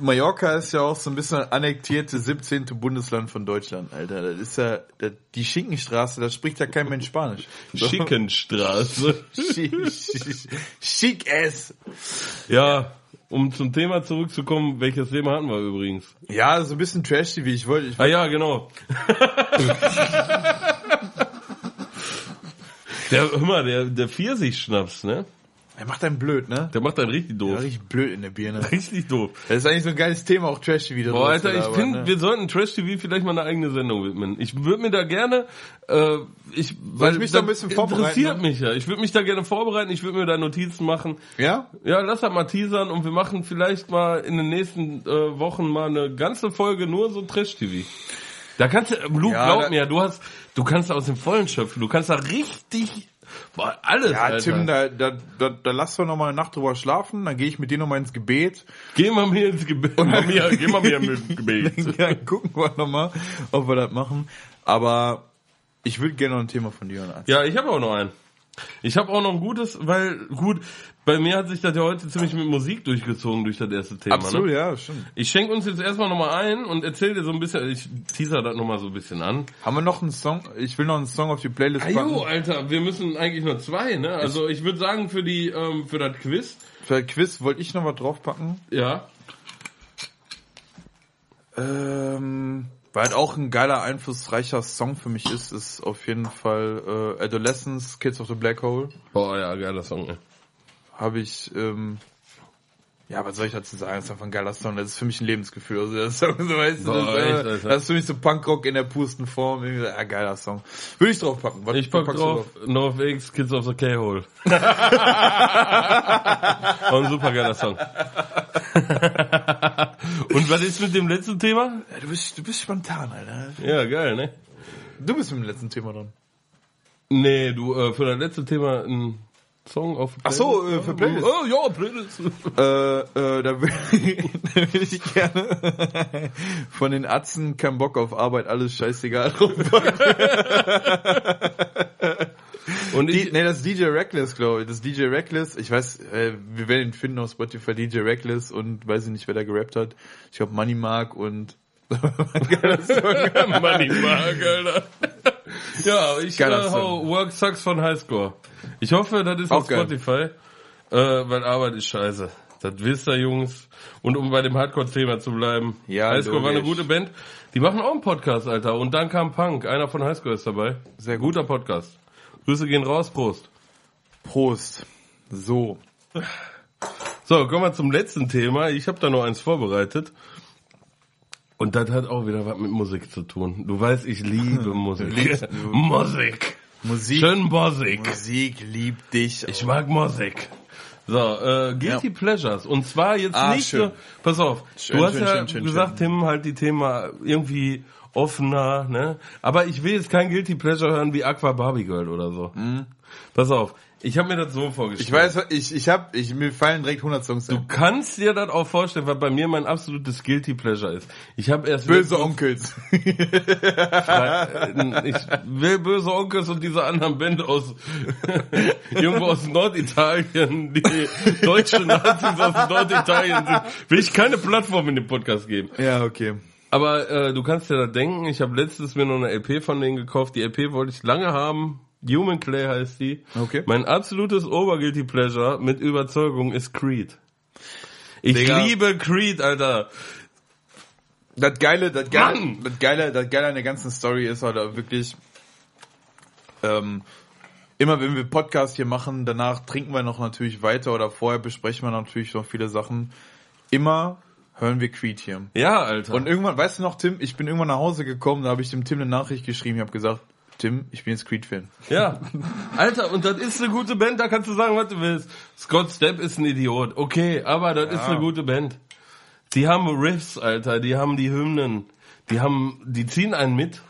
Speaker 3: Mallorca ist ja auch so ein bisschen annektierte 17. Bundesland von Deutschland, Alter. Das ist ja, das, die Schinkenstraße, da spricht ja kein Mensch Spanisch.
Speaker 2: Schickenstraße.
Speaker 3: Schick, schick es.
Speaker 2: Ja, um zum Thema zurückzukommen, welches Thema hatten wir übrigens?
Speaker 3: Ja, so ein bisschen trashy, wie ich wollte. Ich
Speaker 2: Ah ja, genau. der, hör mal, der, der Pfirsich-Schnaps, ne?
Speaker 3: Er macht einen blöd, ne?
Speaker 2: Der macht einen richtig
Speaker 3: Der
Speaker 2: doof.
Speaker 3: war richtig blöd in der Birne.
Speaker 2: richtig doof.
Speaker 3: Das ist eigentlich so ein geiles Thema, auch Trashy wieder.
Speaker 2: Boah, Alter, ich
Speaker 3: ne?
Speaker 2: finde, wir sollten Trash TV vielleicht mal eine eigene Sendung widmen. Ich würde mir da gerne, äh, ich, weil
Speaker 3: ich mich da ein bisschen vorbereiten,
Speaker 2: interessiert
Speaker 3: ne?
Speaker 2: mich ja. Ich würde mich da gerne vorbereiten. Ich würde mir da Notizen machen.
Speaker 3: Ja?
Speaker 2: Ja, lass halt mal teasern und wir machen vielleicht mal in den nächsten äh, Wochen mal eine ganze Folge nur so Trash-TV. Da kannst du, äh, Luke,
Speaker 3: Ja,
Speaker 2: glaub
Speaker 3: da-
Speaker 2: mir, du hast, du kannst da aus dem Vollen schöpfen, du kannst da richtig, boah, alles,
Speaker 3: Ja,
Speaker 2: Alter.
Speaker 3: Tim, da, da, da, da lass doch nochmal eine Nacht drüber schlafen, dann gehe ich mit dir nochmal ins Gebet.
Speaker 2: Geh mal mir ins Gebet, mal mir, geh mal mir mit Gebet.
Speaker 3: ja, gucken wir nochmal, ob wir das machen. Aber ich würde gerne noch ein Thema von dir hören.
Speaker 2: Ja, ich habe auch noch einen. Ich habe auch noch ein gutes, weil, gut, bei mir hat sich das ja heute ziemlich mit Musik durchgezogen durch das erste Thema, ne?
Speaker 3: Absolut, ja, stimmt.
Speaker 2: Ich schenke uns jetzt erstmal nochmal ein und erzähl dir so ein bisschen, ich teaser das nochmal so ein bisschen an.
Speaker 3: Haben wir noch einen Song? Ich will noch einen Song auf die Playlist
Speaker 2: Ajo,
Speaker 3: packen.
Speaker 2: Ah, Alter, wir müssen eigentlich nur zwei, ne? Also ich würde sagen für die ähm, für das Quiz,
Speaker 3: Für das Quiz wollte ich noch was draufpacken.
Speaker 2: ja.
Speaker 3: Ähm, weil halt auch ein geiler, einflussreicher Song für mich ist, ist auf jeden Fall äh, Adolescence, Kids of the Black Hole.
Speaker 2: Boah, ja, geiler Song. Ey.
Speaker 3: Habe ich, ähm, ja, was soll ich dazu sagen? Das ist einfach ein geiler Song. Das ist für mich ein Lebensgefühl. Also das, Song, so, weißt du,
Speaker 2: Boah, echt,
Speaker 3: das, äh,
Speaker 2: Alter.
Speaker 3: das ist für mich so Punkrock in der pusten Form. Irgendwie, Ja, geiler Song. Würde ich draufpacken. Was,
Speaker 2: Ich pack
Speaker 3: packst du
Speaker 2: drauf North X Kids of the K-Hole. War ein super geiler Song. Und was ist mit dem letzten Thema?
Speaker 3: Ja, du, bist, du bist spontan, Alter.
Speaker 2: Ja, geil, ne?
Speaker 3: Du bist mit dem letzten Thema dran.
Speaker 2: Nee, du äh, für das letzte Thema ein Song auf
Speaker 3: Ach so, äh, für Playlist.
Speaker 2: Oh, ja, Playlist.
Speaker 3: Äh, äh, da würde ich gerne von den Atzen kein Bock auf Arbeit, alles scheißegal.
Speaker 2: Und
Speaker 3: Die,
Speaker 2: ich,
Speaker 3: nee, das ist DJ Reckless, glaube ich. Das ist DJ Reckless. Ich weiß, äh, wir werden ihn finden auf Spotify, DJ Reckless und weiß ich nicht, wer da gerappt hat. Ich glaube Money Mark und
Speaker 2: Money Mark, Alter. Ja, ich
Speaker 3: Geiler
Speaker 2: äh, hau
Speaker 3: Song.
Speaker 2: Work Sucks von Highscore. Ich hoffe, das ist
Speaker 3: Auch
Speaker 2: auf
Speaker 3: geil.
Speaker 2: Spotify, äh, weil Arbeit ist scheiße. Das wisst ihr, Jungs. Und um bei dem Hardcore-Thema zu bleiben.
Speaker 3: Ja,
Speaker 2: Highscore war eine
Speaker 3: logisch.
Speaker 2: gute Band. Die machen auch einen Podcast, Alter. Und dann kam Punk. Einer von Highscore ist dabei.
Speaker 3: Sehr gut.
Speaker 2: guter Podcast. Grüße gehen raus, Prost.
Speaker 3: Prost. So.
Speaker 2: So, kommen wir zum letzten Thema. Ich habe da noch eins vorbereitet. Und das hat auch wieder was mit Musik zu tun. Du weißt, ich liebe Musik. Musik.
Speaker 3: Musik,
Speaker 2: Schön Musik.
Speaker 3: Musik liebt dich.
Speaker 2: Ich mag Musik. So, äh, Guilty Pleasures. Und zwar jetzt
Speaker 3: Ah,
Speaker 2: nicht
Speaker 3: schön.
Speaker 2: nur, pass auf,
Speaker 3: Schön,
Speaker 2: du hast
Speaker 3: schön,
Speaker 2: ja
Speaker 3: schön, schön,
Speaker 2: gesagt, Tim, halt die Thema irgendwie offener, ne? Aber ich will jetzt kein Guilty Pleasure hören wie Aqua Barbie Girl oder so. Pass auf, ich habe mir das so vorgestellt.
Speaker 3: Mhm. Ich weiß, ich, ich hab, ich, mir fallen direkt 100 Songs
Speaker 2: Du
Speaker 3: ein.
Speaker 2: kannst dir das auch vorstellen, weil bei mir mein absolutes Guilty Pleasure ist. Ich habe erst
Speaker 3: Böse Onkels.
Speaker 2: äh, ich will böse Onkels und diese anderen Band aus irgendwo aus Norditalien, die deutsche Nazis aus Norditalien sind, will ich keine Plattform in dem Podcast geben.
Speaker 3: ja, okay.
Speaker 2: Aber äh, du kannst ja da denken, ich habe letztens mir noch eine LP von denen gekauft. Die LP wollte ich lange haben. Human Clay heißt die.
Speaker 3: Okay.
Speaker 2: Mein absolutes Oberguilty Pleasure mit Überzeugung ist Creed. Ich
Speaker 3: Digga.
Speaker 2: liebe Creed, Alter.
Speaker 3: Das Geile, das Geile,
Speaker 2: Mann!
Speaker 3: das Geile, das Geile an der ganzen Story ist halt auch wirklich, ähm, immer wenn wir Podcast hier machen, danach trinken wir noch natürlich weiter oder vorher besprechen wir natürlich noch viele Sachen. Immer hören wir Creed hier.
Speaker 2: Ja, Alter.
Speaker 3: Und irgendwann, weißt du noch, Tim, ich bin irgendwann nach Hause gekommen, da habe ich dem Tim eine Nachricht geschrieben, ich habe gesagt, Tim, ich bin jetzt Creed-Fan.
Speaker 2: Ja. Alter, und das ist eine gute Band, da kannst du sagen, was du willst. Scott Stepp ist ein Idiot. Okay, aber das ist eine gute Band. Die haben Riffs, Alter, die haben die Hymnen. Die haben, die ziehen einen mit.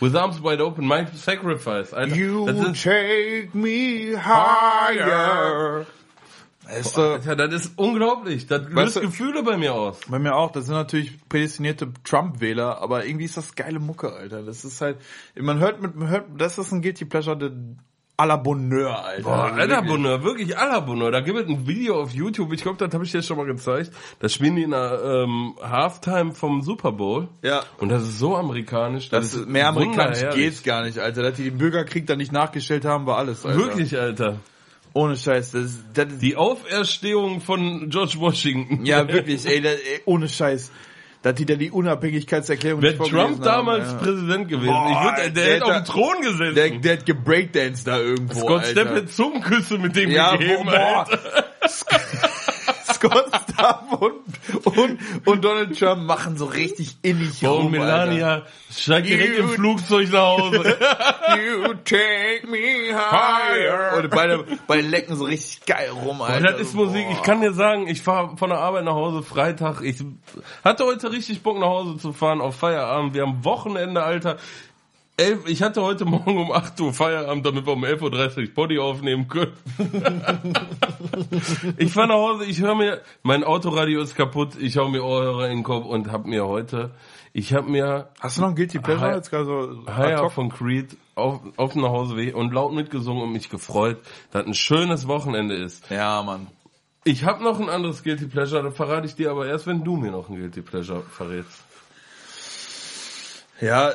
Speaker 2: With arms wide open, my sacrifice, Alter. das ist,
Speaker 3: take me higher. Weißt du,
Speaker 2: Alter, das ist unglaublich. Das löst
Speaker 3: Weißt du-
Speaker 2: Gefühle bei mir aus.
Speaker 3: bei mir auch, das sind natürlich prädestinierte Trump-Wähler, aber irgendwie ist das geile Mucke, Alter. Das ist halt, man hört mit, man hört, das ist ein Guilty Pleasure de, à la Bonheur, Alter.
Speaker 2: Boah,
Speaker 3: Also
Speaker 2: Alter
Speaker 3: wirklich.
Speaker 2: Bonheur, wirklich Alter Bonheur. Da gibt es ein Video auf YouTube, ich glaube, das habe ich dir schon mal gezeigt. Da spielen die in der ähm, Halftime vom Super Bowl.
Speaker 3: Ja.
Speaker 2: Und das ist so amerikanisch.
Speaker 3: Das ist, mehr amerikanisch
Speaker 2: wunderherrlich.
Speaker 3: geht's gar nicht, Alter. Dass die den Bürgerkrieg dann nicht nachgestellt haben, war alles, Alter.
Speaker 2: Wirklich, Alter.
Speaker 3: Ohne Scheiß. Das, ist- das, ist-
Speaker 2: Die Auferstehung von George Washington.
Speaker 3: ja, wirklich, ey, das, ey, ohne Scheiß. Dass die da die Unabhängigkeitserklärung
Speaker 2: Wäre
Speaker 3: nicht
Speaker 2: Trump
Speaker 3: vorgelesen
Speaker 2: damals
Speaker 3: haben, ja.
Speaker 2: Präsident gewesen,
Speaker 3: Boah,
Speaker 2: ich würd, der,
Speaker 3: der
Speaker 2: hätte
Speaker 3: hätte-
Speaker 2: auf dem Thron gesessen.
Speaker 3: der, der hat gebreakdanced da irgendwo.
Speaker 2: Scott Stepp
Speaker 3: Alter.
Speaker 2: hätte Zungenküsse mit dem
Speaker 3: Ja,
Speaker 2: gegeben,
Speaker 3: boah,
Speaker 2: Alter.
Speaker 3: Scott Stapp und, und, und Donald Trump machen so richtig innig
Speaker 2: Boah, und
Speaker 3: rum, Alter.
Speaker 2: Melania steigt direkt im
Speaker 3: You-
Speaker 2: Flugzeug nach Hause.
Speaker 3: You take me higher. Und beide, beide lecken so richtig geil rum,
Speaker 2: Boah,
Speaker 3: Alter.
Speaker 2: das ist Musik. Ich kann dir sagen, ich fahre von der Arbeit nach Hause Freitag. Ich hatte heute richtig Bock nach Hause zu fahren auf Feierabend. Wir haben Wochenende, Alter. Elf, ich hatte heute Morgen um 8 Uhr Feierabend, damit wir um 11.30 Uhr Body aufnehmen können. ich fahre nach Hause, ich höre mir, mein Autoradio ist kaputt, ich hau mir Ohrhörer in den Kopf und hab mir heute, ich hab mir
Speaker 3: Hast du noch ein Guilty Pleasure?
Speaker 2: Hi-
Speaker 3: Jetzt gerade so ad
Speaker 2: Higher
Speaker 3: hoc?
Speaker 2: von Creed auf, auf dem Nachhauseweg und laut mitgesungen und mich gefreut, dass ein schönes Wochenende ist.
Speaker 3: Ja, Mann.
Speaker 2: Ich habe noch ein anderes Guilty Pleasure, das verrate ich dir aber erst, wenn du mir noch ein Guilty Pleasure verrätst.
Speaker 3: Ja.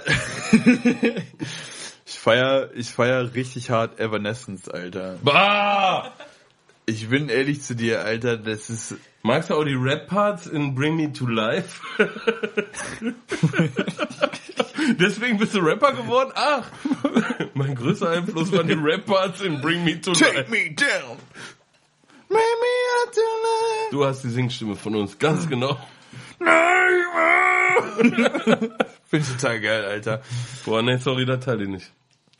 Speaker 3: ich feier, ich feier richtig hart Evanescence, Alter.
Speaker 2: Bah!
Speaker 3: Ich bin ehrlich zu dir, Alter, das ist,
Speaker 2: Magst du auch die Rap-Parts in Bring Me to Life? Deswegen bist du Rapper geworden? Ach! Mein größter Einfluss waren die Rap-Parts in Bring Me to Life.
Speaker 3: me down. Make me out tonight.
Speaker 2: Du hast die Singstimme von uns, ganz
Speaker 3: Ah.
Speaker 2: genau.
Speaker 3: Finde ich total geil, Alter.
Speaker 2: Boah, nee, sorry, das teile ich nicht.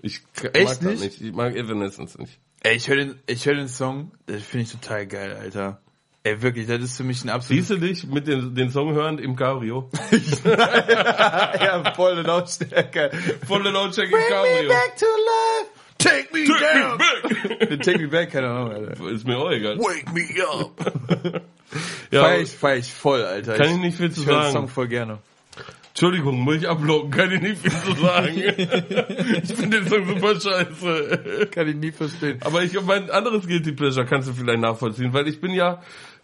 Speaker 2: Ich k- mag
Speaker 3: Echt
Speaker 2: das
Speaker 3: nicht?
Speaker 2: nicht? Ich mag Evanescence nicht.
Speaker 3: Ey, ich höre den, ich höre den Song, das finde ich total geil, Alter. Ey, wirklich, das ist für mich ein absolutes...
Speaker 2: Siehst du dich mit den, den Song hörend im Cabrio?
Speaker 3: ja, volle Lautstärke.
Speaker 2: Volle Lautstärke im
Speaker 3: Bring me
Speaker 2: Cabrio.
Speaker 3: back to life. Take me down.
Speaker 2: Take me back.
Speaker 3: Take me back, keine Ahnung, Alter.
Speaker 2: Ist mir auch egal.
Speaker 3: Wake me up.
Speaker 2: Ja,
Speaker 3: Feier ich, feier ich voll, Alter.
Speaker 2: Kann ich nicht viel zu
Speaker 3: ich höre den
Speaker 2: sagen.
Speaker 3: Song voll gerne.
Speaker 2: Entschuldigung, muss ich ablocken, kann ich nicht viel zu sagen. ich finde den Song super scheiße.
Speaker 3: Kann ich nie verstehen.
Speaker 2: Aber ich mein anderes Guilty Pleasure kannst du vielleicht nachvollziehen, weil ich bin ja,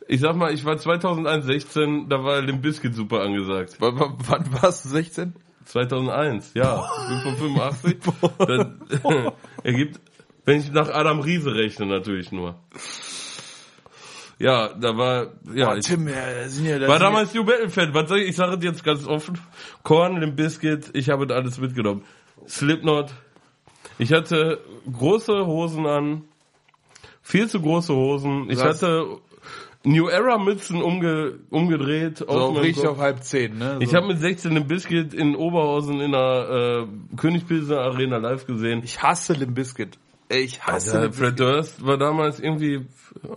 Speaker 2: ich sag mal, ich war 2001, 16, da war Limp Bizkit super angesagt.
Speaker 3: W w- wann warst du 16?
Speaker 2: 2001, ja, ich bin von 85. Dann, ergibt, wenn ich nach Adam Riese rechne natürlich nur. Ja, da war, ja, ich
Speaker 3: Tim, ja, da sind ja, da
Speaker 2: War
Speaker 3: sind ja-
Speaker 2: damals New Metal Fan. Was soll ich, ich sage es jetzt ganz offen. Korn, Limp Bizkit, ich habe das alles mitgenommen. Slipknot. Ich hatte große Hosen an. Viel zu große Hosen. Ich
Speaker 3: Was?
Speaker 2: hatte New Era Mützen umge, umgedreht.
Speaker 3: So,
Speaker 2: auf meinem
Speaker 3: richtig
Speaker 2: Kopf.
Speaker 3: auf halb zehn, ne? So.
Speaker 2: ich habe mit 16 Limp Bizkit in Oberhausen in der äh, Königpilsener Arena live gesehen.
Speaker 3: ich hasse Limp Bizkit. Ey, ich hasse
Speaker 2: Alter,
Speaker 3: Limp
Speaker 2: Fred Durst war damals irgendwie,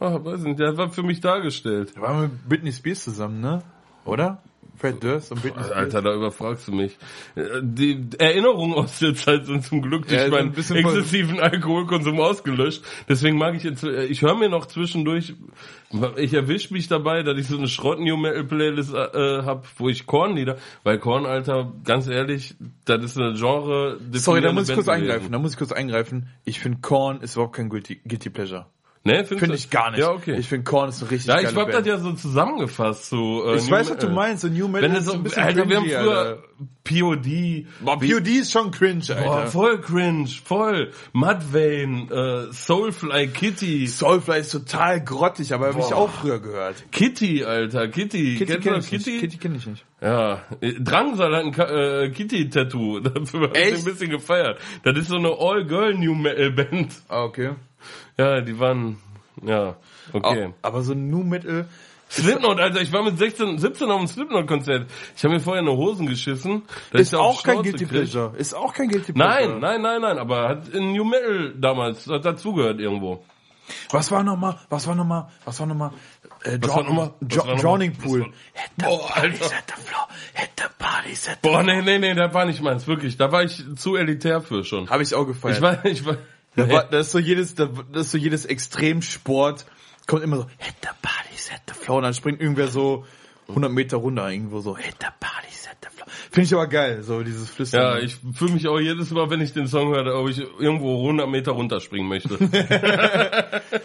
Speaker 2: ah, weiß nicht, der war für mich dargestellt.
Speaker 3: Wir waren mit Britney Spears zusammen, ne? Oder? Fred Durst und Britney Spears.
Speaker 2: Alter, da überfragst du mich. Äh, Die Erinnerungen aus der Zeit sind zum Glück durch
Speaker 3: Ja, so ein
Speaker 2: meinen
Speaker 3: bisschen-
Speaker 2: exzessiven Alkoholkonsum ausgelöscht. Deswegen mag ich jetzt, äh, ich höre mir noch zwischendurch, ich erwische mich dabei, dass ich so eine Schrott-New-Metal-Playlist äh, habe, wo ich Kornlieder, weil Korn, Alter, ganz ehrlich, das ist eine genre
Speaker 3: Sorry, da muss ich kurz eingreifen. ne? Da muss ich kurz eingreifen. Ich finde Korn ist überhaupt kein Guilty, Guilty Pleasure.
Speaker 2: Ne, findest
Speaker 3: Finde
Speaker 2: du?
Speaker 3: ich gar nicht.
Speaker 2: Ja, okay.
Speaker 3: Ich finde Korn ist eine richtig
Speaker 2: ja,
Speaker 3: geile
Speaker 2: ich hab das
Speaker 3: Band.
Speaker 2: ja so zusammengefasst. So, äh,
Speaker 3: ich
Speaker 2: New
Speaker 3: weiß, was du
Speaker 2: Metal.
Speaker 3: meinst. So New Metal
Speaker 2: Wenn es
Speaker 3: ist
Speaker 2: so,
Speaker 3: ein bisschen
Speaker 2: Alter, wir haben
Speaker 3: cringy,
Speaker 2: früher
Speaker 3: Alter.
Speaker 2: POD,
Speaker 3: Boah,
Speaker 2: wie-
Speaker 3: POD ist schon cringe,
Speaker 2: Boah,
Speaker 3: Alter.
Speaker 2: Oh, voll cringe, voll. Mudvayne, äh, Soulfly, Kitty.
Speaker 3: Soulfly ist total grottig, aber habe ich
Speaker 2: Boah.
Speaker 3: auch früher gehört.
Speaker 2: Kitty, Alter, Kitty. Kennt
Speaker 3: kenn
Speaker 2: man
Speaker 3: ich
Speaker 2: Kitty?
Speaker 3: nicht. Kitty kenne ich nicht.
Speaker 2: Ja, äh, Drangsal hat ein Ka- äh, Kitty-Tattoo. Dafür habe ich
Speaker 3: Echt?
Speaker 2: ein bisschen gefeiert. Das ist so eine All-Girl-New-Metal-Band.
Speaker 3: Ah, okay.
Speaker 2: Ja, die waren Ja, okay.
Speaker 3: Au- Aber so New Metal,
Speaker 2: Slipknot, Alter, ich war mit 16, 17 auf einem Slipknot-Konzert. Ich habe mir vorher in die Hosen geschissen. dass ich
Speaker 3: ist
Speaker 2: da auf
Speaker 3: auch kein
Speaker 2: Schnauze
Speaker 3: Guilty
Speaker 2: krieg.
Speaker 3: Pleasure. Ist auch kein Guilty Pleasure.
Speaker 2: Nein, nein, nein, nein, aber hat in New Metal damals hat dazugehört irgendwo.
Speaker 3: Was war nochmal, was war nochmal, was war nochmal, äh,
Speaker 2: Was war noch mal? Was war noch mal?
Speaker 3: Drowning
Speaker 2: Was
Speaker 3: Pool.
Speaker 2: war- Boah, Alter.
Speaker 3: at the floor, hit the parties at the
Speaker 2: Boah, nee, nee, nee, da war nicht meins, wirklich. Da war ich zu elitär für schon.
Speaker 3: Habe ich auch gefeiert.
Speaker 2: Ich war, ich war,
Speaker 3: Da
Speaker 2: nee.
Speaker 3: war, das ist so jedes, da- das ist so jedes Extremsport kommt immer so, hit the parties at the floor, und dann springt irgendwer so 100 Meter runter irgendwo so, hit the parties at the floor. Finde ich aber geil, so dieses Flüstern.
Speaker 2: ja, ich fühle mich auch jedes Mal, wenn ich den Song höre, ob ich irgendwo 100 Meter runterspringen möchte.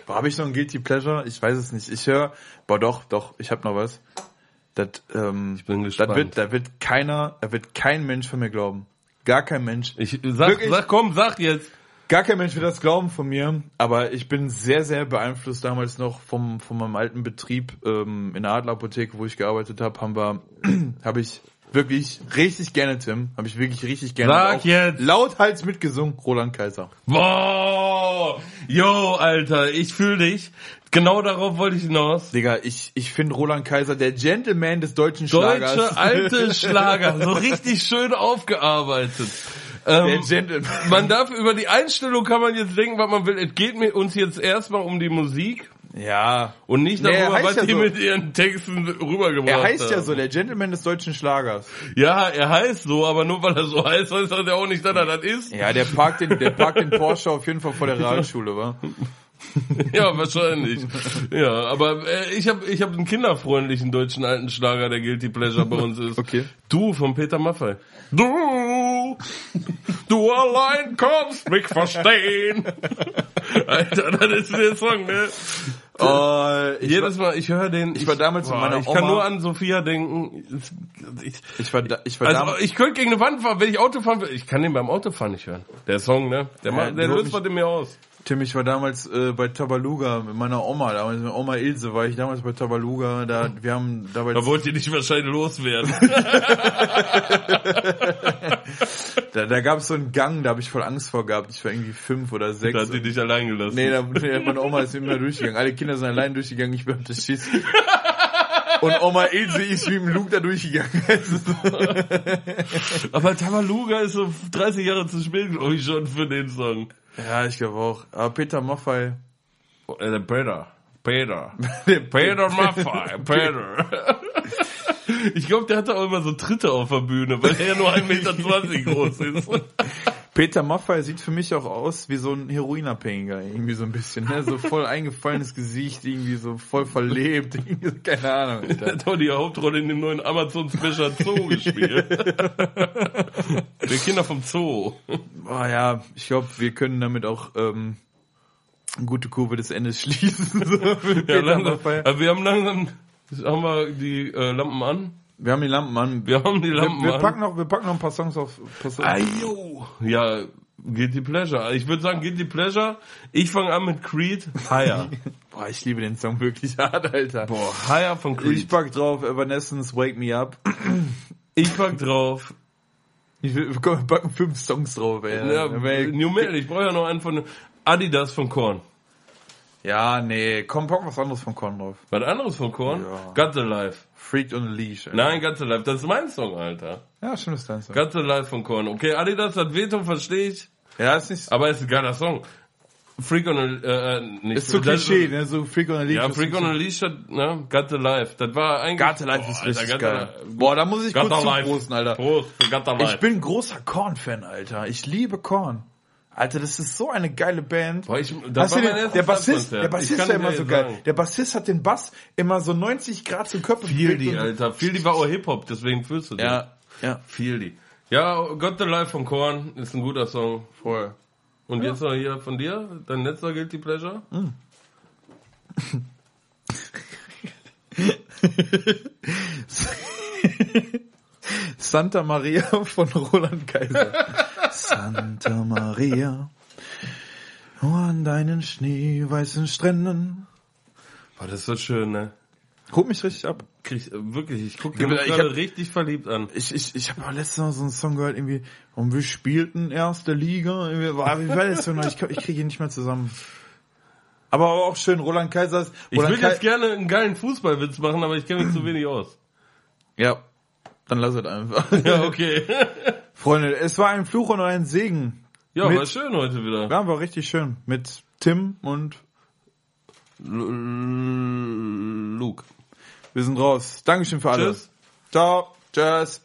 Speaker 3: Habe ich noch ein Guilty Pleasure? Ich weiß es nicht. Ich höre, boah doch, doch, ich habe noch was. Das, ähm,
Speaker 2: bin
Speaker 3: Das
Speaker 2: gespannt.
Speaker 3: wird, da wird keiner, da wird kein Mensch von mir glauben. Gar kein Mensch.
Speaker 2: Ich sag,
Speaker 3: Wirklich?
Speaker 2: sag, komm, sag jetzt.
Speaker 3: Gar kein Mensch will das glauben von mir, aber ich bin sehr, sehr beeinflusst damals noch vom, von meinem alten Betrieb ähm, in der Adlerapotheke, wo ich gearbeitet habe, haben wir, habe ich wirklich richtig gerne, Tim, habe ich wirklich richtig gerne
Speaker 2: Sag
Speaker 3: auch
Speaker 2: jetzt!
Speaker 3: lauthals mitgesungen, Roland Kaiser.
Speaker 2: Boah, yo, Alter, ich fühle dich. Genau darauf wollte ich hinaus.
Speaker 3: Digga, ich, ich finde Roland Kaiser der Gentleman des deutschen Schlagers.
Speaker 2: Deutsche alte Schlager, so richtig schön aufgearbeitet.
Speaker 3: der
Speaker 2: Ähm,
Speaker 3: Gentleman.
Speaker 2: man darf über die Einstellung kann man jetzt denken, was man will. Es geht mir uns jetzt erstmal um die Musik
Speaker 3: Ja.
Speaker 2: und nicht
Speaker 3: Nee, er
Speaker 2: darüber,
Speaker 3: heißt
Speaker 2: was
Speaker 3: ja
Speaker 2: die
Speaker 3: so.
Speaker 2: mit ihren Texten rübergebracht
Speaker 3: Er heißt ja
Speaker 2: haben.
Speaker 3: so, der Gentleman des deutschen Schlagers.
Speaker 2: Ja, er heißt so, aber nur weil er so heißt, heißt das ja auch nicht, dass er das ist.
Speaker 3: Ja, der parkt den, der parkt den Porsche auf jeden Fall vor der Realschule, wa?
Speaker 2: Ja, wahrscheinlich. Ja, aber äh, ich habe ich hab einen kinderfreundlichen deutschen alten Schlager, der Guilty Pleasure bei uns ist.
Speaker 3: Okay.
Speaker 2: Du von Peter Maffay. Du, du allein kommst mich verstehen. Alter, das ist der Song, ne?
Speaker 3: Oh, ich
Speaker 2: Jedes Mal, ich höre den.
Speaker 3: ich war damals mit meiner
Speaker 2: Ich kann
Speaker 3: Oma-
Speaker 2: nur an Sophia denken. Ich,
Speaker 3: Ich war, da, ich war
Speaker 2: also
Speaker 3: damals,
Speaker 2: ich könnte gegen eine Wand fahren, wenn ich Auto fahren will. Ich kann den beim Autofahren nicht hören. Der Song, ne? Der,
Speaker 3: Ja,
Speaker 2: macht, der
Speaker 3: du-
Speaker 2: löst was in mir aus.
Speaker 3: Tim, ich war damals äh, bei Tabaluga mit meiner Oma, damals mit Oma Ilse war ich damals bei Tabaluga, da wir haben dabei
Speaker 2: Da wollt ihr nicht wahrscheinlich loswerden.
Speaker 3: da, da gab es so einen Gang, da habe ich voll Angst vor gehabt. Ich war irgendwie fünf oder
Speaker 2: Da hat
Speaker 3: sechs.
Speaker 2: sie dich allein gelassen.
Speaker 3: Nee, da, nee, meine Oma ist immer durchgegangen. Alle Kinder sind allein durchgegangen, ich bin auf der Schieß. Und Oma Ilse ist wie im Luke da durchgegangen.
Speaker 2: Aber Tamaluga ist so 30 Jahre zu spät, glaube ich, schon für den Song.
Speaker 3: ja, ich glaube auch. Aber Peter Maffay.
Speaker 2: Äh, der Peter. Peter.
Speaker 3: Der
Speaker 2: Peter Maffay. Peter. Ich glaube, der hatte auch immer so Tritte auf der Bühne, weil er ja nur 1,20 Meter groß ist.
Speaker 3: Peter Maffay sieht für mich auch aus wie so ein Heroinabhängiger, irgendwie so ein bisschen, ne? So voll eingefallenes Gesicht, irgendwie so voll verlebt, irgendwie so, keine Ahnung.
Speaker 2: Der
Speaker 3: Alter.
Speaker 2: hat auch die Hauptrolle in dem neuen Amazon-Special Zoo gespielt. Wir Kinder vom Zoo.
Speaker 3: Oh ja, ich glaube, wir können damit auch ähm, eine gute Kurve des Endes schließen. So, mit
Speaker 2: Ja,
Speaker 3: Peter
Speaker 2: langsam,
Speaker 3: Maffay.
Speaker 2: aber wir haben langsam, haben wir die äh, Lampen an?
Speaker 3: wir haben die Lampen an.
Speaker 2: Wir haben die Lampen
Speaker 3: wir, wir
Speaker 2: an.
Speaker 3: packen noch, wir packen noch ein paar Songs auf. Paar Songs.
Speaker 2: Ayo. Ja, Guilty Pleasure. Also Ich würde sagen Guilty Pleasure. Ich fange an mit Creed. Higher.
Speaker 3: Boah, ich liebe den Song wirklich hart, Alter.
Speaker 2: Boah, Higher von
Speaker 3: Ich
Speaker 2: Creed.
Speaker 3: pack drauf Evanescence, Wake Me Up.
Speaker 2: Ich, pack drauf.
Speaker 3: Ich will, komm, wir packen fünf Songs drauf, ey.
Speaker 2: Ja,
Speaker 3: Dann wär-
Speaker 2: New Metal. Ich brauche ja noch einen von Adidas von Korn.
Speaker 3: ja nee, komm, pack was anderes von Korn drauf.
Speaker 2: Was anderes von Korn?
Speaker 3: Ja.
Speaker 2: Got the Life.
Speaker 3: Freaked on a Leash. Alter.
Speaker 2: Nein, Got the Life. Das ist mein Song, Alter.
Speaker 3: Ja, schönes Tanzen.
Speaker 2: Got the Life von Korn. Okay, Adidas hat Veto, verstehe ich.
Speaker 3: Ja, ist nicht.
Speaker 2: Aber ist ein geiler Song. Freak on a, äh, äh, nicht.
Speaker 3: Ist so
Speaker 2: das-
Speaker 3: Klischee, ne? So Freak on a Leash.
Speaker 2: Ja,
Speaker 3: ist
Speaker 2: Freak on a Leash, hat, ne? Got the Life. Das war eigentlich...
Speaker 3: Garte Life ist
Speaker 2: Alter,
Speaker 3: richtig
Speaker 2: Got the
Speaker 3: geil.
Speaker 2: Life.
Speaker 3: Boah, da muss ich
Speaker 2: Gutter
Speaker 3: kurz
Speaker 2: Life.
Speaker 3: zuprosten, Alter.
Speaker 2: Prost für Gutter Life.
Speaker 3: Ich bin großer Korn-Fan, Alter. Ich liebe Korn. Alter, das ist so eine geile Band.
Speaker 2: Boah, ich- das
Speaker 3: Hast
Speaker 2: war
Speaker 3: du
Speaker 2: mein
Speaker 3: den,
Speaker 2: erstes
Speaker 3: der Bassist,
Speaker 2: Live-Konzert.
Speaker 3: der
Speaker 2: Ich
Speaker 3: Bassist
Speaker 2: kann
Speaker 3: war
Speaker 2: dir
Speaker 3: immer so
Speaker 2: sagen.
Speaker 3: geil. Der Bassist hat den Bass immer so 90 Grad zum Körper
Speaker 2: Fieldy,
Speaker 3: bewegt und-
Speaker 2: Alter. Fieldy war auch Hip-Hop, deswegen fühlst du den.
Speaker 3: Ja, ja,
Speaker 2: Fieldy. Ja, Got the Life von Korn ist ein guter Song.
Speaker 3: voll.
Speaker 2: Und jetzt noch hier von dir, dein letzter Guilty Pleasure.
Speaker 3: Hm? Santa Maria von Roland Kaiser. Santa Maria, nur an deinen schneeweißen Stränden.
Speaker 2: Boah, das ist so schön, ne?
Speaker 3: Holt mich richtig ab.
Speaker 2: Krieg, äh, wirklich, ich guck dir
Speaker 3: Ja, ich
Speaker 2: gerade
Speaker 3: hab-
Speaker 2: richtig verliebt an.
Speaker 3: ich, ich, ich habe letztens noch so einen Song gehört, irgendwie, und wir genau, spielten erste Liga. Irgendwie, war- Wie war das denn? Ich, ich kriege ihn nicht mehr zusammen. Aber auch schön, Roland Kaisers.
Speaker 2: Ich
Speaker 3: Roland
Speaker 2: will
Speaker 3: Kai-
Speaker 2: jetzt gerne einen geilen Fußballwitz machen, aber ich kenne mich zu wenig aus.
Speaker 3: Ja, dann lass es einfach.
Speaker 2: Ja, okay.
Speaker 3: Freunde, es war ein Fluch und ein Segen.
Speaker 2: Ja,
Speaker 3: Mit-
Speaker 2: war schön heute wieder.
Speaker 3: Ja, war richtig schön. Mit Tim und
Speaker 2: L- Luke.
Speaker 3: wir sind raus. Dankeschön für alles.
Speaker 2: Tschüss.
Speaker 3: Ciao. Tschüss.